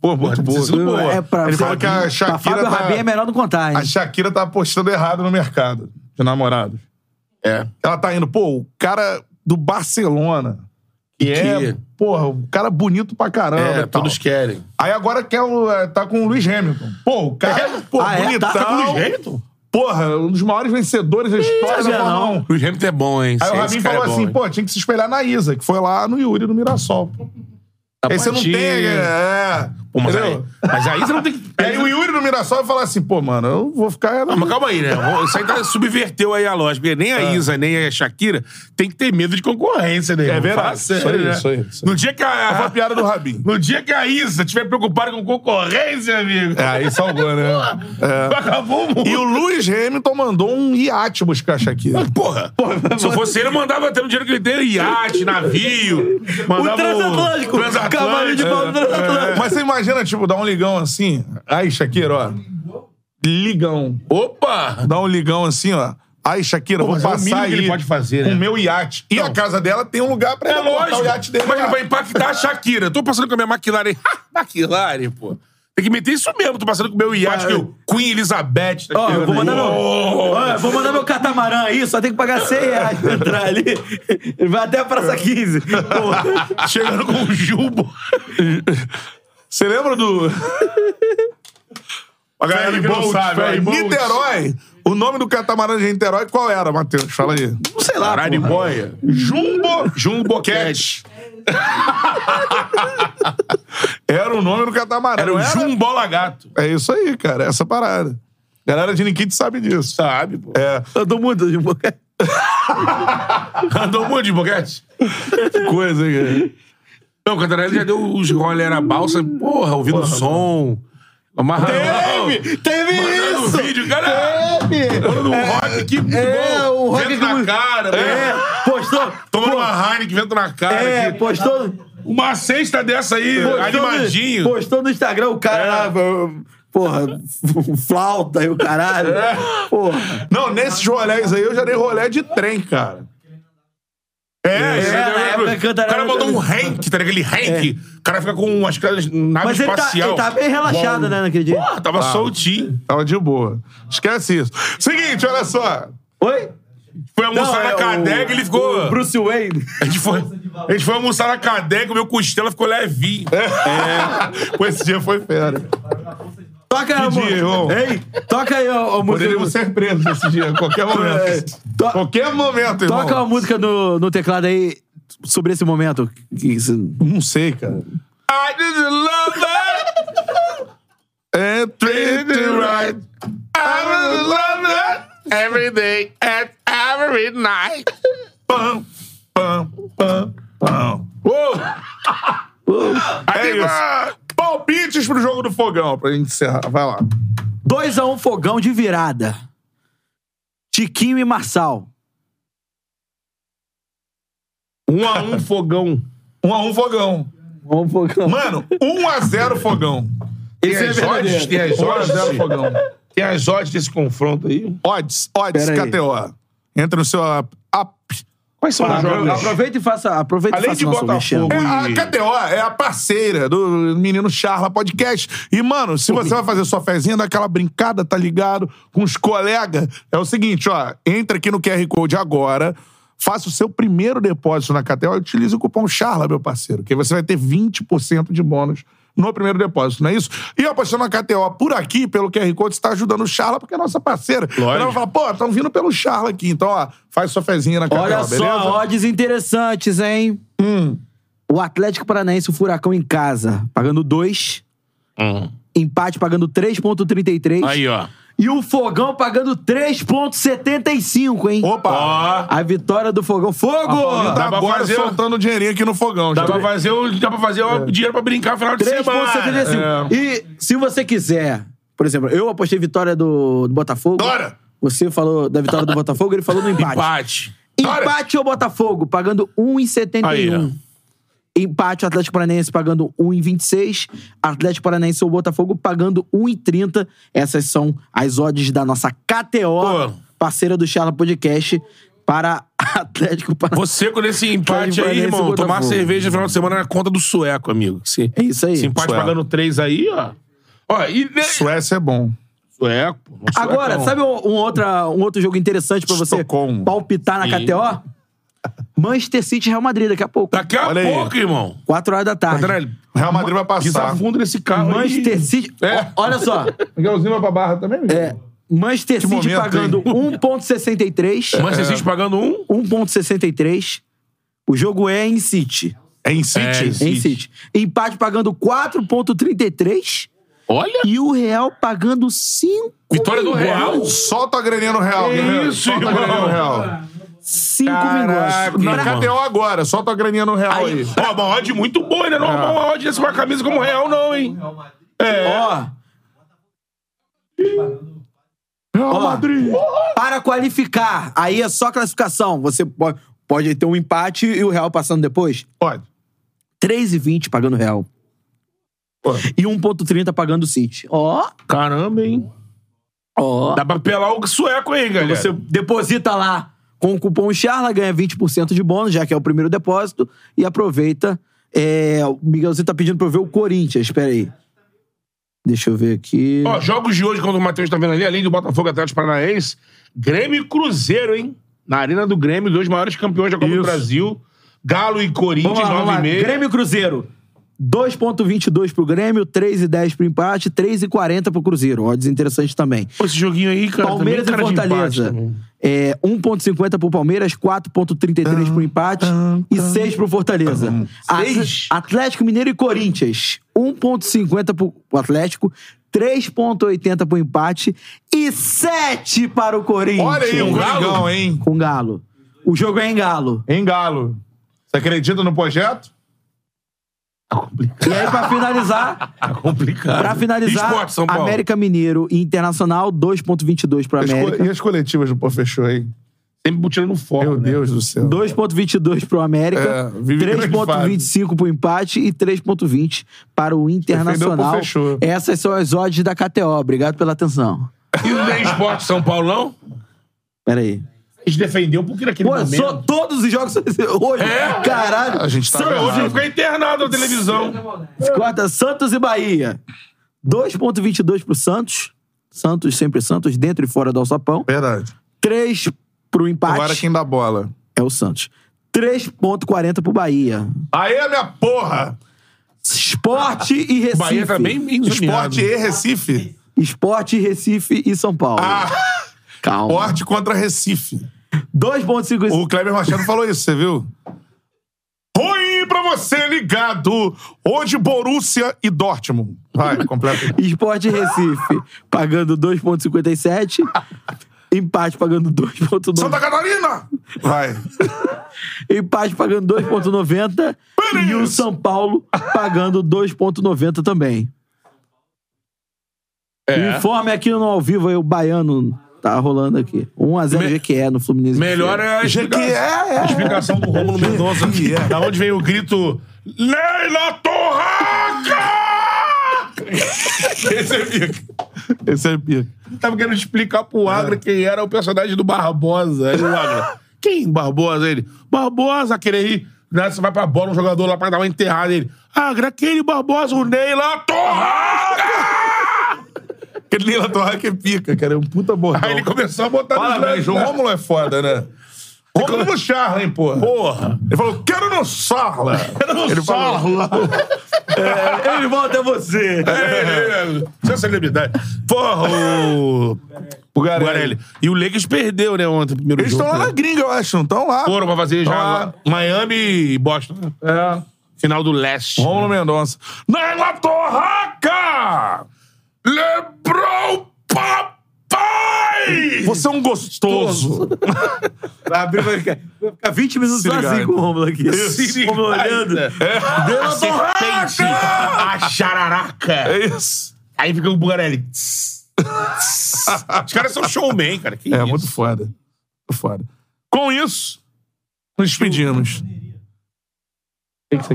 A: Pô, muito boa.
B: isso não
A: boa.
B: é
C: pra
A: Ele
C: você-
A: fala que a
C: pra
A: Shakira,
C: Fábio Rabin é
A: tá,
C: melhor não contar, hein?
A: a Shakira tá apostando errado no mercado de namorados.
B: É.
A: Ela tá indo, pô, o cara do Barcelona, que, é,
B: Que-
A: porra, um cara bonito pra caramba.
B: É,
A: e tal.
B: todos querem.
A: Aí agora quer o, é, tá com o Luiz Hamilton. Pô, o cara, pô,
C: Ah, é?
A: bonitão.
C: Tá- tá com o
B: Hamilton?
A: Porra, um dos maiores vencedores da história da
C: exagera,
A: Fórmula
C: não.
A: 1.
B: O Hamilton é bom, hein?
A: Aí o
B: Esse
A: Rabin
B: cara
A: falou
B: é bom,
A: assim,
B: hein?
A: pô, tinha que se espelhar na Isa, que foi lá no Yuri, no Mirassol.
B: Tá
A: Aí você não tem...
B: bonitinho.
A: É,
B: Pô, mas, aí,
A: entendeu?
B: mas aí você não tem que.
A: E aí o Yuri no Mirassol fala assim, pô, mano, eu vou ficar...
B: Ah, mas calma aí, né? Isso aí tá- subverteu aí a lógica. porque Nem a Isa, nem a Shakira tem que ter medo de concorrência, né?
A: É
B: irmão?
A: verdade.
B: Fala sério,
A: Isso aí,
B: né?
A: isso aí, isso aí.
B: No dia que
A: Essa foi a
B: a...
A: piada do Rabin.
B: No dia que a Isa estiver preocupada com concorrência, amigo,
A: É, aí salvou, né? É.
B: acabou o mundo.
A: E o Lewis Hamilton mandou um iate buscar a Shakira.
B: Porra, se eu fosse ele, eu mandava até no dinheiro que ele tem iate, navio.
A: Tá
B: Mandava
C: O transatlântico.
B: transatlântico. É.
C: Cavalo de
A: é.
C: pau do transatlântico.
A: Mas você imagina, tipo, dar um ligão assim. Aí, Shakira, ó. Ligão.
B: Opa!
A: Dá um ligão assim, ó. Aí, Shakira, vou
B: mas é o
A: passar
B: mínimo
A: aí
B: que ele pode fazer, né?
A: o meu iate. E a casa dela tem um lugar pra
B: É
A: ela botar
B: lógico.
A: o iate dele.
B: Mas ele
A: lá.
B: vai impactar a Shakira. Eu tô passando com a minha McLaren. McLaren, pô. Tem que meter isso mesmo. Tô passando com o meu iate, que é o Queen Elizabeth. Tá
C: Ó,
B: chegando
C: vou
B: aí.
C: mandar meu-
B: Uou!
C: Olha, vou mandar meu catamarã aí, só tem que pagar 100 reais pra entrar ali. Vai até a Praça 15. Pô.
B: Chegando com o Jumbo.
A: Você lembra do. a galera que não
B: Ferryboat,
A: sabe, ó, em
B: ferryboat.
A: Niterói. O nome do catamarã de Niterói qual era, Matheus? Fala aí.
C: Sei lá,
B: Caralho,
C: Tá, porra.
B: boia.
A: Jumbo.
B: Jumbo Cat.
A: Era o nome do catamarã.
B: Era o
A: não
B: Jumbola Gato.
A: É isso aí, cara. Essa parada. Galera de Nikit sabe disso.
B: Sabe, pô.
A: É,
C: Todo mundo tipo, de boca.
B: Andou muito de Jumbo Cat?
A: que coisa, hein, cara.
B: Não, o Cantarelli já deu os rolê na balsa. Porra, ouvindo o som. Amarrando.
A: Teve
B: Mandando vídeo, cara. Falando um rock, que
C: É,
B: bom.
C: o rock
B: vento
C: que-
B: na cara,
C: É,
B: né?
C: postou.
B: Tomando uma Heineken, vento na cara.
C: É,
B: que-
C: postou.
B: Uma cesta dessa aí,
C: postou no-
B: animadinho. É.
C: Postou no Instagram o cara lá. Porra, flauta e o caralho.
B: É.
C: Porra.
A: Não, nesses rolés aí eu já dei rolé de trem, cara.
B: É, é,
C: na época que
B: O cara
C: Cantarelli-
B: mandou um rank, tá ligado? Aquele rank. O cara fica com as caras nave
C: Mas ele tá,
B: É espacial.
C: ele tá bem relaxado, né, naquele dia.
B: Porra, tava soltinho.
A: Tava de boa. Esquece isso. Seguinte, olha só.
C: Oi?
B: Foi almoçar na
C: é o-
B: Cadeg, ele ficou.
C: o Bruce Wayne.
B: A gente foi, a gente foi almoçar na Cadeg, o meu costela ficou levinho.
A: Pô, esse dia foi fera.
C: Toca aí, amor.
A: dia, irmão?
C: Ei, toca aí, ó, ó, música.
A: Poderíamos ser presos esse dia, a qualquer
C: É,
A: momento.
C: to-
A: Qualquer momento, irmão.
C: Toca uma música no, no teclado aí sobre esse momento. Que isso-
A: Não sei, cara.
B: I did love that.
A: É treat the right.
B: I did love that. Every day and every night.
A: Pam, pam, pam, pam.
B: Uou!
A: É isso. Palpites pro jogo do fogão, pra gente encerrar. Vai lá.
C: 2x1 fogão de virada. Tiquinho e Marçal.
B: Um a um fogão.
A: 1 a 1 fogão.
C: Vamos fogão.
A: Mano, 1 a 0 fogão.
B: Tem
C: Esse é
B: as odds,
C: verdadeiro.
B: tem as
A: 1 a 0
B: odds.
A: fogão.
B: Tem as odds desse confronto aí.
A: Odds, odds,
C: Pera aí.
A: KTO. Entra no seu app. app.
B: Quais são os
C: Apro-
B: jogos?
C: Aproveita e faça, aproveita e
B: Além
C: faça
B: de
C: nosso
B: Botafogo,
A: É,
C: mexendo.
A: a
B: Ui.
A: KTO é a parceira do Menino Charla Podcast. E, mano, se você vai fazer sua fezinha, dá aquela brincada, tá ligado? Com os colegas. É o seguinte, ó. Entra aqui no QR Code agora. Faça o seu primeiro depósito na KTO e utilize o cupom CHARLA, meu parceiro, que você vai ter 20% de bônus no primeiro depósito, não é isso? E apostando na KTO por aqui, pelo QR Code, você tá ajudando o Charla, porque é nossa parceira.
B: Lógico.
A: Ela vai falar, pô, estão vindo pelo Charla aqui. Então, ó, faz sua fezinha na KTO,
C: Olha
A: Ah, beleza? Hum.
C: só, odds interessantes, hein? O Atlético Paranaense, o Furacão em casa, pagando 2.
B: Hum.
C: Empate pagando 3,33.
B: Aí, ó.
C: E o Fogão pagando 3,75, hein?
A: Opa!
B: Ó.
C: A vitória do Fogão. Fogo!
A: Paulinho tá
B: Dá pra
A: agora
B: fazer- um-
A: soltando o dinheirinho aqui no fogão.
B: Dá
A: gente.
B: pra fazer, o- dá pra fazer o dinheiro pra brincar no final de semana. É.
C: 3,75. E se você quiser, por exemplo, eu apostei vitória do, do Botafogo.
A: Dora!
C: Você falou da vitória do Botafogo, ele falou no empate.
B: Empate.
C: Empate ao Botafogo, pagando 1,71.
B: Aí,
C: Empate ao Atlético Paranaense pagando 1,26. Atlético Paranaense ou Botafogo pagando 1,30. Essas são as odds da nossa KTO,
B: Pô.
C: parceira do Charla Podcast, para Atlético Paranaense.
B: Você com esse empate
C: Tá
B: aí,
C: empatando
B: irmão,
C: esse
B: tomar
C: Botafogo.
B: cerveja no final de semana na conta do sueco, amigo. Se,
C: É isso aí.
B: se empate
A: Sueco.
B: pagando três aí, ó. Ó, e...
A: Suécia é bom.
B: Sueco. é pô. Nosso
C: Agora,
B: suecão.
C: sabe um, um outra, um outro jogo interessante pra você
A: Estocolmo.
C: palpitar na
B: Sim. Tá.
C: KTO? Manchester City e Real Madrid daqui a pouco.
B: Daqui a
A: Olha aí.
B: pouco, irmão.
C: 4 horas da tarde.
B: Cantarelli,
A: Real Madrid vai
B: Pisa
A: passar.
B: fundo nesse carro aí.
C: Manchester City.
B: É.
C: O- olha só.
A: Miguelzinho vai pra barra também?
C: É, Manchester City
A: momento,
C: pagando
A: hein? É.
C: 1,63.
B: Manchester City pagando um.
C: 1,63. O jogo é em City.
A: É em City?
B: É, em
C: Em
B: City.
C: City. Empate pagando 4,33.
B: Olha!
C: E o Real pagando 5.
B: Vitória do Real.
A: Solta a graninha no Real,
B: Que
A: Guerreiro.
B: isso,
A: solta
B: irmão.
A: a graninha no Real.
C: 5
A: Caraca,
C: milhões.
A: na
B: irmão.
A: KTO agora, solta a graninha no Real aí.
B: Ó, uma odd muito boa, né? Não é uma odd dessa com a camisa como Real, não, hein?
A: É.
C: Ó,
A: Real
C: Ó.
A: Madrid.
C: para qualificar, aí é só classificação. Você pode, pode ter um empate e o Real passando depois.
A: Pode.
C: 3,20 pagando o Real.
A: Pô.
C: E 1,30 pagando o City. Ó,
B: Caramba, hein?
C: ó.
B: Dá pra pelar o sueco aí, galera.
C: Você deposita lá com o cupom Charla, ganha 20% de bônus, já que é o primeiro depósito, e aproveita. É, o Miguelzinho tá pedindo pra eu ver o Corinthians, espera aí. Deixa eu ver aqui.
B: Ó, jogos de hoje, quando o Matheus tá vendo ali, além do Botafogo e Atlético Paranaense, Grêmio e Cruzeiro, hein? Na Arena do Grêmio, dois maiores campeões da Copa do
C: Isso.
B: Brasil. Galo e Corinthians,
C: Vamos lá, vamos lá.
B: 9,5.
C: Grêmio e Cruzeiro. 2.22 pro Grêmio, 3,10 pro empate, 3,40 pro Cruzeiro. Odds interessante também.
B: Pô, esse joguinho aí, cara,
C: Palmeiras
B: também, é
C: e
B: cara de
C: Fortaleza.
B: empate também.
C: É, 1,50 pro Palmeiras, 4,33 pro empate e 6 pro Fortaleza. At-
B: Seis?
C: Atlético Mineiro e Corinthians. 1,50 pro Atlético, 3,80 pro empate e 7 para o Corinthians.
A: Olha aí, um
B: Galo?
A: Coringão, hein?
C: Com Galo. O jogo é em Galo.
A: Em Galo. Você acredita no projeto?
C: E aí, pra finalizar,
B: Tá complicado.
C: pra finalizar,
B: Esporte, São Paulo.
C: América Mineiro e Internacional, 2,22 pro
A: As co-
C: América.
A: E as coletivas do Pô Fechou, hein?
B: Sempre tirando no foco,
A: Meu
B: né?
A: Deus do céu.
C: 2,22 pro
A: É,
C: América,
A: vive grande
C: 3,25 pro empate e 3,20 para o Internacional.
A: Defendeu, pô, fechou.
C: Essas são as odds da KTO. Obrigado pela atenção.
B: E o Day Esporte São Paulo, não?
C: Pera aí.
B: A gente defendeu porque naquele
C: Pô,
B: momento...
C: só todos os jogos hoje.
B: É?
C: Caralho.
A: A gente tá
C: Santos,
A: vendo.
B: Hoje ele fica internado na televisão.
C: corta Santos e Bahia. 2,22 pro Santos. Santos, sempre Santos, dentro e fora do alçapão.
A: Verdade.
C: 3 pro empate.
A: Agora quem dá bola.
C: É o Santos. 3,40 pro Bahia.
A: Aê, minha porra!
C: Esporte e Recife.
A: tá
B: Bahia também bem zoneado.
A: Esporte e Recife.
C: Esporte, Recife e São Paulo.
A: Ah,
C: Calma.
A: Esporte contra Recife.
C: 2,5.
A: O Kleber Machado falou isso, você viu? Oi pra você ligado! Hoje Borussia e Dortmund. Vai, completa. aí.
C: Esporte Recife pagando 2,57. Empate pagando 2,9.
A: Santa Catarina! Vai.
C: Empate pagando 2,90. E o São Paulo pagando 2,90 também.
B: é.
A: É.
C: Informe aqui no ao vivo aí, o baiano tá rolando aqui. 1x0 GQE no Fluminense.
B: Melhor é a explicação,
A: é, é.
B: a explicação do Rômulo Mendonça.
A: Que é.
B: Da onde vem o grito Leila Torraca!
A: Esse é pica. Esse é pica.
B: Tava querendo explicar pro Agra quem era o personagem do Barbosa. Aí o Agra, quem Barbosa? Ele, Barbosa, aquele aí. Né, você vai pra bola, um jogador lá pra dar uma enterrada. Ele, Agra, aquele Barbosa, o Neila Torraca!
A: Aquele Lila Torraca é pica, cara. É um puta bordão.
B: Aí ele começou a botar
A: Parabéns, o
B: lances, né?
A: Rômulo é foda, né? Rômulo no charla, hein, porra.
B: Porra!
A: Ele falou, quero no sarla.
B: Ele fala.
C: é. Ele volta a você.
B: É, ele, você é celebridade. Porra, o.
A: O
B: o Guarelli. E o Lakers perdeu, né, ontem, o primeiro
A: Eles
B: jogo.
A: estão lá na
B: né?
A: gringa, eu acho, não estão lá.
B: Foram pra fazer já
A: Ah.
B: lá, Miami e Boston. né?
A: É.
B: Final do leste.
A: Rômulo Mendonça. Naila Torraca!
B: Lebron Papai!
A: Você é um gostoso.
C: Vai abrir, vai ficar, vai ficar 20 minutos
A: Se ligar,
C: sozinho com o Rômulo aqui.
A: É
B: Se
C: O Rômulo
B: ligar,
C: olhando.
B: né?
A: Tá
C: Deu uma torrada.
B: Serpente, a
A: É
B: chararaca.
A: isso.
B: Aí fica o Bugarelli. Tss, tss. Os caras são showman, cara. Que
A: É,
B: isso?
A: muito foda. Muito foda. Com isso, nos despedimos.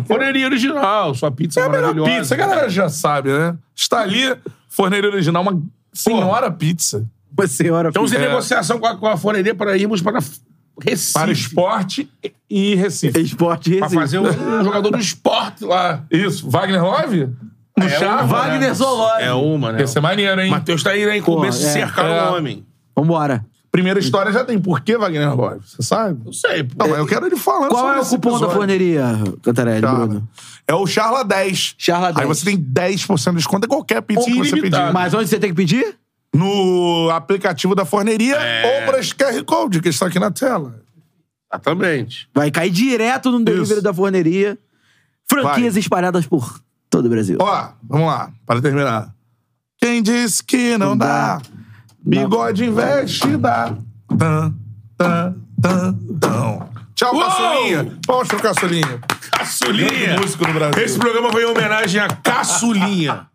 B: Poderia original, sua pizza
A: É a melhor
B: maravilhosa.
A: pizza, a galera já sabe, né? Está ali, forneira original, uma senhora pizza.
C: Uma senhora.
B: Estamos em
A: É.
B: Então, negociação com a, com a forneria para irmos para Recife.
A: Para esporte e Recife.
C: Esporte
B: Pra
C: Recife.
B: fazer um, um jogador do esporte lá.
A: Isso, Wagner Love? No
B: É
A: Charla?
B: uma,
C: Wagner
B: né?
C: Zoloni.
B: É uma, né?
A: Ia ser maneiro, hein?
B: Matheus tá aí, né? Em começo
C: Pô, é.
B: cercar
A: É.
B: o homem.
C: Vambora.
A: Primeira história já tem. Por que Wagner Love? Você sabe?
B: Não sei. pô.
A: Não, mas eu quero ele falando
C: Qual
A: sobre
C: é o
A: esse
C: cupom da
A: episódio.
C: forneria, Cantarelli,
A: Charla.
C: Bruno?
A: É o Charla 10.
C: Charla
A: Aí
C: 10.
A: você tem 10% de desconto em qualquer pizza que você
B: Ilimitado.
A: pedir.
C: Mas onde você tem que pedir?
A: no aplicativo da forneria
B: É.
A: ou para esse QR Code que está aqui na tela.
B: Exatamente.
C: Vai cair direto no delivery
A: Isso.
C: da forneria. Franquias
A: Vai.
C: espalhadas por todo o Brasil.
A: Ó, vamos lá, para terminar. Quem disse que não,
C: Não
A: dá,
C: dá.
A: bigode investe dá. Tan, tan, tan, tan. Tchau,
B: Uou!
A: caçulinha. Palmas pro caçulinha.
B: Caçulinha!
A: Grande músico no Brasil.
B: Esse programa foi em homenagem a Caçulinha.